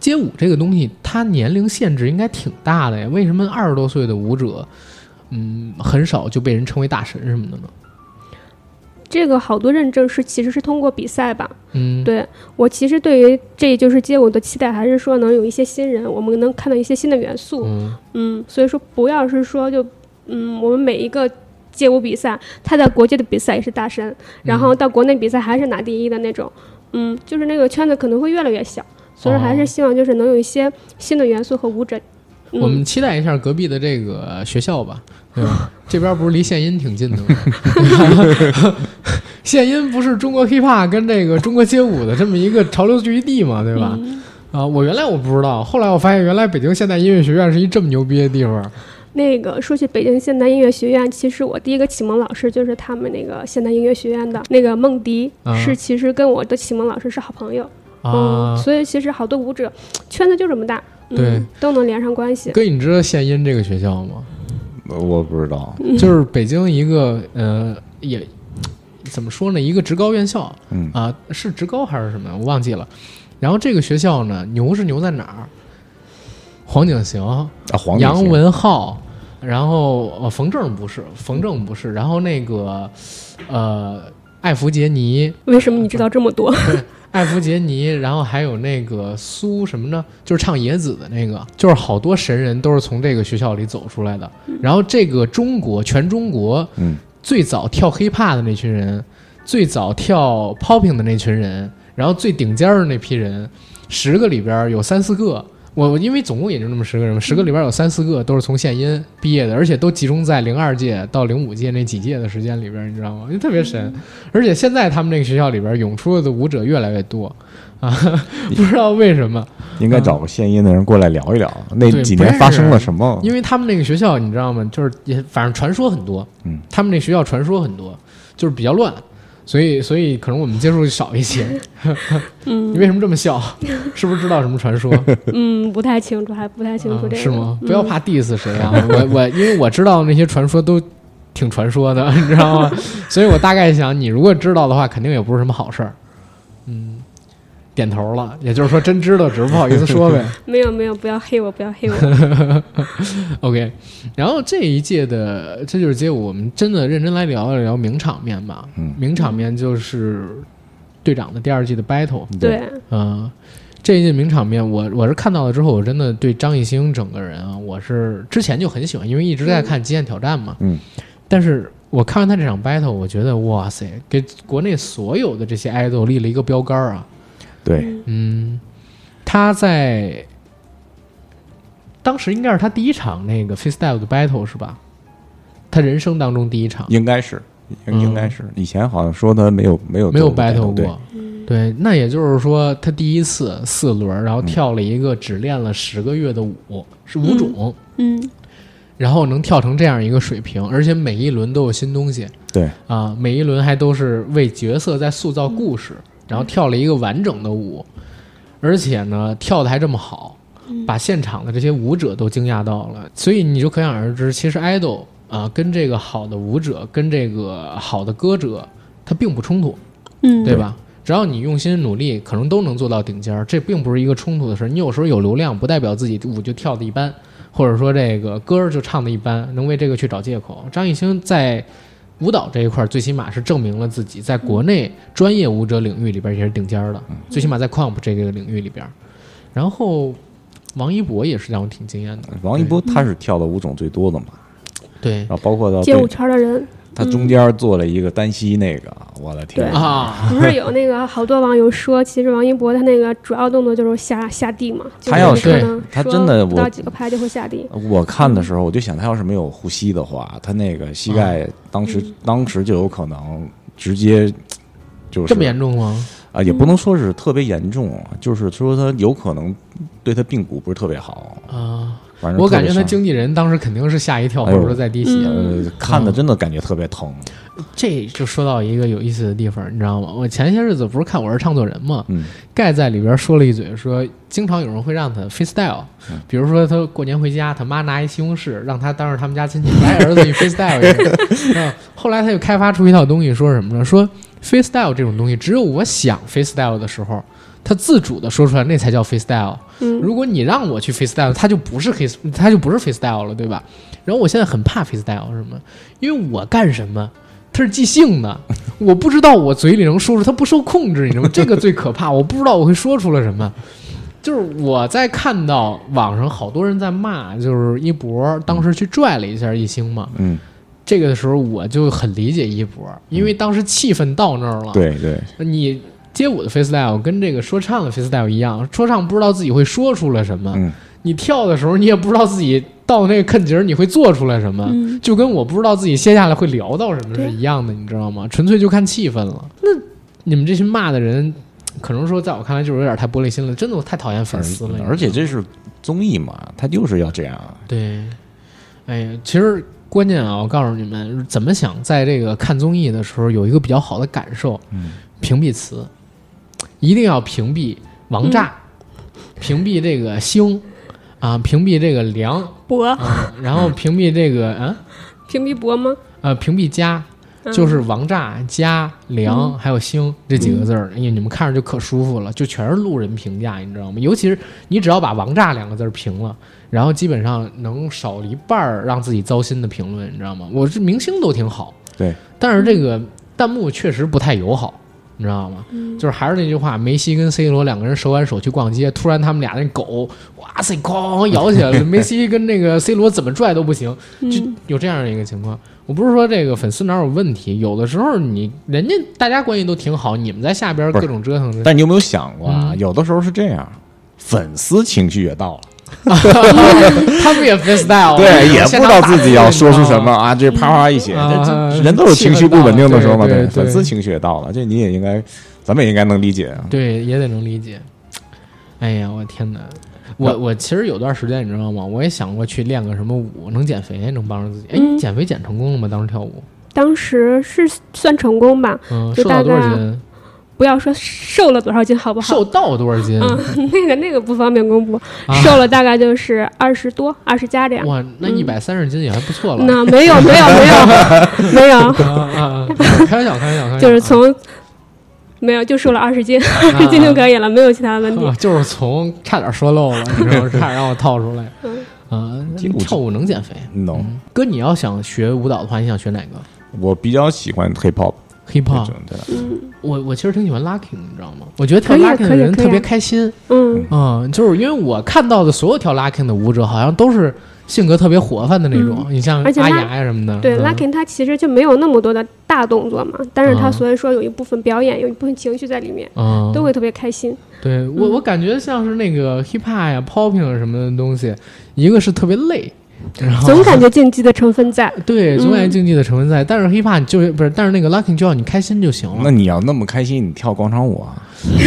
[SPEAKER 1] 街舞这个东西，它年龄限制应该挺大的呀。为什么二十多岁的舞者，嗯，很少就被人称为大神什么的呢？
[SPEAKER 2] 这个好多认证是其实是通过比赛吧。
[SPEAKER 1] 嗯，
[SPEAKER 2] 对我其实对于这就是街舞的期待，还是说能有一些新人，我们能看到一些新的元素。
[SPEAKER 1] 嗯，
[SPEAKER 2] 嗯，所以说不要是说就嗯，我们每一个街舞比赛，他在国际的比赛也是大神，然后
[SPEAKER 1] 嗯
[SPEAKER 2] 到国内比赛还是拿第一的那种，嗯，就是那个圈子可能会越来越小，所以说还
[SPEAKER 1] 哦
[SPEAKER 2] 是希望就是能有一些新的元素和舞者。嗯、
[SPEAKER 1] 我们期待一下隔壁的这个学校吧，对吧？这边不是离献音挺近的吗？献音不是中国 hiphop 跟这个中国街舞的这么一个潮流聚集地嘛，对吧？
[SPEAKER 2] 嗯
[SPEAKER 1] 啊，我原来我不知道，后来我发现原来北京现代音乐学院是一这么牛逼的地方。啊
[SPEAKER 2] 那个说起北京现代音乐学院，其实我第一个启蒙老师就是他们那个现代音乐学院的那个孟迪，
[SPEAKER 1] 啊
[SPEAKER 2] 是其实跟我的启蒙老师是好朋友。
[SPEAKER 1] 啊
[SPEAKER 2] 嗯，，所以其实好多舞者圈子就这么大，嗯、
[SPEAKER 1] 对，
[SPEAKER 2] 都能连上关系。
[SPEAKER 1] 哥，你知道献音这个学校吗？
[SPEAKER 3] 呃我不知道，
[SPEAKER 1] 就是北京一个呃，也怎么说呢，一个职高院校，
[SPEAKER 3] 嗯
[SPEAKER 1] 啊、是职高还是什么，我忘记了。然后这个学校呢，牛是牛在哪儿？黄景行、
[SPEAKER 3] 啊，黄
[SPEAKER 1] 杨
[SPEAKER 3] 景
[SPEAKER 1] 文浩，然后呃，冯正不是，冯正不是，然后那个呃，艾弗杰尼，
[SPEAKER 2] 为什么你知道这么 多？
[SPEAKER 1] 艾弗杰尼，然后还有那个苏什么呢？就是唱野子的那个，就是好多神人都是从这个学校里走出来的。然后这个中国，全中国，
[SPEAKER 3] 嗯，
[SPEAKER 1] 最早跳 hiphop 的那群人，最早跳 popping 的那群人，然后最顶尖儿的那批人，十个里边儿有三四个。我我因为总共也就那么十个人嘛，十个里边儿有三四个都是从献音毕业的，而且都集中在零二届到零五届那几届的时间里边儿，你知道吗？就特别神。而且现在他们那个学校里边儿涌出的舞者越来越多啊，不知道为什么。
[SPEAKER 3] 应该找个献音的人过来聊一聊，那
[SPEAKER 1] 嗯对
[SPEAKER 3] 几
[SPEAKER 1] 不
[SPEAKER 3] 年
[SPEAKER 1] 认
[SPEAKER 3] 发生
[SPEAKER 1] 识
[SPEAKER 3] 了什么？
[SPEAKER 1] 因为他们那个学校，你知道吗？就是也反正传说很多，
[SPEAKER 3] 嗯，
[SPEAKER 1] 他们那学校传说很多，就是比较乱，所以所以可能我们接触少一些。
[SPEAKER 2] 嗯
[SPEAKER 1] 你为什么这么笑？是不是知道什么传说？
[SPEAKER 2] 嗯，不太清楚，还不太清楚
[SPEAKER 1] 啊
[SPEAKER 2] 这个。
[SPEAKER 1] 是吗？
[SPEAKER 2] 嗯
[SPEAKER 1] 不要怕 diss 谁啊！我 我因为我知道那些传说都挺传说的， 你知道吗？所以我大概想，你如果知道的话，肯定也不是什么好事儿。嗯，点头了，也就是说真知道，只是不好意思说呗。
[SPEAKER 2] 没有没有，不要黑我，不要 黑我。
[SPEAKER 1] OK，然后这一届的这就是街舞，我们真的认真来聊一聊名场面吧。
[SPEAKER 3] 嗯
[SPEAKER 1] 名场面就是队长的第二季的 battle，
[SPEAKER 2] 对，
[SPEAKER 1] 嗯、这一届名场面我我是看到了之后，我真的对张艺兴整个人啊，我是之前就很喜欢，因为一直在看《极限挑战》嘛。
[SPEAKER 3] 嗯。
[SPEAKER 1] 但是我看完他这场 battle，我觉得哇塞，给国内所有的这些 idol 立了一个标杆儿啊。
[SPEAKER 3] 对，
[SPEAKER 1] 嗯，他在当时应该是他第一场那个 freestyle 的 battle 是吧？他人生当中第一场
[SPEAKER 3] 应该是，应应该是。以前好像说他没有没有
[SPEAKER 1] 嗯没有
[SPEAKER 3] 做过
[SPEAKER 1] battle
[SPEAKER 3] 对
[SPEAKER 1] 过，
[SPEAKER 2] 嗯
[SPEAKER 1] 对，那也就是说他第一次四轮，
[SPEAKER 3] 嗯
[SPEAKER 1] 然后跳了一个只练了十个月的舞，是舞种，
[SPEAKER 2] 嗯，
[SPEAKER 1] 然后能跳成这样一个水平，而且每一轮都有新东西
[SPEAKER 3] 对
[SPEAKER 1] 啊，每一轮还都是为角色在塑造故事，然后跳了一个完整的舞，而且呢跳的还这么好，把现场的这些舞者都惊讶到了，所以你就可想而知，其实 idol 啊跟这个好的舞者跟这个好的歌者它并不冲突，
[SPEAKER 2] 嗯
[SPEAKER 1] 对吧？只要你用心努力，可能都能做到顶尖儿。这并不是一个冲突的事儿。你有时候有流量，不代表自己舞就跳的一般，或者说这个歌儿就唱的一般，能为这个去找借口。张艺兴在舞蹈这一块儿，最起码是证明了自己在国内专业舞者领域里边儿也是顶尖儿
[SPEAKER 3] 嗯
[SPEAKER 1] 的，最起码在 comp 这个领域里边儿。然后王一博也是让我挺惊艳的，
[SPEAKER 3] 王一博他是跳的舞种最多的嘛，
[SPEAKER 1] 对
[SPEAKER 3] 然后包括到
[SPEAKER 2] 街舞
[SPEAKER 3] 被
[SPEAKER 2] 圈的人
[SPEAKER 3] 他中间做了一个单膝那个，我的天
[SPEAKER 2] 对
[SPEAKER 3] 啊！
[SPEAKER 1] 啊，
[SPEAKER 2] 不是有那个好多网友说，其实王一博他那个主要动作就是下下地嘛，就
[SPEAKER 3] 他要
[SPEAKER 1] 是
[SPEAKER 2] 可能
[SPEAKER 3] 他
[SPEAKER 2] 说
[SPEAKER 3] 真的
[SPEAKER 2] 不
[SPEAKER 3] 我
[SPEAKER 2] 到几个拍就会下地，
[SPEAKER 3] 我看的时候，我就想，他要是没有呼吸的话，他那个膝盖
[SPEAKER 1] 嗯
[SPEAKER 3] 当时、当时就有可能直接就是
[SPEAKER 1] 这么严重吗？
[SPEAKER 3] 啊，也不能说是特别严重，啊就是说他有可能对他髌骨不是特别好。
[SPEAKER 1] 啊，
[SPEAKER 3] 反正
[SPEAKER 1] 我感觉他
[SPEAKER 3] 特别伤
[SPEAKER 1] 经纪人当时肯定是吓一跳，或
[SPEAKER 3] 嗯哎呦
[SPEAKER 1] 者说在滴血。
[SPEAKER 3] 呃看的真的感觉特别疼。
[SPEAKER 1] 这就说到一个有意思的地方，你知道吗？我前些日子不是看《我是唱作人》吗？
[SPEAKER 3] 嗯，
[SPEAKER 1] 盖在里边说了一嘴，说经常有人会让他 freestyle，比如说他过年回家，他妈拿一西红柿让他当着他们家亲戚来儿子你 freestyle 一下。嗯，后来他就开发出一套东西，说什么呢？说 freestyle 这种东西，只有我想 freestyle 的时候，他自主的说出来，那才叫 freestyle。
[SPEAKER 2] 嗯
[SPEAKER 1] 如果你让我去 freestyle，它就不是 face，它就不是 freestyle 了，对吧？然后我现在很怕 freestyle 什么，因为我干什么，它是即兴的，我不知道我嘴里能说出，它不受控制，你知道吗？这个最可怕，我不知道我会说出了什么。就是我在看到网上好多人在骂，就是一博当时去拽了一下一星嘛，
[SPEAKER 3] 嗯，
[SPEAKER 1] 这个的时候我就很理解一博，因为当时气氛到那儿了，
[SPEAKER 3] 对对，
[SPEAKER 1] 你街舞的 freestyle 跟这个说唱的 freestyle 一样，说唱不知道自己会说出了什么，
[SPEAKER 3] 嗯
[SPEAKER 1] 你跳的时候你也不知道自己到那个坎节儿你会做出来什么，
[SPEAKER 2] 嗯
[SPEAKER 1] 就跟我不知道自己歇下来会聊到什么
[SPEAKER 2] 对
[SPEAKER 1] 是一样的，你知道吗？纯粹就看气氛了。那你们这些骂的人，可能说在我看来就是有点太玻璃心了，真的我太讨厌粉丝了。你知道吗
[SPEAKER 3] 嗯而且这是综艺嘛，他就是要这样。
[SPEAKER 1] 对，哎呀，其实关键啊，我告诉你们，怎么想在这个看综艺的时候有一个比较好的感受，
[SPEAKER 3] 嗯
[SPEAKER 1] 屏蔽词，一定要屏蔽王炸，屏蔽这个星啊，屏蔽这个梁
[SPEAKER 2] 博
[SPEAKER 1] 啊，然后屏蔽这个啊
[SPEAKER 2] 屏蔽博吗？
[SPEAKER 1] 呃屏蔽家。
[SPEAKER 2] 嗯
[SPEAKER 1] 就是王炸、家、梁还有星这几个字儿，哎呀，你们看着就可舒服了，就全是路人评价，你知道吗？尤其是你只要把王炸两个字儿平了，然后基本上能少一半儿让自己糟心的评论，你知道吗？我这明星都挺好，
[SPEAKER 3] 对，
[SPEAKER 1] 但是这个弹幕确实不太友好，你知道吗？就是还是那句话，梅西跟 C 罗两个人手挽手去逛街，突然他们俩那狗，哇塞，哐咬起来了，梅西跟那个 C 罗怎么拽都不行，就有这样的一个情况。我不是说这个粉丝哪有问题，有的时候你人家大家关系都挺好，你们在下边
[SPEAKER 3] 不
[SPEAKER 1] 各
[SPEAKER 3] 是
[SPEAKER 1] 种折腾，
[SPEAKER 3] 但你有没有想过啊？
[SPEAKER 1] 嗯
[SPEAKER 3] 有的时候是这样，粉丝情绪也到了，
[SPEAKER 1] 他们也 freestyle，
[SPEAKER 3] 对，也不知道自己要说出什
[SPEAKER 1] 现场打字你知道
[SPEAKER 3] 么
[SPEAKER 1] 吗
[SPEAKER 3] 啊，这啪啪一写，
[SPEAKER 1] 啊
[SPEAKER 3] 这这人都有情绪不稳定的时候嘛，
[SPEAKER 1] 气氛到了对对
[SPEAKER 3] 粉丝情绪也到了，这你也应该，咱们也应该能理解啊。
[SPEAKER 1] 对，也得能理解。哎呀，我天哪！我我其实有段时间，你知道吗？我也想过去练个什么舞，能减肥，能帮助自己。哎，
[SPEAKER 2] 嗯
[SPEAKER 1] 你减肥减成功了吗？当时跳舞，
[SPEAKER 2] 当时是算成功吧，
[SPEAKER 1] 嗯，
[SPEAKER 2] 就
[SPEAKER 1] 瘦到
[SPEAKER 2] 大
[SPEAKER 1] 多少
[SPEAKER 2] 概
[SPEAKER 1] 斤？
[SPEAKER 2] 不要说瘦了多少斤，好不好？
[SPEAKER 1] 瘦到多少斤？
[SPEAKER 2] 嗯， 那个那个不方便公布，
[SPEAKER 1] 啊
[SPEAKER 2] 瘦了大概就是二十多、二十加这样。
[SPEAKER 1] 哇，那一百三十斤也还不错了。
[SPEAKER 2] 嗯那没有没有 没有没有，
[SPEAKER 1] 啊啊啊！ 开玩笑，开玩笑，开玩笑。
[SPEAKER 2] 就是从没有就瘦了二十斤，
[SPEAKER 1] 啊
[SPEAKER 2] 二十斤就可以了，没有其他的问题
[SPEAKER 1] 啊。就是从差点说漏了，你知道吗？差点让我套出来。
[SPEAKER 2] 嗯
[SPEAKER 1] 啊，
[SPEAKER 3] 筋骨
[SPEAKER 1] 跳舞能减肥？
[SPEAKER 3] no，
[SPEAKER 1] 哥，你要想学舞蹈的话，你想学哪个
[SPEAKER 3] 我比较喜欢 hip hop
[SPEAKER 1] ？hip
[SPEAKER 3] 这
[SPEAKER 1] hop
[SPEAKER 3] 种。对，
[SPEAKER 1] 我我其实挺喜欢 locking，你知道吗？我觉得跳
[SPEAKER 2] 可以
[SPEAKER 1] locking
[SPEAKER 2] 可
[SPEAKER 1] 的
[SPEAKER 2] 以
[SPEAKER 1] 人
[SPEAKER 2] 可以
[SPEAKER 1] 特别开心。
[SPEAKER 2] 嗯
[SPEAKER 1] 嗯，就是因为我看到的所有跳 locking 的舞者，好像都是性格特别活泛的那种，你像
[SPEAKER 2] 嗯而且
[SPEAKER 1] 阿
[SPEAKER 2] 拉
[SPEAKER 1] 雅呀什么的，
[SPEAKER 2] 对
[SPEAKER 1] 嗯
[SPEAKER 2] l u c k y 他其实就没有那么多的大动作嘛，但是他
[SPEAKER 1] 嗯
[SPEAKER 2] 所以说有一部分表演，有一部分情绪在里面，
[SPEAKER 1] 嗯，
[SPEAKER 2] 都会特别开心。
[SPEAKER 1] 对
[SPEAKER 2] 嗯
[SPEAKER 1] 我我感觉像是那个 hip hop 呀、popping 什么的东西，一个是特别累，然后
[SPEAKER 2] 总感觉竞技的成分在。
[SPEAKER 1] 对
[SPEAKER 2] 嗯
[SPEAKER 1] 总感觉竞技的成分在，但是 hip hop 就不是，但是那个 locking 就要你开心就行
[SPEAKER 3] 那
[SPEAKER 1] 了。
[SPEAKER 3] 你要那么开心，你跳广场舞啊，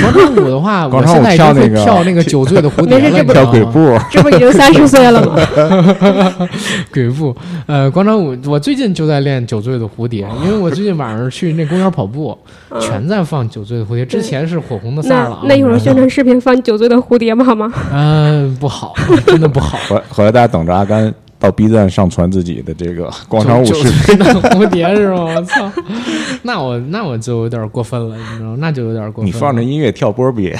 [SPEAKER 1] 广场舞的话，
[SPEAKER 3] 广
[SPEAKER 1] 我
[SPEAKER 3] 场
[SPEAKER 1] 现
[SPEAKER 3] 舞
[SPEAKER 1] 在已经
[SPEAKER 3] 跳那
[SPEAKER 1] 会
[SPEAKER 3] 个
[SPEAKER 1] 跳那个酒醉的蝴蝶
[SPEAKER 2] 没
[SPEAKER 1] 了，
[SPEAKER 2] 事这
[SPEAKER 1] 你
[SPEAKER 2] 不
[SPEAKER 1] 知道
[SPEAKER 3] 跳
[SPEAKER 1] 吗
[SPEAKER 3] 鬼步，
[SPEAKER 2] 这不已经三十岁了吗？
[SPEAKER 1] 鬼步，呃，广场舞，我最近就在练《酒醉的蝴蝶》，
[SPEAKER 3] 哦
[SPEAKER 1] 因为我最近晚上去那公园跑步，全在放《酒醉的蝴蝶》。之前是火红的萨尔
[SPEAKER 2] 嗯那
[SPEAKER 1] 朗，
[SPEAKER 2] 啊那一会儿
[SPEAKER 1] 你知道
[SPEAKER 2] 宣
[SPEAKER 1] 吗，
[SPEAKER 2] 传视频放酒醉的蝴蝶吧，好吗？
[SPEAKER 1] 嗯、不好，真的不好。
[SPEAKER 3] 回回来大家等着阿甘到 B 站上传自己的这个广场舞
[SPEAKER 1] 酒
[SPEAKER 3] 视频。
[SPEAKER 1] 醉的蝴蝶是吗？我操，那我那我就有点过分了，你知道吗？那就有点过分了。
[SPEAKER 3] 你放着音乐跳波比，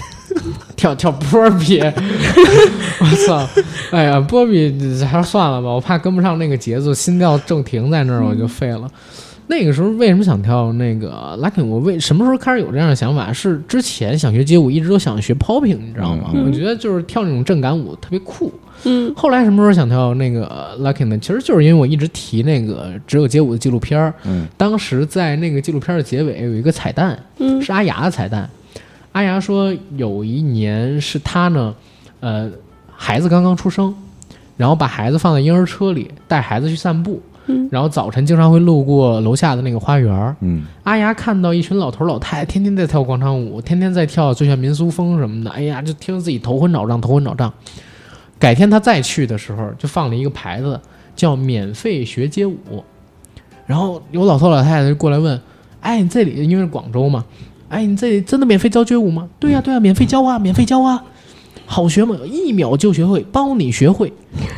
[SPEAKER 1] 跳跳波比，我操！哎呀，波比还是算了吧，我怕跟不上那个节奏，心跳正停在那儿我就废了。那个时候为什么想跳那个 locking？我为什么时候开始有这样的想法？是之前想学街舞，一直都想学 popping，你知道吗？
[SPEAKER 3] 嗯
[SPEAKER 1] 我觉得就是跳那种震感舞特别酷。
[SPEAKER 2] 嗯
[SPEAKER 1] 后来什么时候想跳那个 locking 呢？其实就是因为我一直提那个只有街舞的纪录片儿，
[SPEAKER 3] 嗯，
[SPEAKER 1] 当时在那个纪录片的结尾有一个彩蛋，
[SPEAKER 2] 嗯
[SPEAKER 1] 是阿雅的彩蛋。阿雅说有一年是她呢，呃，孩子刚刚出生，然后把孩子放在婴儿车里，带孩子去散步，
[SPEAKER 2] 嗯
[SPEAKER 1] 然后早晨经常会路过楼下的那个花园儿。
[SPEAKER 3] 嗯，
[SPEAKER 1] 阿雅哎看到一群老头老太太天天在跳广场舞，天天在跳最炫民俗风什么的，哎呀，就听着自己头昏脑胀，头昏脑胀。改天她再去的时候，就放了一个牌子，叫“免费学街舞”。然后有老头老太太就过来问：“哎，你这里因为是广州嘛，哎，你这里真的免费教街舞吗？”“对呀、对呀、免费教啊，免费教啊，好学吗？一秒就学会，包你学会。”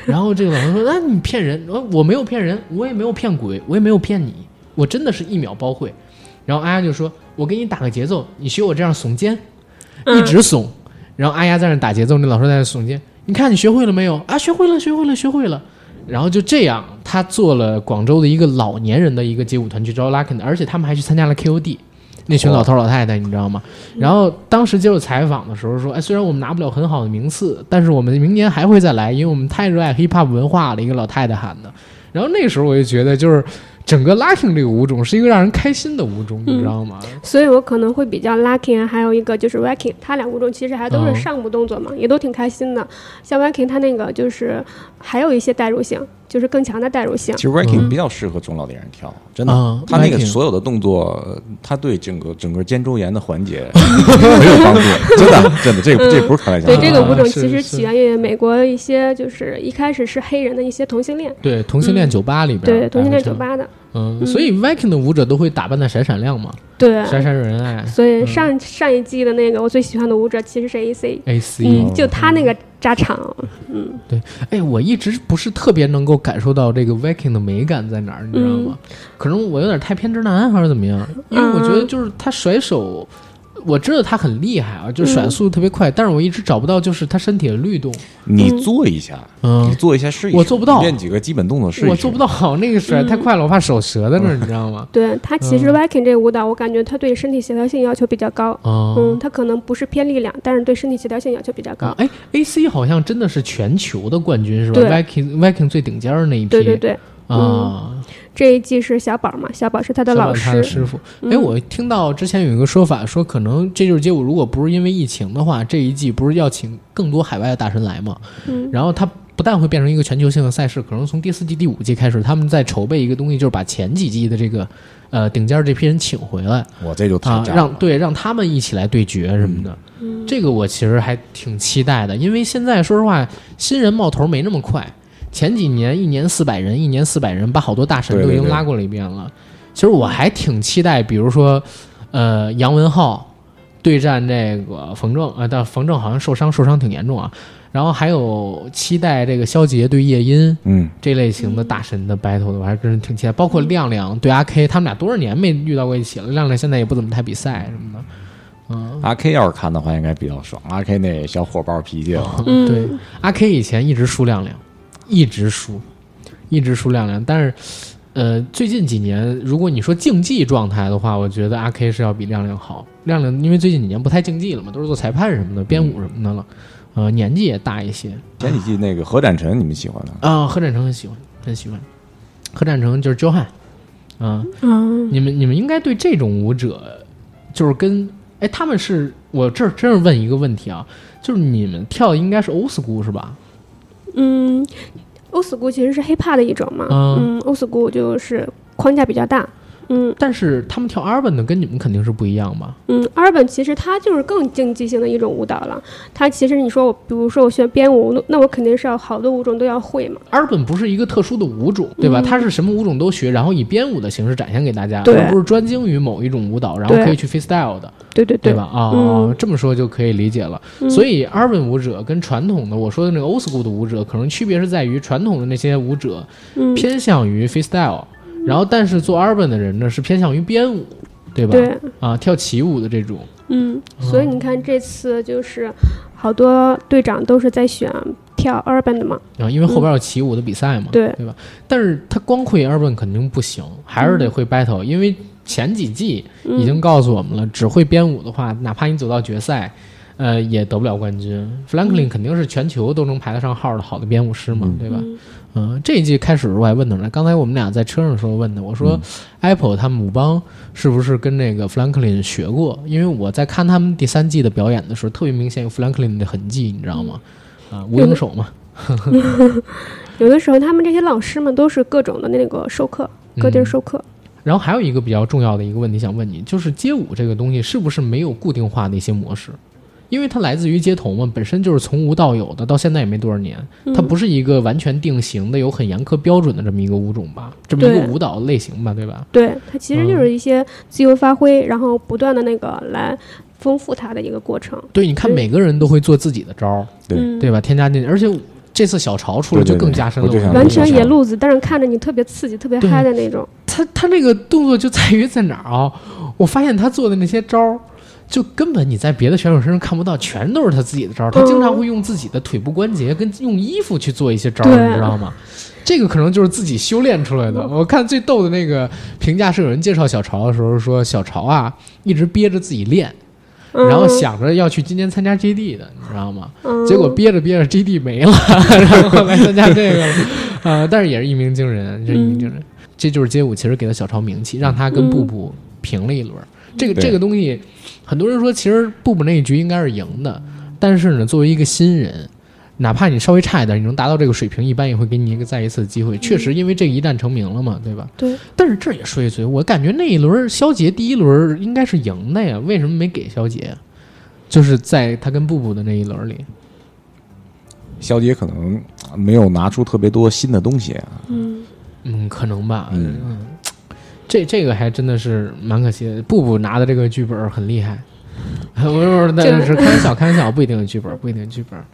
[SPEAKER 1] 然后这个老头说：“那、你骗人！我我没有骗人，我也没有骗鬼，我也没有骗你，我真的是一秒包会。”然后阿丫就说：“我给你打个节奏，你学我这样耸肩，一
[SPEAKER 2] 嗯
[SPEAKER 1] 直耸。然后阿丫在那打节奏，那老师在那耸肩。你看你学会了没有？啊，学会了，学会了，学会了。然后就这样，他做了广州的一个老年人的一个街舞团去招 l a k i n 而且他们还去参加了 KOD。那群老头老太太，你知道吗？然后当时接受采访的时候说：“哎，虽然我们拿不了很好的名次，但是我们明年还会再来，因为我们太热爱 hip hop 文化了。”一个老太太喊的。然后那时候我就觉得，就是整个 locking 这个舞种是一个让人开心的舞种，你知道吗？
[SPEAKER 2] 所以我可能会比较 locking，还有一个就是 wacking，它两个中其实还都是上部动作嘛，也都挺开心的。像 wacking 它那个就是还有一些代入性，就是更强的代入性
[SPEAKER 3] 其。实
[SPEAKER 1] 嗯
[SPEAKER 3] Wacking 比较适合中老年人跳，真
[SPEAKER 1] 啊
[SPEAKER 3] 的，嗯他那个
[SPEAKER 1] Wacking
[SPEAKER 3] 所有的动作，呃他对整个整个肩周炎的 缓解没有帮助，真的真的，这个这不是开玩
[SPEAKER 2] 嗯
[SPEAKER 3] 笑
[SPEAKER 2] 对
[SPEAKER 3] 的。
[SPEAKER 2] 这个舞种
[SPEAKER 1] 啊是
[SPEAKER 2] 其实
[SPEAKER 1] 是
[SPEAKER 2] 起源于美国一些就是一开始是黑人的一些同性恋，
[SPEAKER 1] 对，同性恋酒吧里边，
[SPEAKER 2] 嗯对同性恋酒，吧的，
[SPEAKER 1] 嗯，所以 Viking 的舞者都会打扮的闪闪亮哎嘛，
[SPEAKER 2] 对。
[SPEAKER 1] 闪闪惹人爱
[SPEAKER 2] 所以上上一季的那个我最喜欢的舞者其实是 AC，
[SPEAKER 1] ，AC，
[SPEAKER 2] 嗯，就他那个扎场，
[SPEAKER 1] 哎，我一直不是特别能够感受到这个 Viking 的美感在哪儿，你知道吗？
[SPEAKER 2] 嗯
[SPEAKER 1] 可能我有点太偏执男还是怎么样？因为我觉得就是他甩手，我知道他很厉害啊，
[SPEAKER 2] 嗯
[SPEAKER 1] 就是甩速度特别快，但是我一直找不到就是他身体的律动，
[SPEAKER 3] 你做一下，你
[SPEAKER 1] 嗯。
[SPEAKER 3] 做一下试一试，
[SPEAKER 1] 我做不到
[SPEAKER 3] 练几个基本动作试一试。
[SPEAKER 1] 我做不到，那个甩太快了，我怕手折在那儿，你知道吗？
[SPEAKER 2] 对他其实 Viking 这个舞蹈，我感觉他对身体协调性要求比较高。
[SPEAKER 1] 哦，
[SPEAKER 2] 嗯，他可能不是偏力量，但是对身体协调性要求比较高
[SPEAKER 1] 啊。，哎，AC 好像真的是全球的冠军是吧
[SPEAKER 2] 对
[SPEAKER 1] ？Viking Viking 最顶尖儿那一批，
[SPEAKER 2] 对对对，
[SPEAKER 1] 啊，
[SPEAKER 2] 这一季是小宝嘛，小宝是他的
[SPEAKER 1] 小
[SPEAKER 2] 老
[SPEAKER 1] 宝他的
[SPEAKER 2] 师。嗯
[SPEAKER 1] 师傅。哎，我听到之前有一个说法，说可能这就是街舞，如果不是因为疫情的话，这一季不是要请更多海外的大神来嘛？
[SPEAKER 2] 嗯
[SPEAKER 1] 然后他不但会变成一个全球性的赛事，可能从第四季、第五季开始，他们在筹备一个东西，就是把前几季的这个呃顶尖儿这批人请回来，
[SPEAKER 3] 我这就太
[SPEAKER 1] 啊，
[SPEAKER 3] 炸了
[SPEAKER 1] 让对让他们一起来对决什么的，
[SPEAKER 3] 嗯
[SPEAKER 1] 这个我其实还挺期待的，因为现在说实话，新人冒头没那么快。前几年一年四百人，一年四百人，把好多大神
[SPEAKER 3] 对
[SPEAKER 1] 都
[SPEAKER 3] 对
[SPEAKER 1] 已经
[SPEAKER 3] 对
[SPEAKER 1] 拉过来一遍了。其实我还挺期待，比如说，呃，杨文浩对战这个冯正，呃，但冯正好像受伤，受伤挺严重啊。然后还有期待这个肖杰对叶音，
[SPEAKER 3] 嗯，
[SPEAKER 1] 这类型的大神的 battle 的，我还真是挺期待。包括亮亮对阿 K，他们俩多少年没遇到过一起了。亮亮现在也不怎么太比赛什么的，嗯，
[SPEAKER 3] 阿 K 要是看的话，应该比较爽。阿 K 那小火爆脾气啊，
[SPEAKER 2] 嗯
[SPEAKER 1] 对，阿 K 以前一直输亮亮，一直输，一直输亮亮。但是，呃，最近几年，如果你说竞技状态的话，我觉得阿 K 是要比亮亮好。亮亮因为最近几年不太竞技了嘛，都是做裁判什么的、编舞什么的了。呃，年纪也大一些
[SPEAKER 3] 前几季那个何展辰，你们喜欢吗？
[SPEAKER 1] 啊、何展成很喜欢，很喜欢。何展成就是 Johan，啊、
[SPEAKER 2] 嗯，
[SPEAKER 1] 你们你们应该对这种舞者，就是跟哎，他们是我这儿真是问一个问题啊，就是你们跳的应该是 old school 是吧？
[SPEAKER 2] 嗯，old school 其实是 hiphop 的一种嘛，
[SPEAKER 1] 嗯
[SPEAKER 2] 嗯，old school 就是框架比较大，嗯
[SPEAKER 1] 但是他们跳 urban 的跟你们肯定是不一样吧？
[SPEAKER 2] 嗯，urban 其实它就是更竞技性的一种舞蹈了，它其实你说我，比如说我学编舞，那我肯定是要好多舞种都要会嘛，
[SPEAKER 1] urban 不是一个特殊的舞种，对吧？
[SPEAKER 2] 嗯
[SPEAKER 1] 它是什么舞种都学，然后以编舞的形式展现给大家，
[SPEAKER 2] 对
[SPEAKER 1] 而不是专精于某一种舞蹈，然后
[SPEAKER 2] 对
[SPEAKER 1] 可以去 freestyle 的，
[SPEAKER 2] 对对
[SPEAKER 1] 对
[SPEAKER 2] 对
[SPEAKER 1] 吧？啊、
[SPEAKER 2] 嗯
[SPEAKER 1] 这么说就可以理解了。
[SPEAKER 2] 嗯
[SPEAKER 1] 所以 urban 舞者跟传统的我说的那个 old school 的舞者，可能区别是在于传统的那些舞者
[SPEAKER 2] 嗯，
[SPEAKER 1] 偏向于 freestyle，、然后但是做 urban 的人呢是偏向于编舞，对吧？
[SPEAKER 2] 对，
[SPEAKER 1] 啊，跳起舞的这种，
[SPEAKER 2] 嗯，
[SPEAKER 1] 哦
[SPEAKER 2] 所以你看这次就是好多队长都是在选跳 urban 的嘛，
[SPEAKER 1] 啊，因为后边有起舞的比赛嘛，
[SPEAKER 2] 对
[SPEAKER 1] 对吧？但是他光会 urban 肯定不行，还
[SPEAKER 3] 嗯
[SPEAKER 1] 是得会 battle，、因为前几季已经告诉我们了，只会编舞的话，哪怕你走到决赛，呃，也得不了冠军。Franklin
[SPEAKER 3] 嗯
[SPEAKER 1] 肯定是全球都能排得上号的好的编舞师嘛，
[SPEAKER 3] 嗯
[SPEAKER 1] 对吧？嗯、这一季开始我还问他呢，刚才我们俩在车上的时候问的，我
[SPEAKER 3] 嗯
[SPEAKER 1] 说、Apple 他们舞帮是不是跟那个 Franklin 学过？因为我在看他们第三季的表演的时候，特别明显有 Franklin 的痕迹，你知道吗？啊，无影手嘛。
[SPEAKER 2] 有的时候他们这些老师们都是各种的那个授课，各地儿
[SPEAKER 1] 嗯
[SPEAKER 2] 授课，
[SPEAKER 1] 然后还有一个比较重要的一个问题想问你，就是街舞这个东西是不是没有固定化的一些模式？因为它来自于街头嘛，本身就是从无到有的，到现在也没多少年，
[SPEAKER 2] 嗯
[SPEAKER 1] 它不是一个完全定型的、有很严苛标准的这么一个舞种吧，这么一个
[SPEAKER 2] 对
[SPEAKER 1] 舞蹈类型吧，对吧？
[SPEAKER 2] 对，它其实
[SPEAKER 1] 哦
[SPEAKER 2] 就是一些自由发挥，然后不断的那个来丰富它的一个过程。
[SPEAKER 1] 对，你看
[SPEAKER 2] 对
[SPEAKER 1] 每个人都会做自己的招儿，
[SPEAKER 3] 对
[SPEAKER 2] 嗯，
[SPEAKER 1] 对吧？添加进去，而且这次小潮出来
[SPEAKER 3] 对对
[SPEAKER 1] 就更
[SPEAKER 3] 对
[SPEAKER 1] 加深
[SPEAKER 3] 我
[SPEAKER 1] 了
[SPEAKER 3] 就
[SPEAKER 1] 我的
[SPEAKER 3] 想
[SPEAKER 1] 印
[SPEAKER 2] 完
[SPEAKER 1] 象
[SPEAKER 2] 全野路子，但是看着你特别刺激、特别
[SPEAKER 1] 对
[SPEAKER 2] 嗨的那种。
[SPEAKER 1] 他他这个动作就在于在哪儿啊？ 我发现他做的那些招儿，就根本你在别的选手身上看不到，全都是他自己
[SPEAKER 2] 嗯
[SPEAKER 1] 的招儿。他经常会用自己的腿部关节跟用衣服去做一些招儿，
[SPEAKER 2] 对嗯
[SPEAKER 1] 你知道吗？这个可能就是自己修炼出来的。我看最逗的那个评价是有人介绍小潮的时候说，小潮啊一直憋着自己练，
[SPEAKER 2] 嗯、
[SPEAKER 1] 然后想着要去今年参加 GD 的，你知道吗？
[SPEAKER 2] 嗯，
[SPEAKER 1] 结果憋着憋着 GD 没了， 然后来参加这 个了，呃，但是也是一鸣惊人，这一鸣惊
[SPEAKER 2] 嗯
[SPEAKER 1] 人，这就是街舞其实给了小超名气，让他跟步步平了一轮。这个
[SPEAKER 3] 对
[SPEAKER 1] 这个东西，很多人说其实步步那一局应该是赢的，但是呢，作为一个新人。哪怕你稍微差一点，你能达到这个水平，一般也会给你一个再一次的机会。确实，因为这个一旦成名了嘛，对吧？
[SPEAKER 2] 嗯对。
[SPEAKER 1] 但是这也说一嘴，我感觉那一轮肖杰第一轮应该是赢的呀，为什么没给肖杰？就是在他跟步步的那一轮里，
[SPEAKER 3] 肖杰可能呃没有拿出特别多新的东西啊，
[SPEAKER 2] 嗯，
[SPEAKER 1] 嗯，可能吧。
[SPEAKER 3] 嗯
[SPEAKER 1] 这这个还真的是蛮可惜的。步步拿的这个剧本儿很厉害， 我说那是开玩笑，开玩笑，不一定有剧本儿，不一定有剧本儿。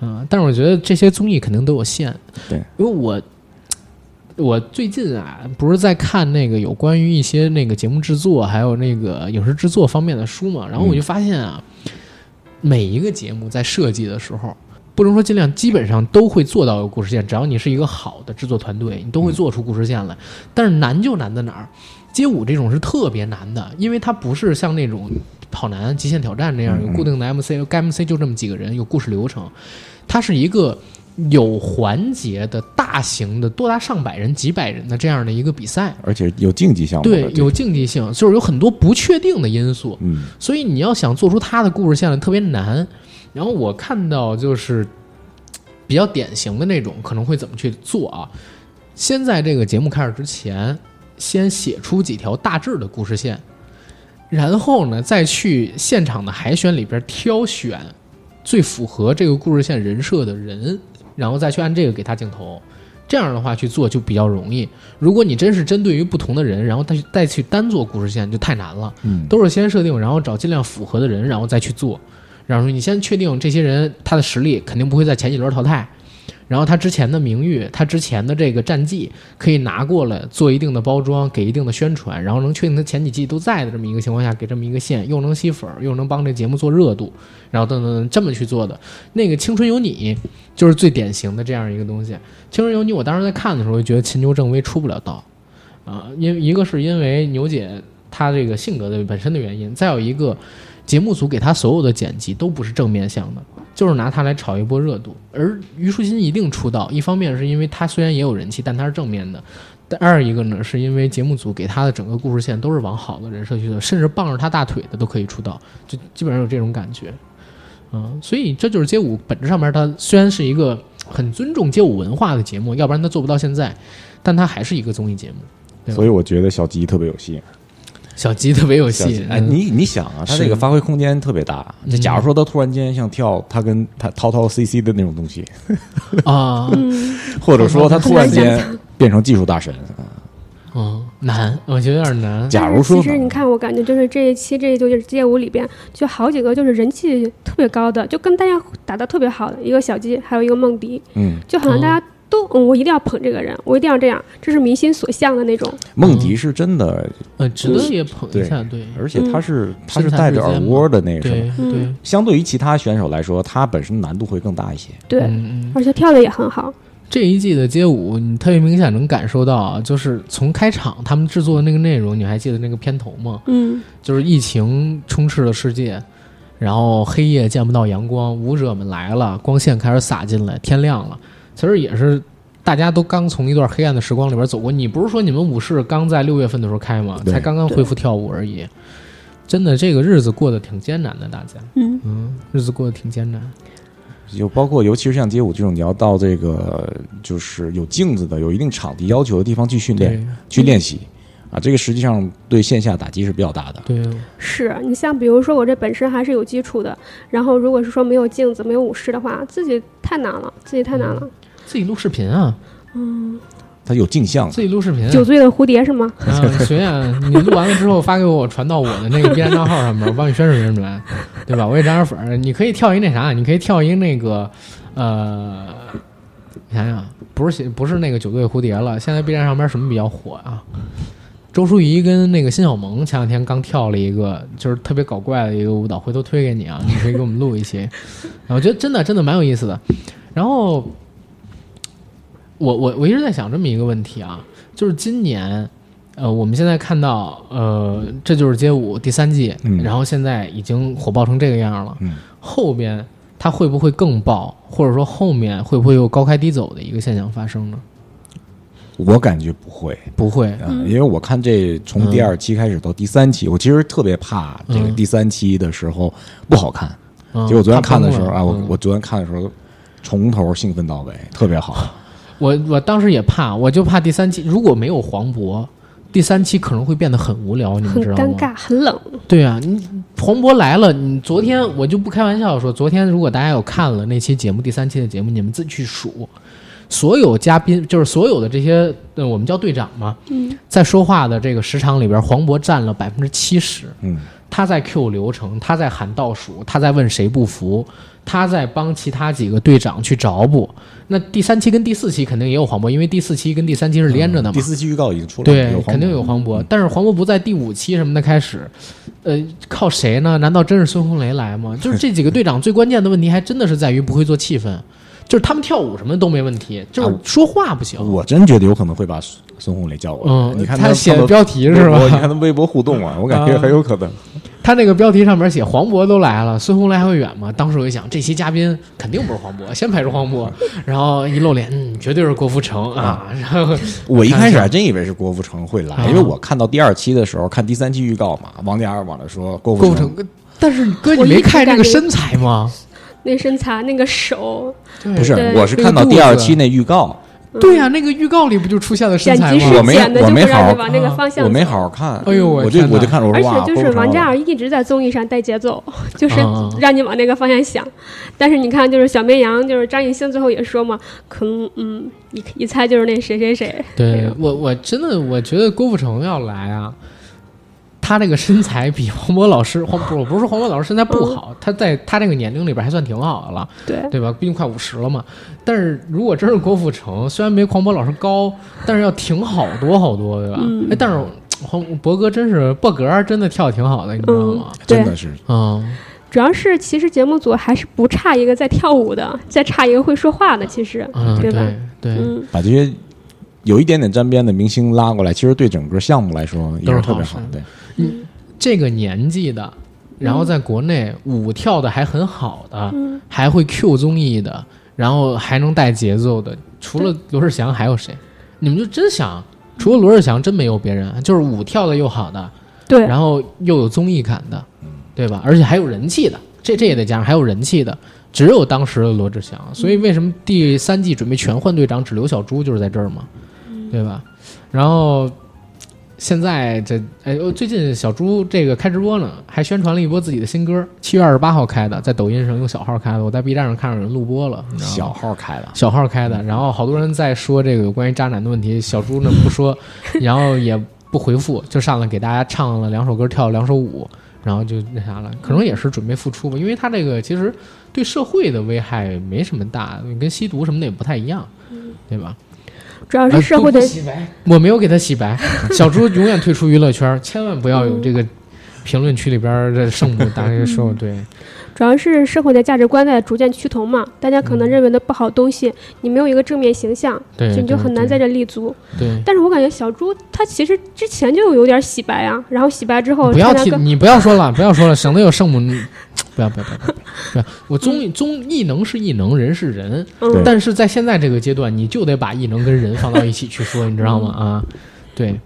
[SPEAKER 1] 嗯，但是我觉得这些综艺肯定都有限。
[SPEAKER 3] 对，
[SPEAKER 1] 因为我我最近啊，不是在看那个有关于一些那个节目制作还有那个影视制作方面的书嘛，然后我就发现啊，每一个节目在设计的时候。不能说尽量，基本上都会做到有故事线。只要你是一个好的制作团队，你都会做出故事线来。但是难就难在哪儿？街舞这种是特别难的，因为它不是像那种跑男、极限挑战那样有固定的 MC，该 MC 就这么几个人，有故事流程。它是一个有环节的大型的，多达上百人、几百人的这样的一个比赛。
[SPEAKER 3] 而且有竞技项目的。
[SPEAKER 1] 对，有竞技性，就是有很多不确定的因素。
[SPEAKER 3] 嗯，
[SPEAKER 1] 所以你要想做出他的故事线来特别难。然后我看到就是嘖比较典型的那种可能会怎么去做啊？先在这个节目开始之前，先写出几条大致的故事线，然后呢再去现场的海选里边挑选最符合这个故事线人设的人，然后再去按这个给他镜头。这样的话去做就比较容易。如果你真是针对于不同的人，然后再去再去单做故事线，就太难了。
[SPEAKER 3] 嗯
[SPEAKER 1] 都是先设定，然后找尽量符合的人，然后再去做。然后说你先确定这些人他的实力肯定不会在前几轮淘汰，然后他之前的名誉、他之前的这个战绩可以拿过来做一定的包装，给一定的宣传，然后能确定他前几季都在的这么一个情况下，给这么一个线，又能吸粉儿，又能帮这节目做热度，然后等等等这么去做的。那个《青春有你》就是最典型的这样一个东西，《青春有你》我当时在看的时候就觉得秦牛正威出不了道。啊，因一个是因为牛姐她这个性格的本身的原因，再有一个节目组给她所有的剪辑都不是正面向的，就是拿它来炒一波热度。而虞书欣一定出道，一方面是因为她虽然也有人气，但她是正面的；但二一个呢，是因为节目组给她的整个故事线都是往好的人设去的，甚至傍着她大腿的都可以出道，就基本上有这种感觉。嗯，所以这就是街舞本质上面，它虽然是一个很尊重街舞文化的节目，要不然它做不到现在，但它还是一个综艺节目。对吧
[SPEAKER 3] 所以我觉得小鸡特别有戏。
[SPEAKER 1] 小吉特别有
[SPEAKER 3] 小
[SPEAKER 1] 戏
[SPEAKER 3] 鸡，哎，
[SPEAKER 1] 嗯
[SPEAKER 3] 你你想啊，他
[SPEAKER 1] 是嗯
[SPEAKER 3] 这个发挥空间特别大。就假如说他突然间像跳他跟他涛涛 CC 的那 种东西，
[SPEAKER 1] 啊，
[SPEAKER 2] 嗯
[SPEAKER 3] 或者说他突然
[SPEAKER 2] 很难
[SPEAKER 3] 间变成技术大神，
[SPEAKER 1] 嗯，难，我觉得有点难。
[SPEAKER 3] 假
[SPEAKER 2] 但
[SPEAKER 3] 如
[SPEAKER 2] 是
[SPEAKER 3] 说
[SPEAKER 2] 其实你看，我感觉就是这一期这就是街舞里边，就好几个就是人气特别高的，就跟大家打的特别好的一个小鸡，还有一个梦迪，
[SPEAKER 3] 嗯，
[SPEAKER 2] 就好像
[SPEAKER 1] 哦
[SPEAKER 2] 大家都、嗯，我一定要捧这个人，我一定要这样，这是民心所向的那种。
[SPEAKER 3] 梦迪是真的，
[SPEAKER 1] 呃，值得也捧一下，对，
[SPEAKER 3] 而且他是他
[SPEAKER 1] 身
[SPEAKER 3] 是
[SPEAKER 1] 残
[SPEAKER 3] 带着
[SPEAKER 1] 志坚
[SPEAKER 3] 耳
[SPEAKER 1] 嘛
[SPEAKER 3] 蜗的那个什
[SPEAKER 1] 嗯对
[SPEAKER 3] 么，
[SPEAKER 2] 嗯
[SPEAKER 1] 对，
[SPEAKER 3] 相对于其他选手来说，他本身难度会更大一些。
[SPEAKER 2] 对，
[SPEAKER 1] 嗯嗯。
[SPEAKER 2] 而且跳的也很好。
[SPEAKER 1] 这一季的街舞，你特别明显能感受到啊，就是从开场他们制作的那个内容，你还记得那个片头吗？
[SPEAKER 2] 嗯，
[SPEAKER 1] 就是疫情充斥了世界，然后黑夜见不到阳光，舞者们来了，光线开始洒进来，天亮了。其实也是大家都刚从一段黑暗的时光里边走过。你不是说你们舞室刚在六月份的时候开吗？
[SPEAKER 3] 对
[SPEAKER 1] 才刚刚恢复跳舞而已。真的，这个日子过得挺艰难的，大家，
[SPEAKER 2] 嗯
[SPEAKER 1] 日子过得挺艰难。
[SPEAKER 3] 就包括，尤其是像街舞这种，你要到这个就是有镜子的、有一定场地要求的地方去训练、
[SPEAKER 1] 对
[SPEAKER 3] 去练习啊，这个实际上对线下打击是比较大的。
[SPEAKER 1] 对，
[SPEAKER 2] 是你像比如说我这本身还是有基础的，然后如果是说没有镜子、没有舞狮的话，自己太难了，自己太难了。
[SPEAKER 1] 自己录视频啊，
[SPEAKER 2] 嗯
[SPEAKER 3] 它有镜像，
[SPEAKER 1] 自己录视
[SPEAKER 3] 嗯
[SPEAKER 1] 频、啊。
[SPEAKER 2] 酒醉的蝴蝶是吗？
[SPEAKER 1] 啊，学院，你录完了之后发给我，我传到我的那个 B 站账号上面，我帮你宣传宣传，对吧？我也涨点粉儿。你可以跳一那啥，你可以跳一那个，呃，你想想，不是写不是那个九对蝴蝶了，现在 B 站上面什么比较火啊？周淑怡跟那个辛晓萌前两天刚跳了一个，就是特别搞怪的一个舞蹈，回头推给你啊，你可以给我们录一 期。啊我觉得真的真的蛮有意思的。然后，我我我一直在想这么一个问题啊，就是今年，呃，我们现在看到，呃，这就是街舞第三季，
[SPEAKER 3] 嗯
[SPEAKER 1] 然后现在已经火爆成这个样了，
[SPEAKER 3] 嗯
[SPEAKER 1] 后边它会不会更爆，或者说后面会不会有高开低走的一个现象发生呢？
[SPEAKER 3] 我感觉不会。
[SPEAKER 1] 不会，
[SPEAKER 3] 啊，因为我看这从第二期开始到第三期，我其实特别怕这个
[SPEAKER 1] 嗯
[SPEAKER 3] 第三期的时候不好看。
[SPEAKER 1] 嗯、
[SPEAKER 3] 结果昨天看的时候
[SPEAKER 1] 看不
[SPEAKER 3] 啊，
[SPEAKER 1] 了
[SPEAKER 3] 我
[SPEAKER 1] 嗯
[SPEAKER 3] 我昨天看的时候从头兴奋到尾，特 别好。
[SPEAKER 1] 我我当时也怕，我就怕第三期如果没有黄渤，第三期可能会变得很无聊，你们
[SPEAKER 2] 很
[SPEAKER 3] 啊
[SPEAKER 1] 知道吗？
[SPEAKER 2] 尴尬，很冷。
[SPEAKER 1] 对啊，你黄渤来了，你昨天我就不开玩笑说，昨天如果大家有看了那期节目，第三期的节目，你们自己去数，所有嘉宾就是所有的这些，呃，我们叫队长嘛，
[SPEAKER 2] 嗯
[SPEAKER 1] 在说话的这个时长里边，黄渤占了百分之七十，
[SPEAKER 3] 嗯，
[SPEAKER 1] 他在 Q 流程，他在喊倒数，他在问谁不服，他在帮其他几个队长去找补。那第三期跟第四期肯定也有黄渤，因为第四期跟第三期是连着的嘛。
[SPEAKER 3] 嗯第四期预告已经出来了，
[SPEAKER 1] 对，
[SPEAKER 3] 黄
[SPEAKER 1] 肯定有黄渤，但是黄渤不在第五期什么的开始，呃，靠谁呢？难道真是孙红雷来吗？就是这几个队长最关键的问题，还真的是在于不会做气氛，就是他们跳舞什么的都没问题，就是说话不行。
[SPEAKER 3] 我真觉得有可能会把孙孙红雷叫过来。
[SPEAKER 1] 嗯，
[SPEAKER 3] 你看
[SPEAKER 1] 他写的
[SPEAKER 3] 的
[SPEAKER 1] 标题是
[SPEAKER 3] 微博你看
[SPEAKER 1] 吧？
[SPEAKER 3] 他微博互动啊，我感觉
[SPEAKER 1] 啊
[SPEAKER 3] 很有可能。
[SPEAKER 1] 他那个标题上面写黄渤都来了，孙红雷还会远吗？当时我一想，这期嘉宾肯定不是黄渤， 先排除黄渤，然后一露脸，嗯，绝对是郭富城啊，然后
[SPEAKER 3] 我一开始还真以为是郭富城会
[SPEAKER 1] 啊
[SPEAKER 3] 来，因为我看到第二期的时候，看第三期预告嘛，王嘉尔网上说郭
[SPEAKER 1] 郭富
[SPEAKER 3] 富
[SPEAKER 1] 城
[SPEAKER 3] 城。
[SPEAKER 1] 但是哥，你
[SPEAKER 2] 我一
[SPEAKER 1] 没
[SPEAKER 2] 直
[SPEAKER 1] 看这
[SPEAKER 2] 感
[SPEAKER 1] 个
[SPEAKER 2] 觉
[SPEAKER 1] 身材吗？
[SPEAKER 2] 那身材，那个手，
[SPEAKER 1] 对
[SPEAKER 3] 不是，
[SPEAKER 2] 对
[SPEAKER 3] 我是
[SPEAKER 1] 那个
[SPEAKER 3] 看到
[SPEAKER 1] 肚
[SPEAKER 3] 第二
[SPEAKER 1] 子
[SPEAKER 3] 期那预告，
[SPEAKER 1] 对呀、那个预告里不就出现了身
[SPEAKER 2] 剪
[SPEAKER 1] 材
[SPEAKER 2] 辑
[SPEAKER 1] 吗
[SPEAKER 2] 师？
[SPEAKER 3] 我没
[SPEAKER 2] 剪的
[SPEAKER 3] 我
[SPEAKER 2] 就不
[SPEAKER 3] 没
[SPEAKER 2] 让
[SPEAKER 3] 好嗯
[SPEAKER 2] 你往那个方向走。
[SPEAKER 3] 我没好好看。
[SPEAKER 1] 哎呦我
[SPEAKER 3] 我
[SPEAKER 1] 天
[SPEAKER 3] 就
[SPEAKER 1] 哪
[SPEAKER 3] 我就看着我
[SPEAKER 2] 而
[SPEAKER 3] 说哇，
[SPEAKER 2] 且就
[SPEAKER 3] 郭
[SPEAKER 2] 是
[SPEAKER 3] 富城
[SPEAKER 2] 王嘉
[SPEAKER 3] 来了
[SPEAKER 2] 尔一直在综艺上带节奏，就是
[SPEAKER 3] 啊
[SPEAKER 1] 嗯嗯
[SPEAKER 2] 让你往那个方向想。但是你看，就是小绵羊，就是张艺兴最后也说嘛，可能嗯，一一猜就是那谁谁谁。
[SPEAKER 1] 对我，我真的我觉得郭富城要来啊，他这个身材比黄渤老师，黄不我不是说黄渤老师身材不好，他在他这个年龄里边还算挺好的了，
[SPEAKER 2] 对，
[SPEAKER 1] 对吧？毕竟快五十了嘛。但是如果真是郭富城，虽然没黄渤老师高，但是要挺好多好多，对吧？
[SPEAKER 2] 嗯
[SPEAKER 1] 哎，但是黄渤哥真是博格儿真的跳得挺好的，你知道吗？
[SPEAKER 2] 对
[SPEAKER 3] 真的是
[SPEAKER 1] 嗯，
[SPEAKER 2] 主要是其实节目组还是不差一个在跳舞的，再差一个会说话的，其实、
[SPEAKER 1] 嗯，
[SPEAKER 2] 对吧？
[SPEAKER 1] 对对，
[SPEAKER 2] 嗯，
[SPEAKER 3] 把这些有一点点沾边的明星拉过来，其实对整个项目来说也
[SPEAKER 1] 都是
[SPEAKER 3] 特
[SPEAKER 1] 好
[SPEAKER 3] 别
[SPEAKER 1] 事
[SPEAKER 3] 好。对，
[SPEAKER 1] 这个年纪的然后在国内舞跳的还很好的，
[SPEAKER 2] 嗯，
[SPEAKER 1] 还会 Q 综艺的，然后还能带节奏的，除了罗志祥还有谁？你们就真想，除了罗志祥，真没有别人，就是舞跳的又好的，
[SPEAKER 2] 对，
[SPEAKER 1] 然后又有综艺感的，对吧？而且还有人气的，这这也得加上还有人气的，只有当时的罗志祥。所以为什么第三季准备全换队长，只留小猪，就是在这儿嘛，对吧？然后现在这哎，呃最近小猪这个开直播呢，还宣传了一波自己的新歌，七月二十八号开的，在抖音上用小号开的，我在 B 站上看着有人录播了，你知道吗
[SPEAKER 3] 小号开的，
[SPEAKER 1] 小号开的，
[SPEAKER 2] 嗯
[SPEAKER 1] 然后好多人在说这个有关于渣男的问题，小猪呢不 说，然后也不回复，就上来给大家唱了两首歌，跳了两首舞，然后就那啥了，可能也是准备复出吧，因为他这个其实对社会的危害没什么大，跟吸毒什么的也不太一样，对吧？
[SPEAKER 2] 主嗯要是社会的
[SPEAKER 3] 啊对不起呗
[SPEAKER 1] 我没有给他洗白，小猪永远退出娱乐圈，千万不要有这个
[SPEAKER 2] 嗯
[SPEAKER 1] 评论区里边的圣母大家说对，
[SPEAKER 2] 主要是社会的价值观在逐渐趋同嘛，大家可能认为的不好东西，你没有一个正面形象，
[SPEAKER 1] 嗯对
[SPEAKER 2] 就你就
[SPEAKER 1] 对
[SPEAKER 2] 很难在这立足。
[SPEAKER 1] 对。
[SPEAKER 2] 但是我感觉小猪他其实之前就有点洗白啊，然后洗白之后
[SPEAKER 1] 不要
[SPEAKER 2] 参加
[SPEAKER 1] 提，
[SPEAKER 2] 各
[SPEAKER 1] 你不要说了，不要说了，省得有圣母。不要不要不要不要！不要我综综艺能是艺能，人是人，
[SPEAKER 2] 嗯
[SPEAKER 1] 但是在现在这个阶段，你就得把艺能跟人放到一起去说，你知道吗？啊，对，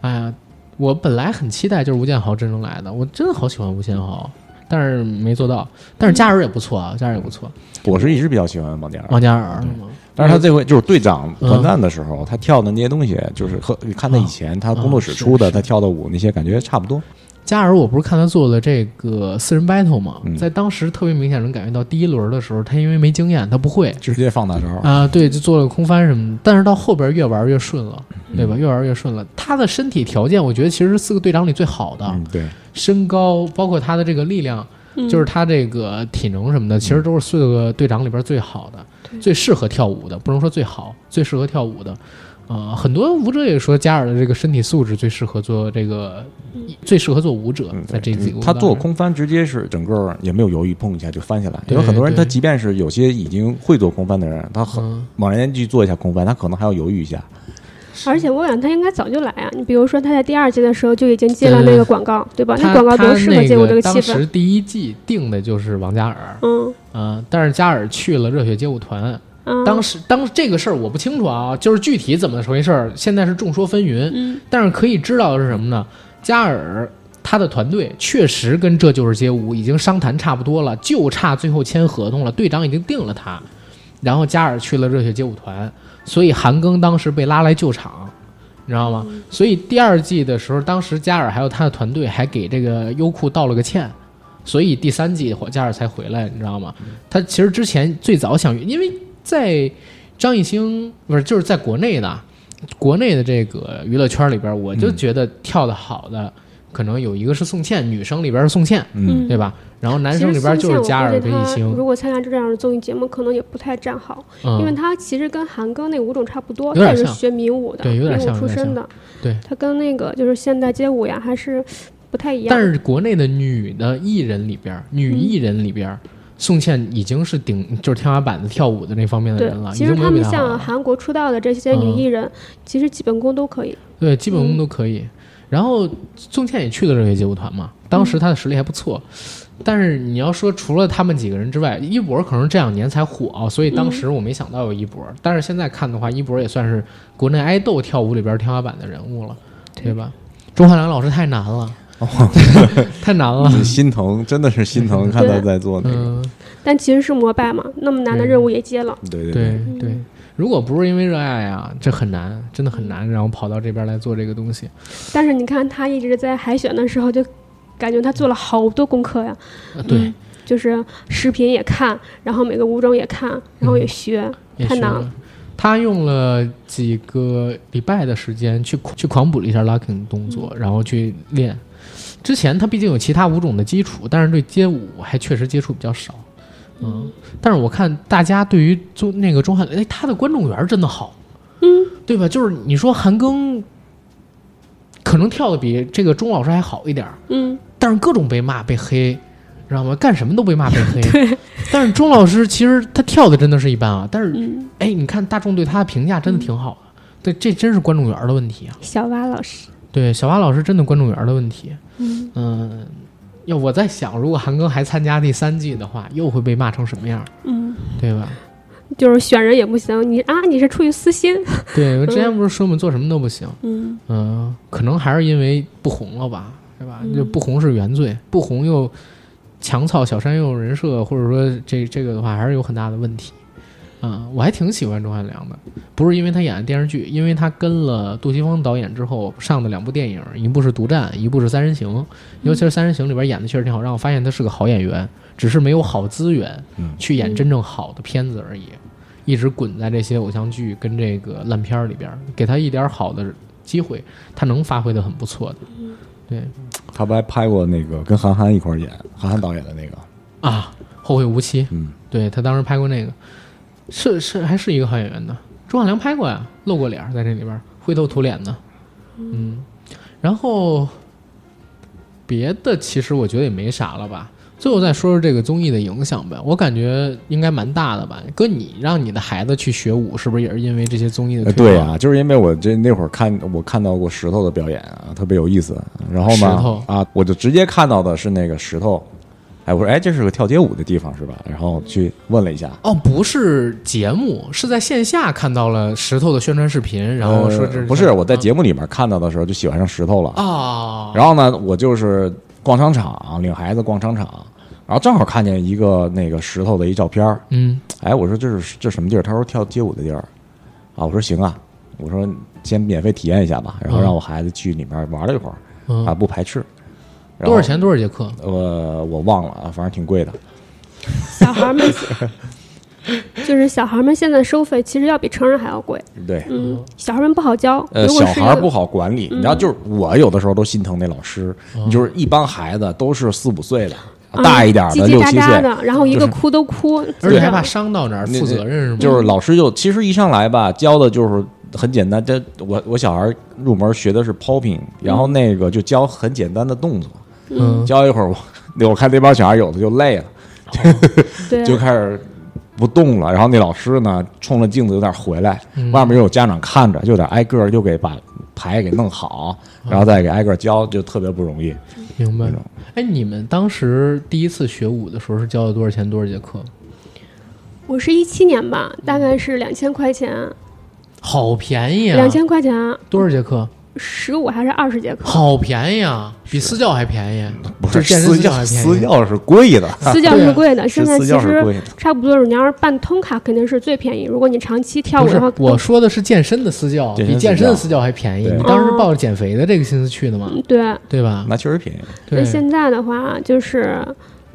[SPEAKER 1] 哎呀，我本来很期待就是吴建豪真正来的，我真的好喜欢吴建豪，但是没做到。但是佳儿也不错啊，佳儿也不错，
[SPEAKER 3] 我是一直比较喜欢王嘉尔，
[SPEAKER 1] 王嘉尔是吗
[SPEAKER 3] 但是他这回就是队长
[SPEAKER 1] 嗯
[SPEAKER 3] 混战的时候，他跳的那些东西，就是和你看他以前他工作室出
[SPEAKER 1] 啊
[SPEAKER 3] 的，
[SPEAKER 1] 是
[SPEAKER 3] 他跳的舞那些感觉差不多。
[SPEAKER 1] 嘉尔，我不是看他做了这个四人 battle 吗？
[SPEAKER 3] 嗯
[SPEAKER 1] 在当时特别明显能感觉到，第一轮的时候，他因为没经验，他不会，
[SPEAKER 3] 直接放大招。
[SPEAKER 1] 啊，对，就做了空翻什么的，但是到后边越玩越顺了，
[SPEAKER 3] 嗯
[SPEAKER 1] 对吧？越玩越顺了。他的身体条件，我觉得其实是四个队长里最好的，
[SPEAKER 3] 嗯，对，
[SPEAKER 1] 身高包括他的这个力量，
[SPEAKER 2] 嗯
[SPEAKER 1] 就是他这个体能什么的，其
[SPEAKER 3] 嗯
[SPEAKER 1] 实都是四个队长里边最好的，最适合跳舞的，不能说最好，最适合跳舞的。呃，很多舞者也说加尔的这个身体素质最适合做这个，
[SPEAKER 2] 嗯
[SPEAKER 1] 最适合做舞者
[SPEAKER 3] 嗯，
[SPEAKER 1] 在这几个舞
[SPEAKER 3] 他
[SPEAKER 1] 蹈
[SPEAKER 3] 做
[SPEAKER 1] 上
[SPEAKER 3] 空翻直接是整个也没有犹豫，碰一下就翻下来。
[SPEAKER 1] 对
[SPEAKER 3] 有很多人，
[SPEAKER 1] 对
[SPEAKER 3] 他即便是有些已经会做空翻的人，他很
[SPEAKER 1] 嗯
[SPEAKER 3] 猛然间去做一下空翻，他可能还要犹豫一下。
[SPEAKER 2] 而且我感觉他应该早就来啊，你比如说他在第二季的时候就已经接了那个广告，对吧？那
[SPEAKER 1] 他
[SPEAKER 2] 广告多
[SPEAKER 1] 他
[SPEAKER 2] 适合
[SPEAKER 1] 那
[SPEAKER 2] 接我这
[SPEAKER 1] 个
[SPEAKER 2] 个气
[SPEAKER 1] 当
[SPEAKER 2] 氛
[SPEAKER 1] 时，第一季定的就是王嘉尔，
[SPEAKER 2] 嗯
[SPEAKER 1] 嗯，但是加尔去了热血街舞团，
[SPEAKER 2] 嗯，
[SPEAKER 1] 当时当这个事儿我不清楚啊，就是具体怎么回事儿，现在是众说纷纭。
[SPEAKER 2] 嗯
[SPEAKER 1] 但是可以知道的是什么呢？加尔他的团队确实跟这就是街舞已经商谈差不多了，就差最后签合同了，队长已经定了他，然后加尔去了热血街舞团，所以韩庚当时被拉来救场。你知道吗？
[SPEAKER 2] 嗯
[SPEAKER 1] 所以第二季的时候，当时加尔还有他的团队还给这个优酷道了个歉，所以第三季加尔才回来，你知道吗？他其实之前最早想，因为在张艺兴不是就是在国内的国内的这个娱乐圈里边，我就觉得跳的好的、可能有一个是宋茜，女生里边是宋茜，
[SPEAKER 3] 嗯，
[SPEAKER 1] 对吧？然后男
[SPEAKER 2] 其
[SPEAKER 1] 生
[SPEAKER 2] 实
[SPEAKER 1] 里
[SPEAKER 2] 宋
[SPEAKER 1] 边
[SPEAKER 2] 茜
[SPEAKER 1] 就是嘉
[SPEAKER 2] 我
[SPEAKER 1] 尔
[SPEAKER 2] 估
[SPEAKER 1] 跟
[SPEAKER 2] 计
[SPEAKER 1] 艺
[SPEAKER 2] 他
[SPEAKER 1] 兴，
[SPEAKER 2] 如果参加这样的综艺节目，可能也不太站好，因为
[SPEAKER 1] 嗯，
[SPEAKER 2] 他其实跟韩庚那舞种差不多，
[SPEAKER 1] 有点
[SPEAKER 2] 他也是
[SPEAKER 1] 像
[SPEAKER 2] 学民舞的，
[SPEAKER 1] 对有
[SPEAKER 2] 民
[SPEAKER 1] 点
[SPEAKER 2] 舞
[SPEAKER 1] 像有
[SPEAKER 2] 出
[SPEAKER 1] 点
[SPEAKER 2] 身
[SPEAKER 1] 像
[SPEAKER 2] 的，
[SPEAKER 1] 对
[SPEAKER 2] 他跟那个就是现代街舞呀还是不太一样。
[SPEAKER 1] 但是国内的女的艺人里边，女艺人里边。宋茜已经是顶就是天花板的跳舞的那方面的
[SPEAKER 2] 对
[SPEAKER 1] 人，了，已
[SPEAKER 2] 其
[SPEAKER 1] 经
[SPEAKER 2] 实
[SPEAKER 1] 没
[SPEAKER 2] 他
[SPEAKER 1] 有比
[SPEAKER 2] 们
[SPEAKER 1] 她好
[SPEAKER 2] 像
[SPEAKER 1] 了。嗯
[SPEAKER 2] 韩国出道的这些女艺人，其实基本功都可以。
[SPEAKER 1] 对，基本功都可以。然后宋茜也去了热血街舞团嘛，当时她的实力还不错。但是你要说除了他们几个人之外，一博可能这两年才火、啊，所以当时我没想到有一博。但是现在看的话，一博也算是国内爱豆跳舞里边天花板的人物了，对吧？钟汉良老师太难了，
[SPEAKER 3] 哦
[SPEAKER 1] 太难了。
[SPEAKER 3] 心疼，真的是心疼，看他在做那个。
[SPEAKER 1] 嗯，
[SPEAKER 2] 但其实是膜拜嘛，那么难的
[SPEAKER 1] 对
[SPEAKER 2] 任务也接了。
[SPEAKER 3] 对对
[SPEAKER 1] 对
[SPEAKER 3] 对，
[SPEAKER 1] 对，如果不是因为热爱啊，这很难，真的很难，然后跑到这边来做这个东西。
[SPEAKER 2] 但是你看他一直在海选的时候，就感觉他做了好多功课呀，
[SPEAKER 1] 呃对，
[SPEAKER 2] 就是视频也看，然后每个舞种也看，然
[SPEAKER 1] 嗯
[SPEAKER 2] 后也学。
[SPEAKER 1] 也
[SPEAKER 2] 太
[SPEAKER 1] 学
[SPEAKER 2] 难
[SPEAKER 1] 了
[SPEAKER 2] 了。
[SPEAKER 1] 他用了几个礼拜的时间去去狂补了一下 locking 动
[SPEAKER 2] 嗯
[SPEAKER 1] 作，然后去练。之前他毕竟有其他舞种的基础，但是对街舞还确实接触比较少。嗯，但是我看大家对于中那个钟汉，哎，他的观众缘真的好，嗯，对吧？就是你说韩庚可能跳的比这个钟老师还好一点儿，
[SPEAKER 2] 嗯，
[SPEAKER 1] 但是各种被骂被黑，知道吗？干什么都被骂被黑。但是钟老师其实他跳的真的是一般啊，但是、哎，你看大众对他的评价真的挺好的。对，这真是观众缘儿的问题啊。
[SPEAKER 2] 小蛙老师，
[SPEAKER 1] 对，小蛙老师真的观众缘儿的问题。嗯、要我在想，如果韩庚还参加第三季的话，又会被骂成什么样，
[SPEAKER 2] 嗯，
[SPEAKER 1] 对吧？
[SPEAKER 2] 就是选人也不行，你啊，你是出于私心，
[SPEAKER 1] 对，我之前不是说嘛，做什么都不行，
[SPEAKER 2] 嗯
[SPEAKER 1] 嗯、可能还是因为不红了吧，是吧？
[SPEAKER 2] 嗯
[SPEAKER 1] 就不红是原罪，不红又强操小山右人设，或者说这这个的话，还是有很大的问题。啊、我还挺喜欢钟汉良的，不是因为他演的电视剧，因为他跟了杜琪峰导演之后上的两部电影，一部是《独占》，一部是《三人行》。尤其是《三人行》里边演的确实挺好，让我发现他是个好演员，只是没有好资源
[SPEAKER 3] 嗯
[SPEAKER 1] 去演真正好的片子而已，一直滚在这些偶像剧跟这个烂片儿里边儿，给他一点好的机会，他能发挥的很不错的。对
[SPEAKER 3] 他不还拍过那个跟韩寒一块儿演，韩寒导演的那个，
[SPEAKER 1] 啊，《后会无期》
[SPEAKER 3] 嗯，
[SPEAKER 1] 对他当时拍过那个，是是还是一个好演员的，钟汉良拍过呀，露过脸儿在这里边儿，灰头土脸的，嗯，然后别的其实我觉得也没啥了吧。最后再说说这个综艺的影响呗，我感觉应该蛮大的吧。哥，你让你的孩子去学舞，是不是也是因为这些综艺的
[SPEAKER 3] 呃
[SPEAKER 1] 推
[SPEAKER 3] 对
[SPEAKER 1] 广？
[SPEAKER 3] 啊，就是因为我这那会儿看我看到过石头的表演啊，特别有意思。然后
[SPEAKER 1] 石头
[SPEAKER 3] 嘛啊，我就直接看到的是那个石头，哎，我说哎，这是个跳街舞的地方是吧？然后去问了一下，
[SPEAKER 1] 哦，不是节目，是在线下看到了石头的宣传视频，然后说这、
[SPEAKER 3] 呃不是我在节目里面看到的时候就喜欢上石头了。
[SPEAKER 1] 哦，
[SPEAKER 3] 然后呢，我就是逛商场，领孩子逛商场，然后正好看见一个那个石头的一照片儿，
[SPEAKER 1] 嗯
[SPEAKER 3] 哎，我说这是这什么地儿？他说跳街舞的地儿，啊，我说行啊，我说先免费体验一下吧，然后
[SPEAKER 1] 嗯
[SPEAKER 3] 让我孩子去里面玩了一会儿，
[SPEAKER 1] 嗯，
[SPEAKER 3] 啊，不排斥。然
[SPEAKER 1] 多
[SPEAKER 3] 后
[SPEAKER 1] 少？钱？多少节课？
[SPEAKER 3] 呃，我忘了啊，反正挺贵的。
[SPEAKER 2] 小孩儿们，就是小孩儿们现在收费其实要比成人还要贵，
[SPEAKER 3] 对，
[SPEAKER 2] 嗯，小孩儿们不好教，
[SPEAKER 3] 呃，
[SPEAKER 2] 如
[SPEAKER 3] 小
[SPEAKER 2] 果是一
[SPEAKER 3] 孩儿
[SPEAKER 2] 个
[SPEAKER 3] 不好管理，你知道，就是我有的时候都心疼那老师，就是一帮孩子都是四五岁的，
[SPEAKER 2] 嗯
[SPEAKER 3] 大一点
[SPEAKER 2] 叽
[SPEAKER 3] 的
[SPEAKER 2] 叽
[SPEAKER 3] 六
[SPEAKER 2] 喳
[SPEAKER 3] 七
[SPEAKER 2] 喳
[SPEAKER 3] 岁，
[SPEAKER 2] 的，然后一个哭都哭，啊
[SPEAKER 1] 而且
[SPEAKER 2] 这
[SPEAKER 1] 还
[SPEAKER 2] 样
[SPEAKER 1] 怕伤到哪儿，
[SPEAKER 3] 那
[SPEAKER 1] 负责任是吗？
[SPEAKER 3] 就是老师就其实一上来吧，教的就是很简单。这我我小孩儿入门学的是 popping，
[SPEAKER 2] 嗯
[SPEAKER 3] 然后那个就教很简单的动作，
[SPEAKER 1] 嗯，
[SPEAKER 3] 教一会儿我我 看那帮小孩有的就累了，
[SPEAKER 2] 对啊
[SPEAKER 3] 就开始不动了。然后那老师呢，冲着镜子有点回来，
[SPEAKER 1] 嗯
[SPEAKER 3] 外面又有家长看着，就得挨个儿就给把牌给弄好，
[SPEAKER 1] 嗯
[SPEAKER 3] 然后再给挨个儿教，就特别不容易。
[SPEAKER 1] 明白。哎，你们当时第一次学舞的时候是交了多少钱多少节课？
[SPEAKER 2] 我是一七年吧，大概
[SPEAKER 3] 嗯
[SPEAKER 2] 是两千块钱，
[SPEAKER 1] 好便
[SPEAKER 3] 哎
[SPEAKER 1] 宜啊！
[SPEAKER 2] 两千块钱
[SPEAKER 1] 多少节课？
[SPEAKER 2] 十五还是二十节课？
[SPEAKER 1] 好便宜啊，比私教还便宜，
[SPEAKER 3] 不
[SPEAKER 1] 就是健身
[SPEAKER 3] 私
[SPEAKER 1] 私教
[SPEAKER 3] 教，
[SPEAKER 1] 还
[SPEAKER 3] 私
[SPEAKER 1] 便宜。
[SPEAKER 3] 教是贵的，
[SPEAKER 2] 私教
[SPEAKER 1] 对
[SPEAKER 2] 是
[SPEAKER 1] 啊
[SPEAKER 2] 贵的，现在
[SPEAKER 3] 私
[SPEAKER 2] 其
[SPEAKER 3] 教是
[SPEAKER 2] 实
[SPEAKER 3] 贵的。
[SPEAKER 2] 差不多。你要是办通卡，肯定是最便宜。如果你长期跳
[SPEAKER 1] 不
[SPEAKER 2] 舞
[SPEAKER 1] 是
[SPEAKER 2] 的话，
[SPEAKER 1] 我说的是健身的私教，
[SPEAKER 3] 健身
[SPEAKER 1] 比
[SPEAKER 3] 私
[SPEAKER 1] 健身的
[SPEAKER 3] 教
[SPEAKER 1] 私教还便宜。
[SPEAKER 3] 对
[SPEAKER 1] 你当时是抱着减肥的这个心思去的嘛
[SPEAKER 2] 嗯，对。
[SPEAKER 1] 对吧？
[SPEAKER 3] 那确实便宜。
[SPEAKER 2] 那
[SPEAKER 1] 对，
[SPEAKER 2] 现在的话，就是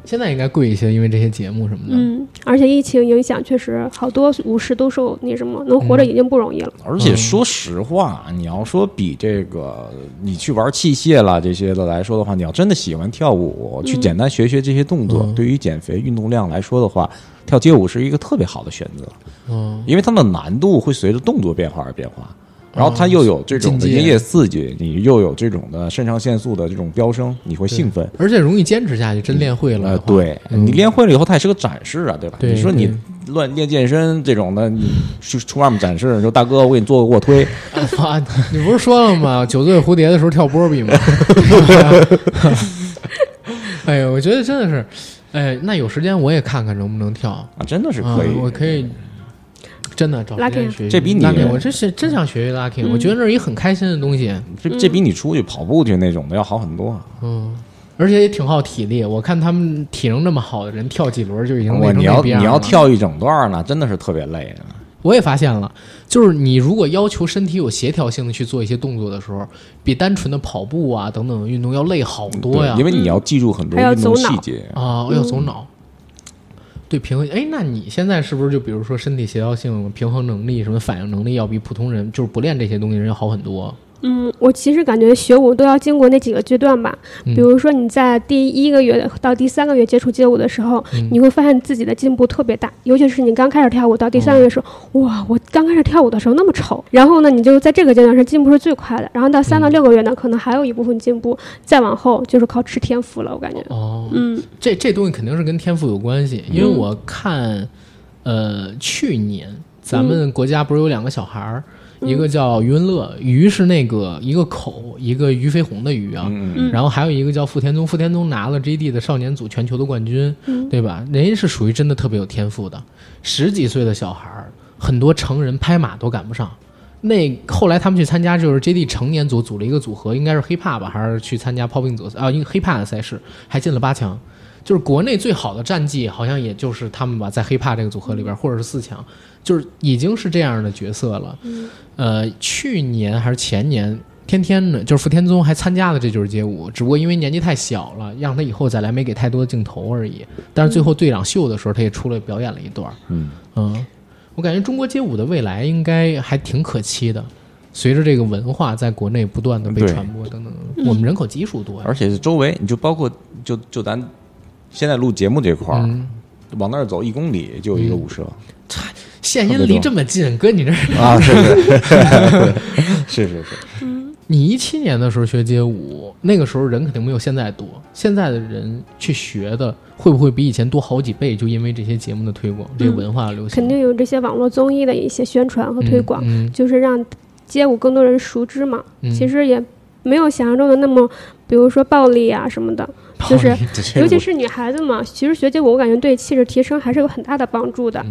[SPEAKER 1] 现在应该贵一些，因为这些节目什么的。
[SPEAKER 2] 嗯，而且疫情影响，确实好多舞狮都受那什么，能活着
[SPEAKER 1] 嗯
[SPEAKER 2] 已经不容易了。
[SPEAKER 3] 而且说实话，你要说比这个你去玩器械啦这些的来说的话，你要真的喜欢跳舞，去简单学学这些动作，
[SPEAKER 1] 嗯
[SPEAKER 3] 对于减肥运动量来说的话，跳街舞是一个特别好的选择，
[SPEAKER 1] 嗯，
[SPEAKER 3] 因为它的难度会随着动作变化而变化。然后它又有这种的
[SPEAKER 1] 境界
[SPEAKER 3] 音乐刺激，你又有这种的肾上腺素的这种飙升，你会兴奋。
[SPEAKER 1] 而且容易坚持下去，真练会了
[SPEAKER 3] 呃
[SPEAKER 1] 的，话。
[SPEAKER 3] 对你练会了以后，它也是个展示啊，对吧？
[SPEAKER 1] 嗯对
[SPEAKER 3] 你说你乱练健身这种的，你去出外面展示，你说大哥，我给你做个卧推，
[SPEAKER 1] 啊，你不是说了吗？酒醉蝴蝶的时候跳波比吗？ 哎呀，我觉得真的是，哎，那有时间我也看看能不能跳，
[SPEAKER 3] 啊，真的是可以。
[SPEAKER 1] 啊我可以。真的找时
[SPEAKER 2] Locking
[SPEAKER 1] 间学一学，
[SPEAKER 3] 这比你
[SPEAKER 1] Locking，我真是真想学学 locking，、我觉得那是一个很开心的东西，
[SPEAKER 3] 这这比你出去跑步去那种的要好很多啊。
[SPEAKER 1] 嗯，而且也挺耗体力。我看他们体能那么好的人跳几轮就已经累
[SPEAKER 3] 我
[SPEAKER 1] 成嗯
[SPEAKER 3] 你
[SPEAKER 1] 那
[SPEAKER 3] 要
[SPEAKER 1] 逼样
[SPEAKER 3] 你要
[SPEAKER 1] 了
[SPEAKER 3] 跳一整段呢，真的是特别累啊的。
[SPEAKER 1] 我也发现了，就是你如果要求身体有协调性的去做一些动作的时候，比单纯的跑步啊等等运动要累好多呀。
[SPEAKER 3] 对因为你要记住很多
[SPEAKER 2] 还要
[SPEAKER 3] 运动
[SPEAKER 2] 走脑
[SPEAKER 3] 细节。
[SPEAKER 1] 啊，要走脑。对平衡，哎，那你现在是不是就比如说身体协调性、平衡能力、什么反应能力，要比普通人就是不练这些东西的人要好很多？
[SPEAKER 2] 嗯，我其实感觉学舞都要经过那几个阶段吧。
[SPEAKER 1] 嗯
[SPEAKER 2] 比如说你在第一个月到第三个月接触街舞的时候，
[SPEAKER 1] 嗯
[SPEAKER 2] 你会发现自己的进步特别大，尤其是你刚开始跳舞到第
[SPEAKER 1] 嗯
[SPEAKER 2] 三个月的时候，哇，我刚开始跳舞的时候那么丑，然后呢，你就在这个阶段是进步是最快的，然后到三到六个月呢，可能还有一部分进步，再往后就是靠吃天赋了，我感觉。
[SPEAKER 1] 哦，
[SPEAKER 2] 嗯
[SPEAKER 1] 这这东西肯定是跟天赋有关系，因为我看，呃，去年咱们国家不是有两个小孩儿，一个叫余文乐，余是那个一个口，一个俞飞鸿的俞啊。
[SPEAKER 3] 嗯，
[SPEAKER 2] 嗯
[SPEAKER 1] 然后还有一个叫傅田宗，傅田宗拿了 JD 的少年组全球的冠军，对吧？人家是属于真的特别有天赋的，十几岁的小孩儿，很多成人拍马都赶不上。那后来他们去参加就是 JD 成年组组了一个组合，应该是 hiphop 吧，还是去参加炮兵组啊，一个 hiphop 的赛事，还进了八强。就是国内最好的战绩，好像也就是他们吧，在 hiphop 这个组合里边，或者是四强，就是已经是这样的角色了。呃，去年还是前年，天天呢，就是傅天宗还参加了《这就是街舞》，只不过因为年纪太小了，让他以后再来没给太多的镜头而已。但是最后队长秀的时候，他也出来表演了一段。
[SPEAKER 3] 嗯
[SPEAKER 1] 嗯，我感觉中国街舞的未来应该还挺可期的。随着这个文化在国内不断的被
[SPEAKER 3] 对
[SPEAKER 1] 传播，等等等，我们人口基数多呀
[SPEAKER 3] 而，且是周围，你就包括就就咱现在录节目这块儿，
[SPEAKER 2] 嗯
[SPEAKER 3] 往那儿走一公里就有一 个舞社
[SPEAKER 1] 现音离这么近，搁你这儿，
[SPEAKER 3] 啊，是是 是是是，
[SPEAKER 1] 你一七年的时候学街舞，那个时候人肯定没有现在多。现在的人去学的，会不会比以前多好几倍？就因为这些节目的推广，这个文化的流行，
[SPEAKER 2] 嗯肯定有这些网络综艺的一些宣传和推广，
[SPEAKER 1] 嗯，
[SPEAKER 2] 就是让街舞更多人熟知嘛。
[SPEAKER 1] 嗯
[SPEAKER 2] 其实也没有想象中的那么，比如说暴力啊什么的，就是
[SPEAKER 3] 这
[SPEAKER 2] 尤
[SPEAKER 3] 个
[SPEAKER 2] 其是女孩子嘛，其实学街舞我感觉对气质提升还是有很大的帮助的。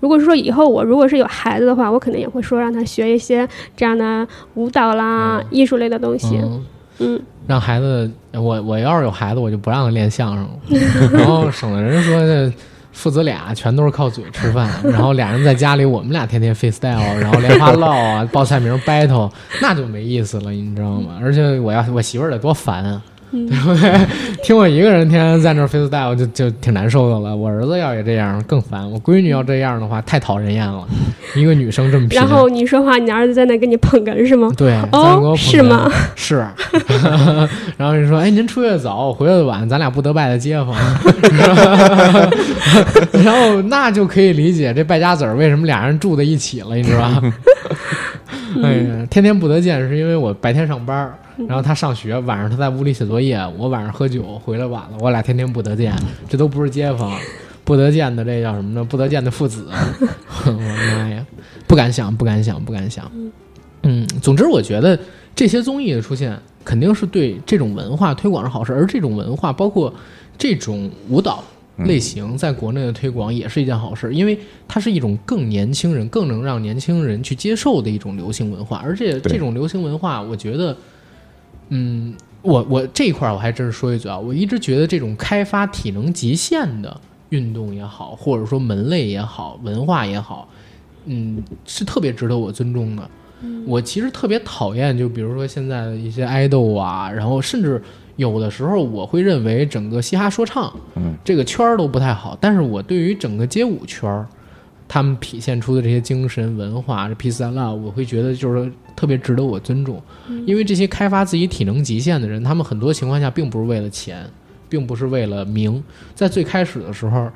[SPEAKER 2] 如果是说以后我如果是有孩子的话，我肯定也会说让他学一些这样的舞蹈啦、艺术类的东西。
[SPEAKER 1] 嗯
[SPEAKER 2] 嗯，
[SPEAKER 1] 让孩子，我我要是有孩子，我就不让他练相声了， 然后省得人说这父子俩全都是靠嘴吃饭，然后俩人在家里我们俩天天 freestyle，然后莲花落啊、报菜名 battle，那就没意思了，你知道吗？而且我要我媳妇儿得多烦啊。
[SPEAKER 2] 嗯
[SPEAKER 1] 对不对？ 听我一个人天天在那儿 freestyle 就就挺难受的了。我儿子要也这样更烦，我闺女要这样的话太讨人厌了。一个女生这么拼，
[SPEAKER 2] 然后你说话，你儿子在那给你捧哏是吗？
[SPEAKER 1] 对，
[SPEAKER 2] 哦
[SPEAKER 1] 三国
[SPEAKER 2] 是吗？
[SPEAKER 1] 是。 然后就说：“哎，您出去的早，我回来的晚，咱俩不得拜的街坊。” 然后那就可以理解这败家子儿为什么俩人住在一起了，你知道吧？
[SPEAKER 2] 嗯
[SPEAKER 1] 哎呀，天天不得见，是因为我白天上班儿，然后他上学，晚上他在屋里写作业，我晚上喝酒回来晚了，我俩天天不得见，这都不是街坊，不得见的这叫什么呢？不得见的父子， 我的妈呀，不敢想，不敢想，不敢想。嗯，总之我觉得这些综艺的出现肯定是对这种文化推广是好事，而这种文化包括这种舞蹈类型在国内的推广也是一件好事，因为它是一种更年轻人、更能让年轻人去接受的一种流行文化，而且
[SPEAKER 3] 对
[SPEAKER 1] 这种流行文化，我觉得，嗯，我我这一块儿我还真是说一句啊，我一直觉得这种开发体能极限的运动也好，或者说门类也好，文化也好，嗯，是特别值得我尊重的。我其实特别讨厌，就比如说现在的一些爱豆啊，然后甚至有的时候我会认为整个嘻哈说唱，
[SPEAKER 3] 嗯，
[SPEAKER 1] 这个圈儿都不太好。但是我对于整个街舞圈儿，他们体现出的这些精神文化，这 peace and love，我会觉得就是特别值得我尊重，因为这些开发自己体能极限的人，他们很多情况下并不是为了钱，并不是为了名，在最开始的时候。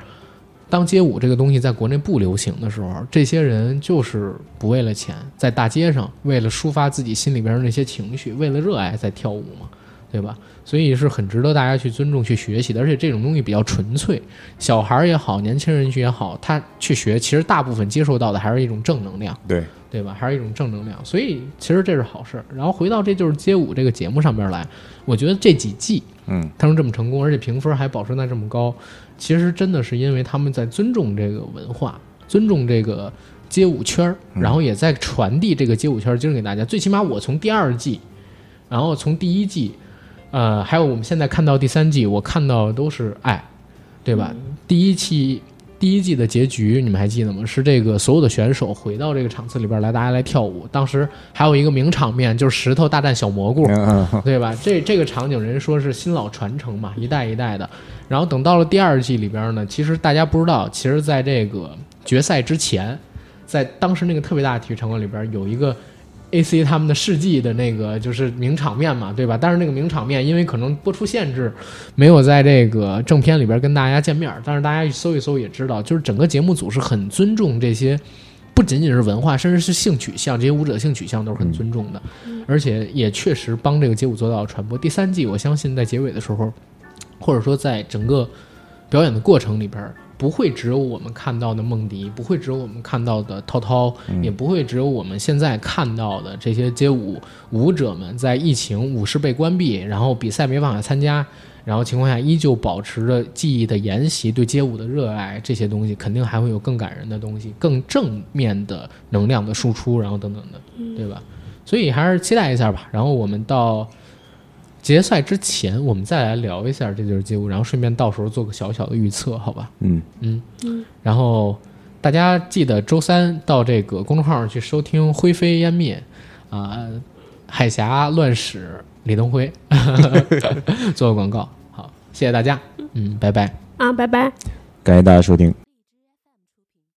[SPEAKER 1] 当街舞这个东西在国内不流行的时候，这些人就是不为了钱，在大街上为了抒发自己心里边的那些情绪，为了热爱在跳舞嘛，对吧？所以是很值得大家去尊重、去学习的。而且这种东西比较纯粹，小孩儿也好，年轻人也好，他去学，其实大部分接受到的还是一种正能量。
[SPEAKER 3] 对，
[SPEAKER 1] 对吧？还是一种正能量，所以其实这是好事儿。然后回到这就是街舞这个节目上边来，我觉得这几季，
[SPEAKER 3] 嗯，
[SPEAKER 1] 他们这么成功，而且评分还保持在这么高，其实真的是因为他们在尊重这个文化，尊重这个街舞圈儿，然后也在传递这个街舞圈儿精神给大家。最起码我从第二季，然后从第一季，呃，还有我们现在看到第三季，我看到都是爱，对吧？第一期第一季的结局你们还记得吗？是这个所有的选手回到这个场次里边来，大家来跳舞。当时还有一个名场面就是石头大战小蘑菇，
[SPEAKER 3] 嗯嗯
[SPEAKER 1] 对吧？这这个场景，人说是新老传承嘛，一代一代的。然后等到了第二季里边呢，其实大家不知道，其实在这个决赛之前，在当时那个特别大的体育场馆里边有一个 AC 他们的世纪的那个就是名场面嘛，对吧？但是那个名场面因为可能播出限制，没有在这个正片里边跟大家见面儿。但是大家一搜一搜也知道，就是整个节目组是很尊重这些。不仅仅是文化，甚至是性取向，这些舞者性取向都是很尊重的。而且也确实帮这个街舞做到了传播。第三季，我相信在结尾的时候，或者说在整个表演的过程里边儿，不会只有我们看到的梦迪，不会只有我们看到的涛涛，也不会只有我们现在看到的这些街舞舞者们在疫情舞室被关闭，然后比赛没办法参加，然后情况下依旧保持着技艺的研习、对街舞的热爱，这些东西肯定还会有更感人的东西、更正面的能量的输出，然后等等的，对吧？所以还是期待一下吧。然后我们到决赛之前，我们再来聊一下这就是街舞，然后顺便到时候做个小小的预测，好吧？
[SPEAKER 3] 嗯，
[SPEAKER 1] 然后大家记得周三到这个公众号上去收听《灰飞烟灭》啊、海峡乱史李登辉 做个广告。好，谢谢大家，嗯，拜拜。
[SPEAKER 2] 啊，拜拜。
[SPEAKER 3] 感谢大家收听。